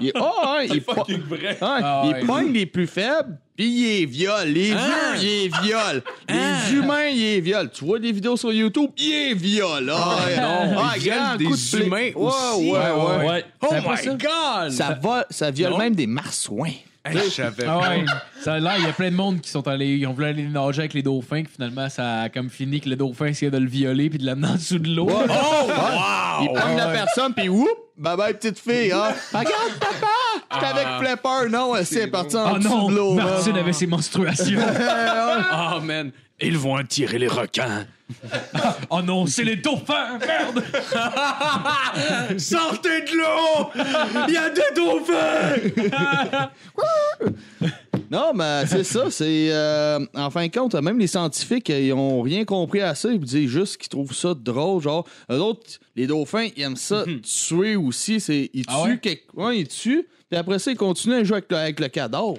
[SPEAKER 7] Ils, oh, hein, ils, po-
[SPEAKER 4] Fucking vrai.
[SPEAKER 7] hein,
[SPEAKER 3] Ah,
[SPEAKER 7] ils
[SPEAKER 3] ouais.
[SPEAKER 7] pognent les plus faibles. Puis ils les violent. Les
[SPEAKER 6] Hein?
[SPEAKER 7] vieux, ils les violent. Les humains, ils les violent. Tu vois des vidéos sur YouTube, ils les violent. Ah,
[SPEAKER 6] non,
[SPEAKER 7] ah,
[SPEAKER 6] ils violent
[SPEAKER 7] grand
[SPEAKER 6] des
[SPEAKER 7] coup de blé.
[SPEAKER 6] humains
[SPEAKER 7] Ouais,
[SPEAKER 6] aussi.
[SPEAKER 7] ouais, ouais.
[SPEAKER 4] Ouais.
[SPEAKER 6] Oh
[SPEAKER 3] C'est pas ça?
[SPEAKER 6] my god!
[SPEAKER 7] Ça, va, ça viole
[SPEAKER 6] Non.
[SPEAKER 7] même des marsouins.
[SPEAKER 6] Hey, je savais
[SPEAKER 3] Ah
[SPEAKER 6] pas.
[SPEAKER 3] ouais. Ça, là, il y a plein de monde qui sont allés, ils ont voulu aller nager avec les dauphins, que finalement, ça a comme fini que le dauphin essayait de le violer puis de l'amener en dessous de l'eau.
[SPEAKER 7] Oh, Il prend la personne, puis whoop, bye bye, petite fille. Hein. Regarde, papa, j'étais avec Flapper. Non, elle s'est partie en
[SPEAKER 3] Oh
[SPEAKER 7] dessous de l'eau.
[SPEAKER 3] non,
[SPEAKER 7] man.
[SPEAKER 3] Martine avait ses menstruations.
[SPEAKER 6] Oh man, ils vont attirer les requins.
[SPEAKER 3] oh non, c'est les dauphins, merde!
[SPEAKER 6] Sortez de l'eau! Il y a des dauphins!
[SPEAKER 7] Non, mais c'est ça. C'est euh, en fin de compte, même les scientifiques, euh, ils ont rien compris à ça. Ils disent juste qu'ils trouvent ça drôle. Genre, eux autres, les dauphins, ils aiment ça tuer aussi. C'est, ils tuent
[SPEAKER 3] Mhm. Ah ouais?
[SPEAKER 7] quelque- ouais, ils tuent. Puis après ça, ils continuent à jouer avec le, avec le cadavre.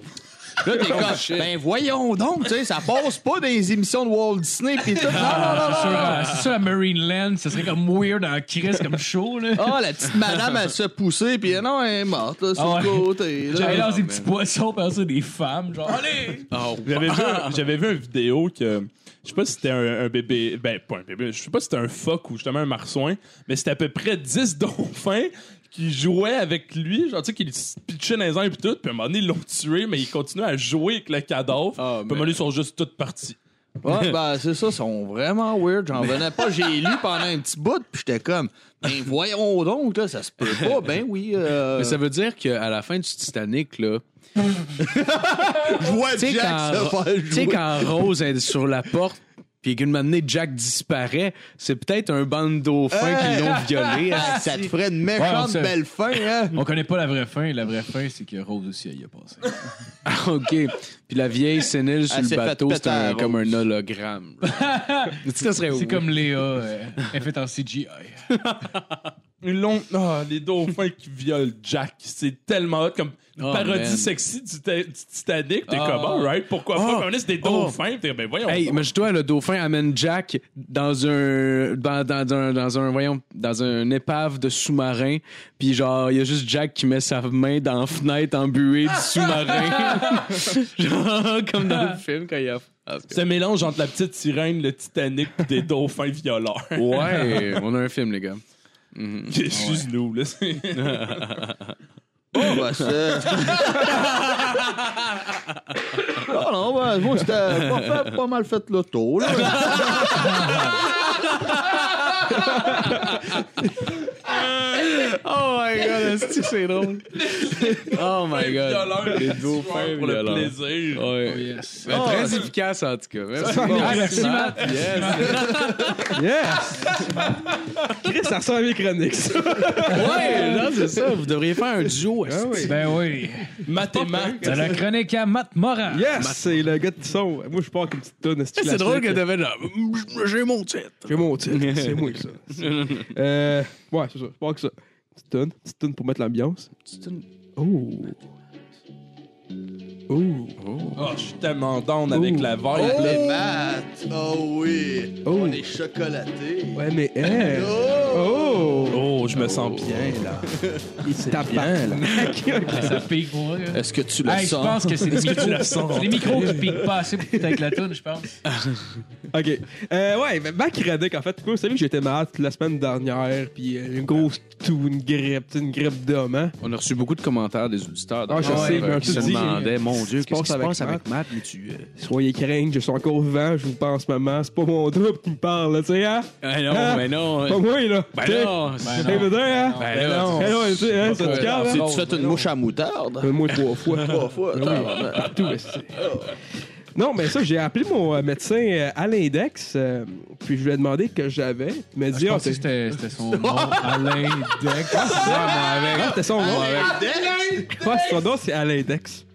[SPEAKER 7] Là, t'es
[SPEAKER 3] Oh,
[SPEAKER 7] comme, ben voyons donc, tu sais, ça passe pas dans les émissions de Walt Disney. Pis tout. Non, non, non, non,
[SPEAKER 3] Sur, euh, c'est ça, la Marineland, ça serait comme weird en crise, comme chaud, là.
[SPEAKER 7] Ah, la petite madame, elle se poussait, puis non, elle est morte, là, sur
[SPEAKER 3] Ah
[SPEAKER 7] le
[SPEAKER 3] ouais.
[SPEAKER 7] côté. là.
[SPEAKER 3] J'avais dans des petits poissons, par ça, des femmes, genre, allez!
[SPEAKER 6] Oh,
[SPEAKER 4] J'avais vu, un- j'avais vu une vidéo que. Je sais pas si c'était un, un bébé. Ben, pas un bébé. Je sais pas si c'était un phoque ou justement un marsouin. Mais c'était à peu près 10 dauphins qui jouaient avec lui. Genre, tu sais, qui se pitchaient dans les uns et tout. Puis à un moment donné, ils l'ont tué, mais ils continuaient à jouer avec le cadavre. puis à un
[SPEAKER 6] man.
[SPEAKER 4] moment donné, ils sont juste toutes partis.
[SPEAKER 7] Ouais, ben, c'est ça, ils sont vraiment weird. J'en venais pas. J'ai lu pendant un petit bout, puis j'étais comme, ben, voyons donc, là, ça se peut pas. Ben oui. Euh...
[SPEAKER 6] Mais ça veut dire qu'à la fin du Titanic, là,
[SPEAKER 7] je vois
[SPEAKER 6] tu sais, quand, tu sais, quand Rose est sur la porte, puis qu'une matinée Jack disparaît, c'est peut-être un banc de dauphins qui l'ont violé. hein.
[SPEAKER 7] Ah, ça te ferait une
[SPEAKER 3] Ouais, on
[SPEAKER 7] méchante
[SPEAKER 3] sait.
[SPEAKER 7] belle fin, hein?
[SPEAKER 3] On connaît pas la vraie fin, la vraie fin, c'est que Rose aussi, elle y a passé.
[SPEAKER 6] Ah, OK. Puis la vieille sénile sur
[SPEAKER 7] Elle
[SPEAKER 6] le
[SPEAKER 7] s'est
[SPEAKER 6] bateau,
[SPEAKER 7] fait
[SPEAKER 6] c'est
[SPEAKER 7] péter
[SPEAKER 6] un-
[SPEAKER 7] la
[SPEAKER 6] comme
[SPEAKER 7] Rose.
[SPEAKER 6] un hologramme. ça serait
[SPEAKER 3] C'est
[SPEAKER 6] weird.
[SPEAKER 3] comme Léa, euh, elle fait en CGI.
[SPEAKER 7] Ah,
[SPEAKER 4] Ils l'ont. Ah, les dauphins qui violent Jack. C'est tellement hot. Comme une
[SPEAKER 6] Oh,
[SPEAKER 4] parodie
[SPEAKER 6] man.
[SPEAKER 4] sexy du, ta- du Titanic. T'es
[SPEAKER 3] Ah.
[SPEAKER 4] comme, alright, pourquoi
[SPEAKER 6] Oh.
[SPEAKER 4] pas? Puis à un moment donné, c'est des
[SPEAKER 6] Oh.
[SPEAKER 4] dauphins. Puis t'es, ben, voyons.
[SPEAKER 6] Hey, imagine-toi, le dauphin amène Jack dans un, dans, dans, un, dans un, voyons, dans un épave de sous-marin, puis genre, il y a juste Jack qui met sa main dans la fenêtre en buée du sous-marin. genre, comme dans le film quand il a... Ah, c'est-
[SPEAKER 4] Ce mélange entre la petite sirène, le Titanic, puis des dauphins violeurs.
[SPEAKER 6] Ouais, on a un film, les gars.
[SPEAKER 4] C'est juste nous, là. C'est-
[SPEAKER 7] Oh, ben, c'est- Ah non, ben, moi, c'était pas, fait- pas mal fait l'auto, là.
[SPEAKER 6] Oh my god, esti, c'est drôle. Oh my god.
[SPEAKER 4] dollars
[SPEAKER 6] Les
[SPEAKER 4] du
[SPEAKER 6] dauphins Oh,
[SPEAKER 4] soir pour le
[SPEAKER 6] violents.
[SPEAKER 4] plaisir.
[SPEAKER 6] Ouais.
[SPEAKER 3] yes.
[SPEAKER 6] Mais très efficace en tout cas. Merci,
[SPEAKER 3] Ah, Merci, Matt.
[SPEAKER 6] Yes.
[SPEAKER 5] Yes! Chris, ça ressemble à mes chroniques, ça.
[SPEAKER 6] Ouais, non, c'est ça. Vous devriez faire un duo. esti.
[SPEAKER 3] Ben oui.
[SPEAKER 4] Mathématiques.
[SPEAKER 3] C'est la chronique à Matt Morin.
[SPEAKER 5] Yes! C'est le gars de son. Moi, je pars avec une petite tonne.
[SPEAKER 6] C'est drôle que t'avais genre. J'ai mon titre.
[SPEAKER 5] J'ai mon titre. C'est moi, ça. euh, ouais, c'est ça. Je pars avec ça. Petite tonne. Petite tonne pour mettre l'ambiance. Oh! Oh!
[SPEAKER 4] Oh, je suis tellement down avec
[SPEAKER 5] Ouh.
[SPEAKER 4] la vibe. là.
[SPEAKER 7] Le mat. Oh oui.
[SPEAKER 5] Oh.
[SPEAKER 7] On est chocolaté.
[SPEAKER 5] Ouais, mais hey! Oh!
[SPEAKER 4] Oh, je me sens bien.
[SPEAKER 5] Il se tape bien, là.
[SPEAKER 3] Ça pique pour vrai.
[SPEAKER 7] Est-ce que tu le
[SPEAKER 3] Hey, je
[SPEAKER 7] sens?
[SPEAKER 3] pense que c'est les
[SPEAKER 4] Tu
[SPEAKER 3] micros.
[SPEAKER 4] la sens.
[SPEAKER 3] C'est les micros qui piquent pas assez pour avec la toune, je pense.
[SPEAKER 5] OK. Euh, ouais, mais ma chronique, en fait, vous savez que j'étais malade toute la semaine dernière, puis euh, une grosse toux, une grippe, tu sais, une grippe d'homme, hein?
[SPEAKER 6] On a reçu beaucoup de commentaires des auditeurs.
[SPEAKER 5] Ah, je
[SPEAKER 6] d'ailleurs,
[SPEAKER 5] sais,
[SPEAKER 6] euh,
[SPEAKER 5] mais
[SPEAKER 6] qui
[SPEAKER 5] tu
[SPEAKER 6] se
[SPEAKER 5] dis-
[SPEAKER 6] demandaient, mon Dieu, qu'est-ce qui se passe avec
[SPEAKER 5] Matt?
[SPEAKER 6] Matt? mais tu, euh,
[SPEAKER 5] Soyez crainte, je suis encore vivant, je vous pense, maman. C'est pas mon double qui me parle, là, tu sais, hein?
[SPEAKER 6] Ah non,
[SPEAKER 5] Ah,
[SPEAKER 6] mais non.
[SPEAKER 5] Pas moi, là.
[SPEAKER 6] Ben
[SPEAKER 5] Tu sais,
[SPEAKER 6] non.
[SPEAKER 5] c'est
[SPEAKER 6] Ben
[SPEAKER 5] vrai, hein?
[SPEAKER 6] Ben non.
[SPEAKER 5] Eh ouais, tu sais, hein,
[SPEAKER 6] pas
[SPEAKER 5] c'est du
[SPEAKER 6] vrai.
[SPEAKER 5] calme, hein? Ben,
[SPEAKER 7] Si tu fais une mouche à moutarde,
[SPEAKER 5] Moi, trois fois. Ben
[SPEAKER 7] trois fois, tabarnak.
[SPEAKER 5] Partout, esti. Non, mais ça, j'ai appelé mon euh, médecin euh, à l'index, euh, puis je lui ai demandé que j'avais. Il m'a dit,
[SPEAKER 3] Je
[SPEAKER 5] ah,
[SPEAKER 3] pensais que c'était
[SPEAKER 5] c'est-
[SPEAKER 3] c'était son nom, Alain Deck.
[SPEAKER 5] ah, c'était son nom. Ouais, son nom, c'est à l'index.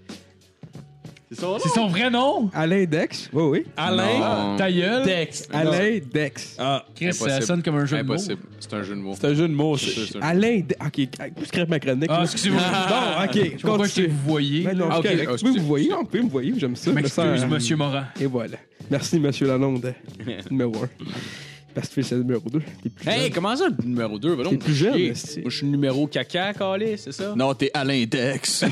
[SPEAKER 7] C'est son nom?
[SPEAKER 3] C'est son vrai nom? Ah,
[SPEAKER 5] À l'index? Oui, oui.
[SPEAKER 6] Non.
[SPEAKER 3] Ta
[SPEAKER 8] Euh,
[SPEAKER 3] gueule?
[SPEAKER 4] Dex.
[SPEAKER 5] Alain Dex.
[SPEAKER 4] Ah,
[SPEAKER 3] Chris, ça
[SPEAKER 6] Impossible.
[SPEAKER 3] sonne comme un jeu de mots.
[SPEAKER 6] Impossible. C'est un jeu de mots.
[SPEAKER 4] c'est un jeu de mots.
[SPEAKER 6] C'est
[SPEAKER 4] ça.
[SPEAKER 6] juste un jeu.
[SPEAKER 5] Alain Dex. Ok, vous crève ma chronique.
[SPEAKER 3] Ah,
[SPEAKER 5] là.
[SPEAKER 3] excusez-moi.
[SPEAKER 5] Bon, ok,
[SPEAKER 3] Je vois que
[SPEAKER 5] continue.
[SPEAKER 3] vous voyez.
[SPEAKER 5] Ben non,
[SPEAKER 6] Ah,
[SPEAKER 5] je
[SPEAKER 6] ok,
[SPEAKER 5] suis correct.
[SPEAKER 6] ah,
[SPEAKER 5] Tu peux
[SPEAKER 6] excusez.
[SPEAKER 5] vous voyez, on peut me voyez, j'aime ça. je me sens-
[SPEAKER 3] M'excuse, Monsieur Morin.
[SPEAKER 5] Et voilà. Merci, monsieur Lalonde. numéro 1. Parce que c'est le numéro 2.
[SPEAKER 6] Hey, comment ça, le numéro 2?
[SPEAKER 5] T'es plus jeune,
[SPEAKER 6] Moi,
[SPEAKER 5] esti.
[SPEAKER 6] je suis le numéro caca, calé, c'est ça?
[SPEAKER 7] Non, t'es à l'index.
[SPEAKER 6] Hey!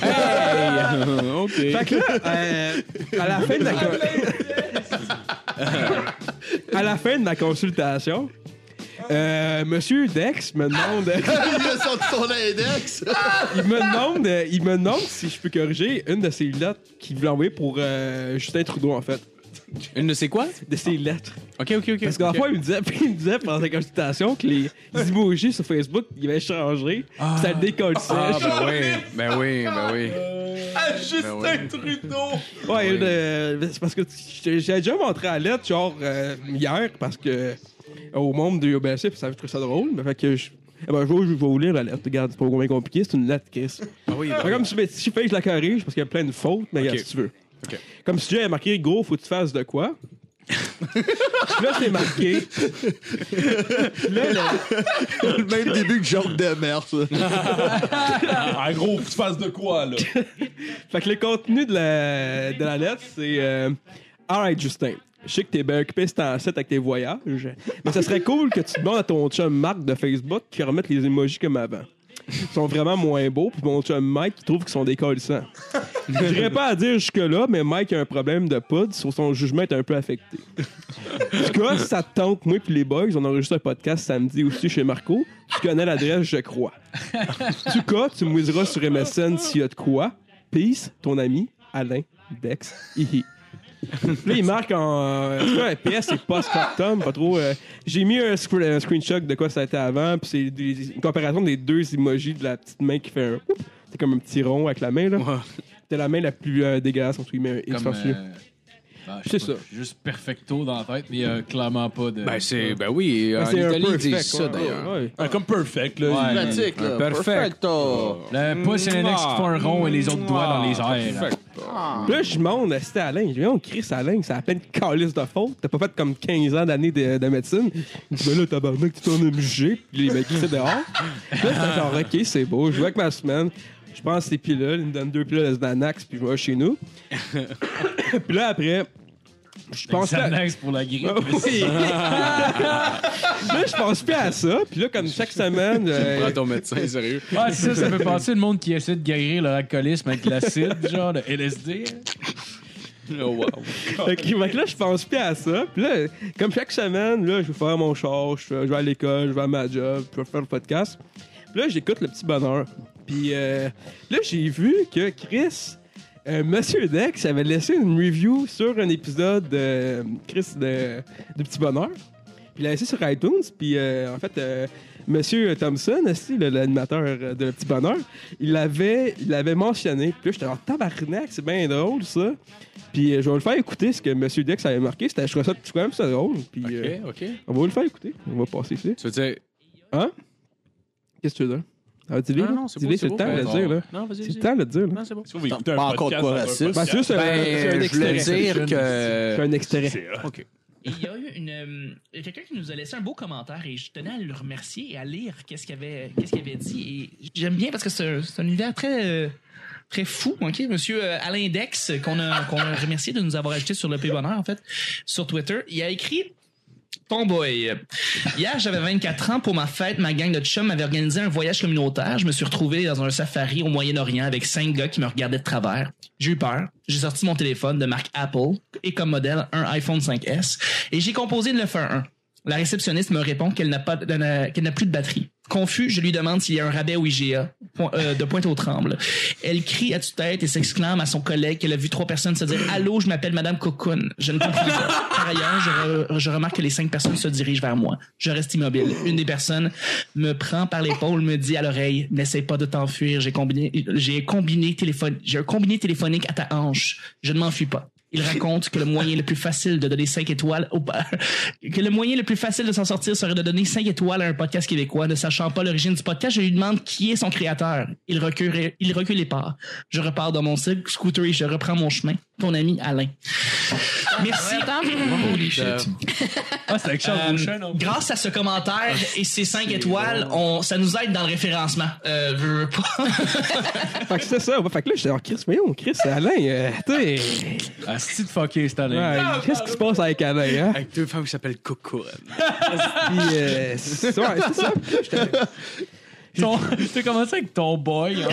[SPEAKER 6] OK.
[SPEAKER 5] Fait que là, euh, à la fin de la con- à la fin de la consultation, euh, Monsieur Dex me demande,
[SPEAKER 7] Il a sorti son index.
[SPEAKER 5] il me demande, euh, il me demande si je peux corriger une de ses lettres qu'il voulait envoyer pour euh, Justin Trudeau en fait,
[SPEAKER 6] Une de ces quoi?
[SPEAKER 5] de ses lettres.
[SPEAKER 6] OK, OK, OK.
[SPEAKER 5] Parce qu'en
[SPEAKER 6] OK.
[SPEAKER 5] fois il me disait, puis il me disait pendant la consultation que les emojis sur Facebook ils avaient changé, puis ça le décollissait.
[SPEAKER 6] Ah, ben oui, ben oui, ben oui.
[SPEAKER 4] Ah, Justin
[SPEAKER 6] Ben
[SPEAKER 4] Trudeau.
[SPEAKER 5] Ouais,
[SPEAKER 6] Oui.
[SPEAKER 5] euh, c'est parce que j'ai déjà montré à lettre, genre, euh, hier, parce que euh, au monde du OBC, puis ça je trouve ça drôle, mais fait que je. eh ben, je, vais, je vais vous lire la lettre. Regarde, c'est pas combien compliqué, c'est une lettre, Chris.
[SPEAKER 6] Ah oui,
[SPEAKER 5] Fait Comme si, mais si je fais, je la corrige parce qu'il y a plein de fautes, mais regarde, si tu veux.
[SPEAKER 6] Ok.
[SPEAKER 5] Comme si j'avais marqué gros, faut que tu fasses de quoi. Puis là, c'est marqué. Puis là, le-
[SPEAKER 7] le même début que Jacques Demers.
[SPEAKER 4] En Ah, gros, faut que tu fasses de quoi, là?
[SPEAKER 5] Fait que le contenu de la, de la lettre, c'est euh, Alright, Justin. Je sais que t'es bien occupé ce temps-ci avec tes voyages, mais ça serait cool que tu demandes à ton chum Marc de Facebook qu'il remette les emojis comme avant. Ils sont vraiment moins beaux, puis mon chum Mike, il trouve qu'ils sont décollissants. Je dirais pas à dire jusque-là, mais Mike a un problème de poudre, sur son jugement est un peu affecté. En tout cas, si ça te tente, moi puis les boys, on enregistre un podcast samedi aussi chez Marco. Tu connais l'adresse, je crois. En tout cas, tu me diras sur MSN s'il y a de quoi. Peace, ton ami, Alain, Dex, hihi. Là, il marque en. euh, c'est quoi, un PS, c'est post-factum, pas trop. euh, J'ai mis un, scre- un screenshot de quoi ça a été avant, puis c'est des- une comparaison des deux emojis de la petite main qui fait un. ouf. C'est comme un petit rond avec la main, là.
[SPEAKER 6] Ouais.
[SPEAKER 5] C'était la main la plus euh, dégueulasse, on met un X
[SPEAKER 3] Comme,
[SPEAKER 5] par dessus.
[SPEAKER 3] euh, ah, je
[SPEAKER 5] C'est
[SPEAKER 3] sais pas,
[SPEAKER 5] ça.
[SPEAKER 3] j'ai Juste perfecto dans la tête, mais euh, clairement pas de.
[SPEAKER 6] Ben, c'est, ben oui, en
[SPEAKER 5] C'est un
[SPEAKER 6] Italie, ils
[SPEAKER 5] perfect,
[SPEAKER 6] disent ça,
[SPEAKER 5] ouais,
[SPEAKER 6] d'ailleurs.
[SPEAKER 5] ouais.
[SPEAKER 4] Ah, comme perfect, là.
[SPEAKER 3] Ouais.
[SPEAKER 7] Pratique, là.
[SPEAKER 6] Perfect.
[SPEAKER 7] Perfecto.
[SPEAKER 3] Le pouce et l'index qui font un rond et les autres doigts dans les airs.
[SPEAKER 5] Puis là, je monte, c'était Alain. Je dis, on crie Alain, c'est à peine calice de faute. T'as pas fait comme 15 ans d'années de, de médecine. Je dis, ben là, tabarnak, tu tournes MG. Puis les mecs, c'est dehors. Puis là, j'étais genre, ok, c'est beau, je joue avec ma semaine. Je prends ces pilules, ils me donnent deux pilules de Xanax, puis je vais chez nous. puis là, après, je pense
[SPEAKER 3] C'est
[SPEAKER 5] que.
[SPEAKER 3] un index pour la grippe.
[SPEAKER 5] Ah oui. là, je pense plus à ça. Puis là, comme chaque semaine. euh,
[SPEAKER 6] Prends ton médecin, sérieux.
[SPEAKER 3] Ah, c'est ça, ça peut passer le monde qui essaie de guérir leur alcoolisme avec de l'acide, genre de LSD.
[SPEAKER 6] Oh, wow.
[SPEAKER 5] Fait que, fait que là, je pense plus à ça. Puis là, comme chaque semaine, là, je vais faire mon char, je, fais- je vais à l'école, je vais à ma job, je vais faire le podcast. Puis là, j'écoute le petit bonheur. Puis euh, là, j'ai vu que Chris, euh, Monsieur Dex avait laissé une review sur un épisode de euh, Chris de, de Petit Bonheur. Il l'a laissé sur iTunes, puis euh, en fait, euh, Monsieur Thompson, aussi, le- l'animateur euh, de Petit Bonheur, il l'avait il l'avait mentionné. Puis là, j'étais en tabarnak, c'est bien drôle, ça. Puis euh, je vais le faire écouter ce que Monsieur Dex avait marqué. C'était- Je trouvais ça quand même ça drôle. Puis euh,
[SPEAKER 6] OK, OK.
[SPEAKER 5] on va le faire écouter. On va passer ici.
[SPEAKER 6] Tu veux dire.
[SPEAKER 5] Hein? Qu'est-ce que tu veux dire? Ah, dis-le,
[SPEAKER 6] Non,
[SPEAKER 5] là.
[SPEAKER 6] non, c'est
[SPEAKER 5] Dis-le,
[SPEAKER 6] beau,
[SPEAKER 5] c'est le
[SPEAKER 6] beau,
[SPEAKER 5] temps de
[SPEAKER 6] ben,
[SPEAKER 5] le
[SPEAKER 6] bon.
[SPEAKER 5] dire, là.
[SPEAKER 6] Non, vas-y.
[SPEAKER 5] C'est
[SPEAKER 6] vas-y.
[SPEAKER 5] le temps de le dire, là.
[SPEAKER 6] Non, c'est bon.
[SPEAKER 4] Si vous voulez écouter un
[SPEAKER 7] Pas encore de
[SPEAKER 4] podcast, ça va être
[SPEAKER 7] quoi raciste.
[SPEAKER 5] Ben, c'est juste un, c'est un
[SPEAKER 6] Ben, je
[SPEAKER 5] extrait.
[SPEAKER 6] voulais dire
[SPEAKER 5] C'est
[SPEAKER 6] que.
[SPEAKER 5] un extrait.
[SPEAKER 6] OK.
[SPEAKER 8] Et il y a eu une euh, quelqu'un qui nous a laissé un beau commentaire et je tenais à le remercier et à lire qu'est-ce qu'il avait qu'est-ce qu'il avait dit et j'aime bien parce que c'est un, c'est un univers très euh, très fou ok monsieur euh, Alain Dex qu'on a qu'on a remercié de nous avoir ajouté sur le P bonheur en fait sur Twitter il a écrit Tomboy. Hier, j'avais 24 ans. Pour ma fête, ma gang de chums m'avait organisé un voyage communautaire. Je me suis retrouvé dans un safari au Moyen-Orient avec cinq gars qui me regardaient de travers. J'ai eu peur. J'ai sorti mon téléphone de marque Apple et comme modèle un iPhone 5S et j'ai composé le 1 La réceptionniste me répond qu'elle n'a pas, qu'elle n'a plus de batterie. Confus, je lui demande s'il y a un rabais au IGA point- euh, de pointe aux trembles. Elle crie à tue-tête et s'exclame à son collègue qu'elle a vu trois personnes se dire Allô, je m'appelle Madame Cocoon. Je ne comprends pas. Par ailleurs, je, re- je remarque que les cinq personnes se dirigent vers moi. Je reste immobile. Une des personnes me prend par l'épaule, me dit à l'oreille N'essaie pas de t'enfuir. J'ai combiné, j'ai combiné téléphone, j'ai un combiné téléphonique à ta hanche. Je ne m'enfuis pas. Il raconte que le moyen le plus facile de donner 5 étoiles au que le moyen le plus facile de s'en sortir serait de donner 5 étoiles à un podcast québécois. Ne sachant pas l'origine du podcast, je lui demande qui est son créateur. Il recule, il recule les parts. Je repars dans mon cycle- scooter et je reprends mon chemin. Ton ami Alain. Merci.
[SPEAKER 3] Ah, c'est avec Charles
[SPEAKER 8] Euh, grâce à ce commentaire et ces 5 étoiles, on, ça nous aide dans le référencement. Euh, veux, veux pas.
[SPEAKER 5] Fait que c'est ça. ouais. Fait que là, j'étais genre, Chris, voyons, Chris, Alain, euh, tu sais,
[SPEAKER 3] Ah, c'est de fucké cette année.
[SPEAKER 5] ouais, qu'est-ce qui se passe avec Alain, hein?
[SPEAKER 6] Avec deux femmes qui s'appellent Coco.
[SPEAKER 5] Puis, euh, c'est ouais, c'est ça. Puis là, j'étais-
[SPEAKER 3] Ton- T'as commencé avec ton boy. hein.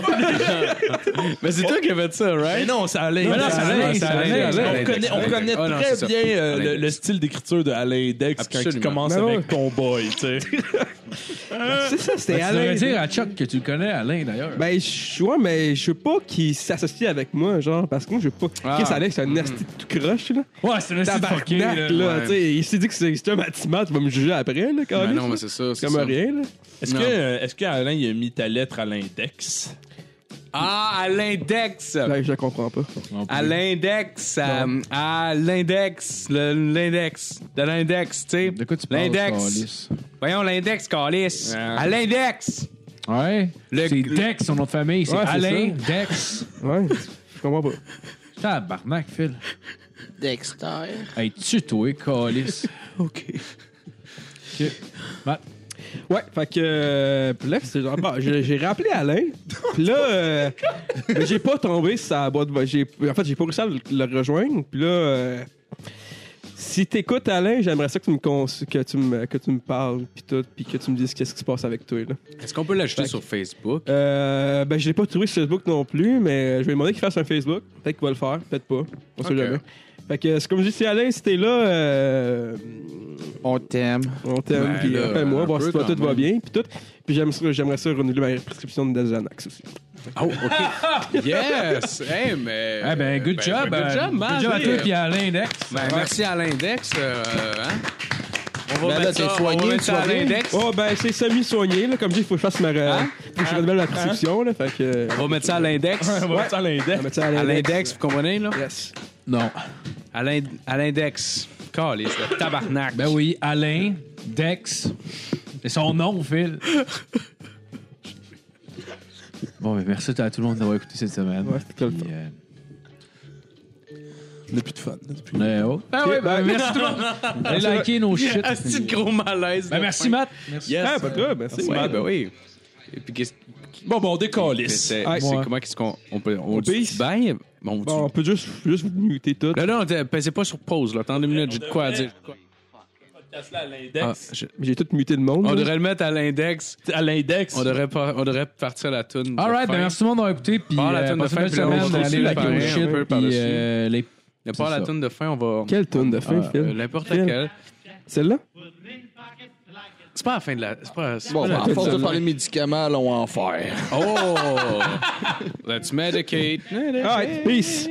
[SPEAKER 6] Mais c'est toi qui as fait ça, right?
[SPEAKER 4] non, ça allait.
[SPEAKER 3] Mais non, ça allait, ça allait, ça allait.
[SPEAKER 4] On connaît, on connaît
[SPEAKER 6] Ah, non,
[SPEAKER 4] très
[SPEAKER 6] c'est ça.
[SPEAKER 4] bien euh,
[SPEAKER 6] Alain
[SPEAKER 4] le,
[SPEAKER 6] Dex.
[SPEAKER 4] le style d'écriture de Alain Dex quand il
[SPEAKER 6] Absolument.
[SPEAKER 4] commence
[SPEAKER 5] Ben
[SPEAKER 4] avec
[SPEAKER 5] ouais.
[SPEAKER 4] Tomboy, tu sais.
[SPEAKER 5] C'est ça, c'était
[SPEAKER 3] Bah, Tu
[SPEAKER 5] Alain.
[SPEAKER 3] devrais dire à Chuck que tu le connais, Alain, d'ailleurs.
[SPEAKER 5] Ben, je ouais, mais je sais pas qu'il s'associe avec moi, genre, parce que moi, je sais pas.
[SPEAKER 6] Ah.
[SPEAKER 5] Chris, Alain, c'est un nasty tout croche, là.
[SPEAKER 3] Ouais, c'est un style
[SPEAKER 5] Tabarnak,
[SPEAKER 3] Mm-hmm. fucké.
[SPEAKER 5] là.
[SPEAKER 3] là.
[SPEAKER 6] ouais.
[SPEAKER 5] Tu sais, il s'est dit que c'est c'est un bâtiment, tu vas me juger après, là, quand
[SPEAKER 6] Ben
[SPEAKER 5] même.
[SPEAKER 6] non, mais c'est ça.
[SPEAKER 5] C'est comme
[SPEAKER 6] ça.
[SPEAKER 5] rien, là.
[SPEAKER 4] Est-ce
[SPEAKER 6] Non.
[SPEAKER 4] que, euh, est-ce que Alain il a mis ta lettre à l'index?
[SPEAKER 6] Ah, à l'index!
[SPEAKER 5] Ben, je le comprends pas.
[SPEAKER 6] À l'index! euh, À l'index! le- L'index! De l'index, tu sais.
[SPEAKER 3] De quoi tu parles,
[SPEAKER 6] L'index!
[SPEAKER 3] Carlis?
[SPEAKER 6] Voyons, l'index, Calis! À l'index!
[SPEAKER 3] Ouais.
[SPEAKER 6] Le-
[SPEAKER 3] C'est Dex, son nom de famille. C'est
[SPEAKER 5] Ouais, c'est
[SPEAKER 3] Alain Dex.
[SPEAKER 5] Ouais, je comprends pas.
[SPEAKER 3] Tabarnak, Phil.
[SPEAKER 1] Dexter.
[SPEAKER 3] Hey, tue-toi, Calis.
[SPEAKER 6] OK.
[SPEAKER 3] Ok. Matt.
[SPEAKER 5] Ouais, fait que. euh, puis là, c'est genre. bon, j'ai j'ai rappelé Alain. Puis là, euh, mais j'ai pas tombé sur sa boîte. vocale. J'ai- En fait, j'ai pas réussi à le, le rejoindre. Puis là, euh, si t'écoutes Alain, j'aimerais ça que tu me, cons- que tu me, que tu me parles. Puis tout. Puis que tu me dises qu'est-ce qui se passe avec toi. Là.
[SPEAKER 6] Est-ce qu'on peut l'ajouter sur Facebook?
[SPEAKER 5] Euh, ben, je l'ai pas trouvé sur Facebook non plus. Mais je vais demander qu'il fasse un Facebook. Peut-être qu'il va le faire. Peut-être pas. On sait
[SPEAKER 6] Ok.
[SPEAKER 5] jamais. Fait que, c'est comme je dis, si Alain, si t'es là. euh,
[SPEAKER 1] On t'aime.
[SPEAKER 5] on t'aime,
[SPEAKER 6] Ben
[SPEAKER 5] puis
[SPEAKER 6] là,
[SPEAKER 5] rappelle-moi,
[SPEAKER 6] un
[SPEAKER 5] voir
[SPEAKER 6] peu
[SPEAKER 5] si toi,
[SPEAKER 6] quand
[SPEAKER 5] tout va
[SPEAKER 6] même.
[SPEAKER 5] bien, puis tout. Puis j'aime ça- j'aimerais ça renouveler ma prescription de Dazanax aussi.
[SPEAKER 6] Oh, OK. yes! Hey, mais...
[SPEAKER 5] Ah,
[SPEAKER 3] Eh ben, good job.
[SPEAKER 6] Good
[SPEAKER 3] euh,
[SPEAKER 6] job, man.
[SPEAKER 3] Good job à toi
[SPEAKER 6] Hey,
[SPEAKER 3] puis à Alain Dex.
[SPEAKER 6] Ben, merci à l'index. euh, hein? On va
[SPEAKER 1] Ben là,
[SPEAKER 6] mettre
[SPEAKER 1] t'es
[SPEAKER 6] ça,
[SPEAKER 1] soigné,
[SPEAKER 6] on va mettre ça à
[SPEAKER 1] soigné.
[SPEAKER 6] l'index.
[SPEAKER 5] Oh, ben, c'est semi-soigné, là. Comme je dis, il faut que je fasse ma. re-
[SPEAKER 6] Hein?
[SPEAKER 5] Faut que je renouvelle ma prescription, là. Fait que. euh,
[SPEAKER 6] On va mettre ça à l'index.
[SPEAKER 4] On va mettre ça à l'index.
[SPEAKER 5] On va mettre ça à
[SPEAKER 6] À
[SPEAKER 5] l'index.
[SPEAKER 6] l'index, vous comprenez, là?
[SPEAKER 5] Yes.
[SPEAKER 3] Non.
[SPEAKER 6] À l'in- à l'index. Calisse, le tabarnak.
[SPEAKER 3] Ben oui, Alain Dex. C'est son nom, Phil. Bon, ben merci à tout le monde d'avoir écouté cette semaine.
[SPEAKER 5] Ouais, c'était cool.
[SPEAKER 3] Puis, euh,
[SPEAKER 4] On n'a plus de fun. on n'a plus-
[SPEAKER 3] ben, oh. Ben oui, ben, merci tout le monde. Allez liker nos Oh, shit.
[SPEAKER 6] Asti de gros malaise.
[SPEAKER 3] Ben,
[SPEAKER 6] là.
[SPEAKER 3] merci, Matt. Merci.
[SPEAKER 6] Yes.
[SPEAKER 5] Ah, pas de problème, merci.
[SPEAKER 6] Ouais, ben oui. Et puis, qu'est-ce
[SPEAKER 4] Bon, bon, on décalisse.
[SPEAKER 6] c'est
[SPEAKER 5] Ouais.
[SPEAKER 6] c'est comment qu'est-ce qu'on on peut on dit
[SPEAKER 5] pisse?
[SPEAKER 6] bye bon, on dit-
[SPEAKER 5] Bon, on peut juste, juste vous muter tout.
[SPEAKER 6] là là on dit- pesez pas sur pause là attendez une minute j'ai de quoi à dire
[SPEAKER 4] À
[SPEAKER 6] Ah,
[SPEAKER 4] l'index.
[SPEAKER 6] je-
[SPEAKER 5] J'ai tout muté le monde.
[SPEAKER 6] on
[SPEAKER 5] là.
[SPEAKER 6] devrait le mettre à l'index
[SPEAKER 4] À l'index.
[SPEAKER 6] on devrait pas on devrait partir la tune
[SPEAKER 3] All right, ben, merci tout le monde d'avoir écouté. Puis,
[SPEAKER 6] Parle à la
[SPEAKER 3] euh,
[SPEAKER 6] tonne de
[SPEAKER 3] passez
[SPEAKER 6] fin,
[SPEAKER 3] une belle
[SPEAKER 6] puis on
[SPEAKER 3] semaine.
[SPEAKER 6] continue
[SPEAKER 3] Allez
[SPEAKER 6] la
[SPEAKER 3] liker nos
[SPEAKER 6] carrière, un peu
[SPEAKER 3] shit. Puis,
[SPEAKER 6] par-dessus.
[SPEAKER 3] euh, les-
[SPEAKER 6] ne pas à
[SPEAKER 3] c'est
[SPEAKER 6] la
[SPEAKER 3] ça.
[SPEAKER 6] tune de fin on va
[SPEAKER 5] Quelle tonne de fin,
[SPEAKER 6] Ah, Euh,
[SPEAKER 5] Phil?
[SPEAKER 6] n'importe
[SPEAKER 5] Phil.
[SPEAKER 6] quelle
[SPEAKER 5] Celle-là?
[SPEAKER 6] C'est pas la fin de la. C'est pas. c'est
[SPEAKER 7] Bon,
[SPEAKER 6] pas la-
[SPEAKER 7] ben, à force de parler de médicaments, là, on va en faire.
[SPEAKER 6] Oh! Let's medicate.
[SPEAKER 5] All right, peace.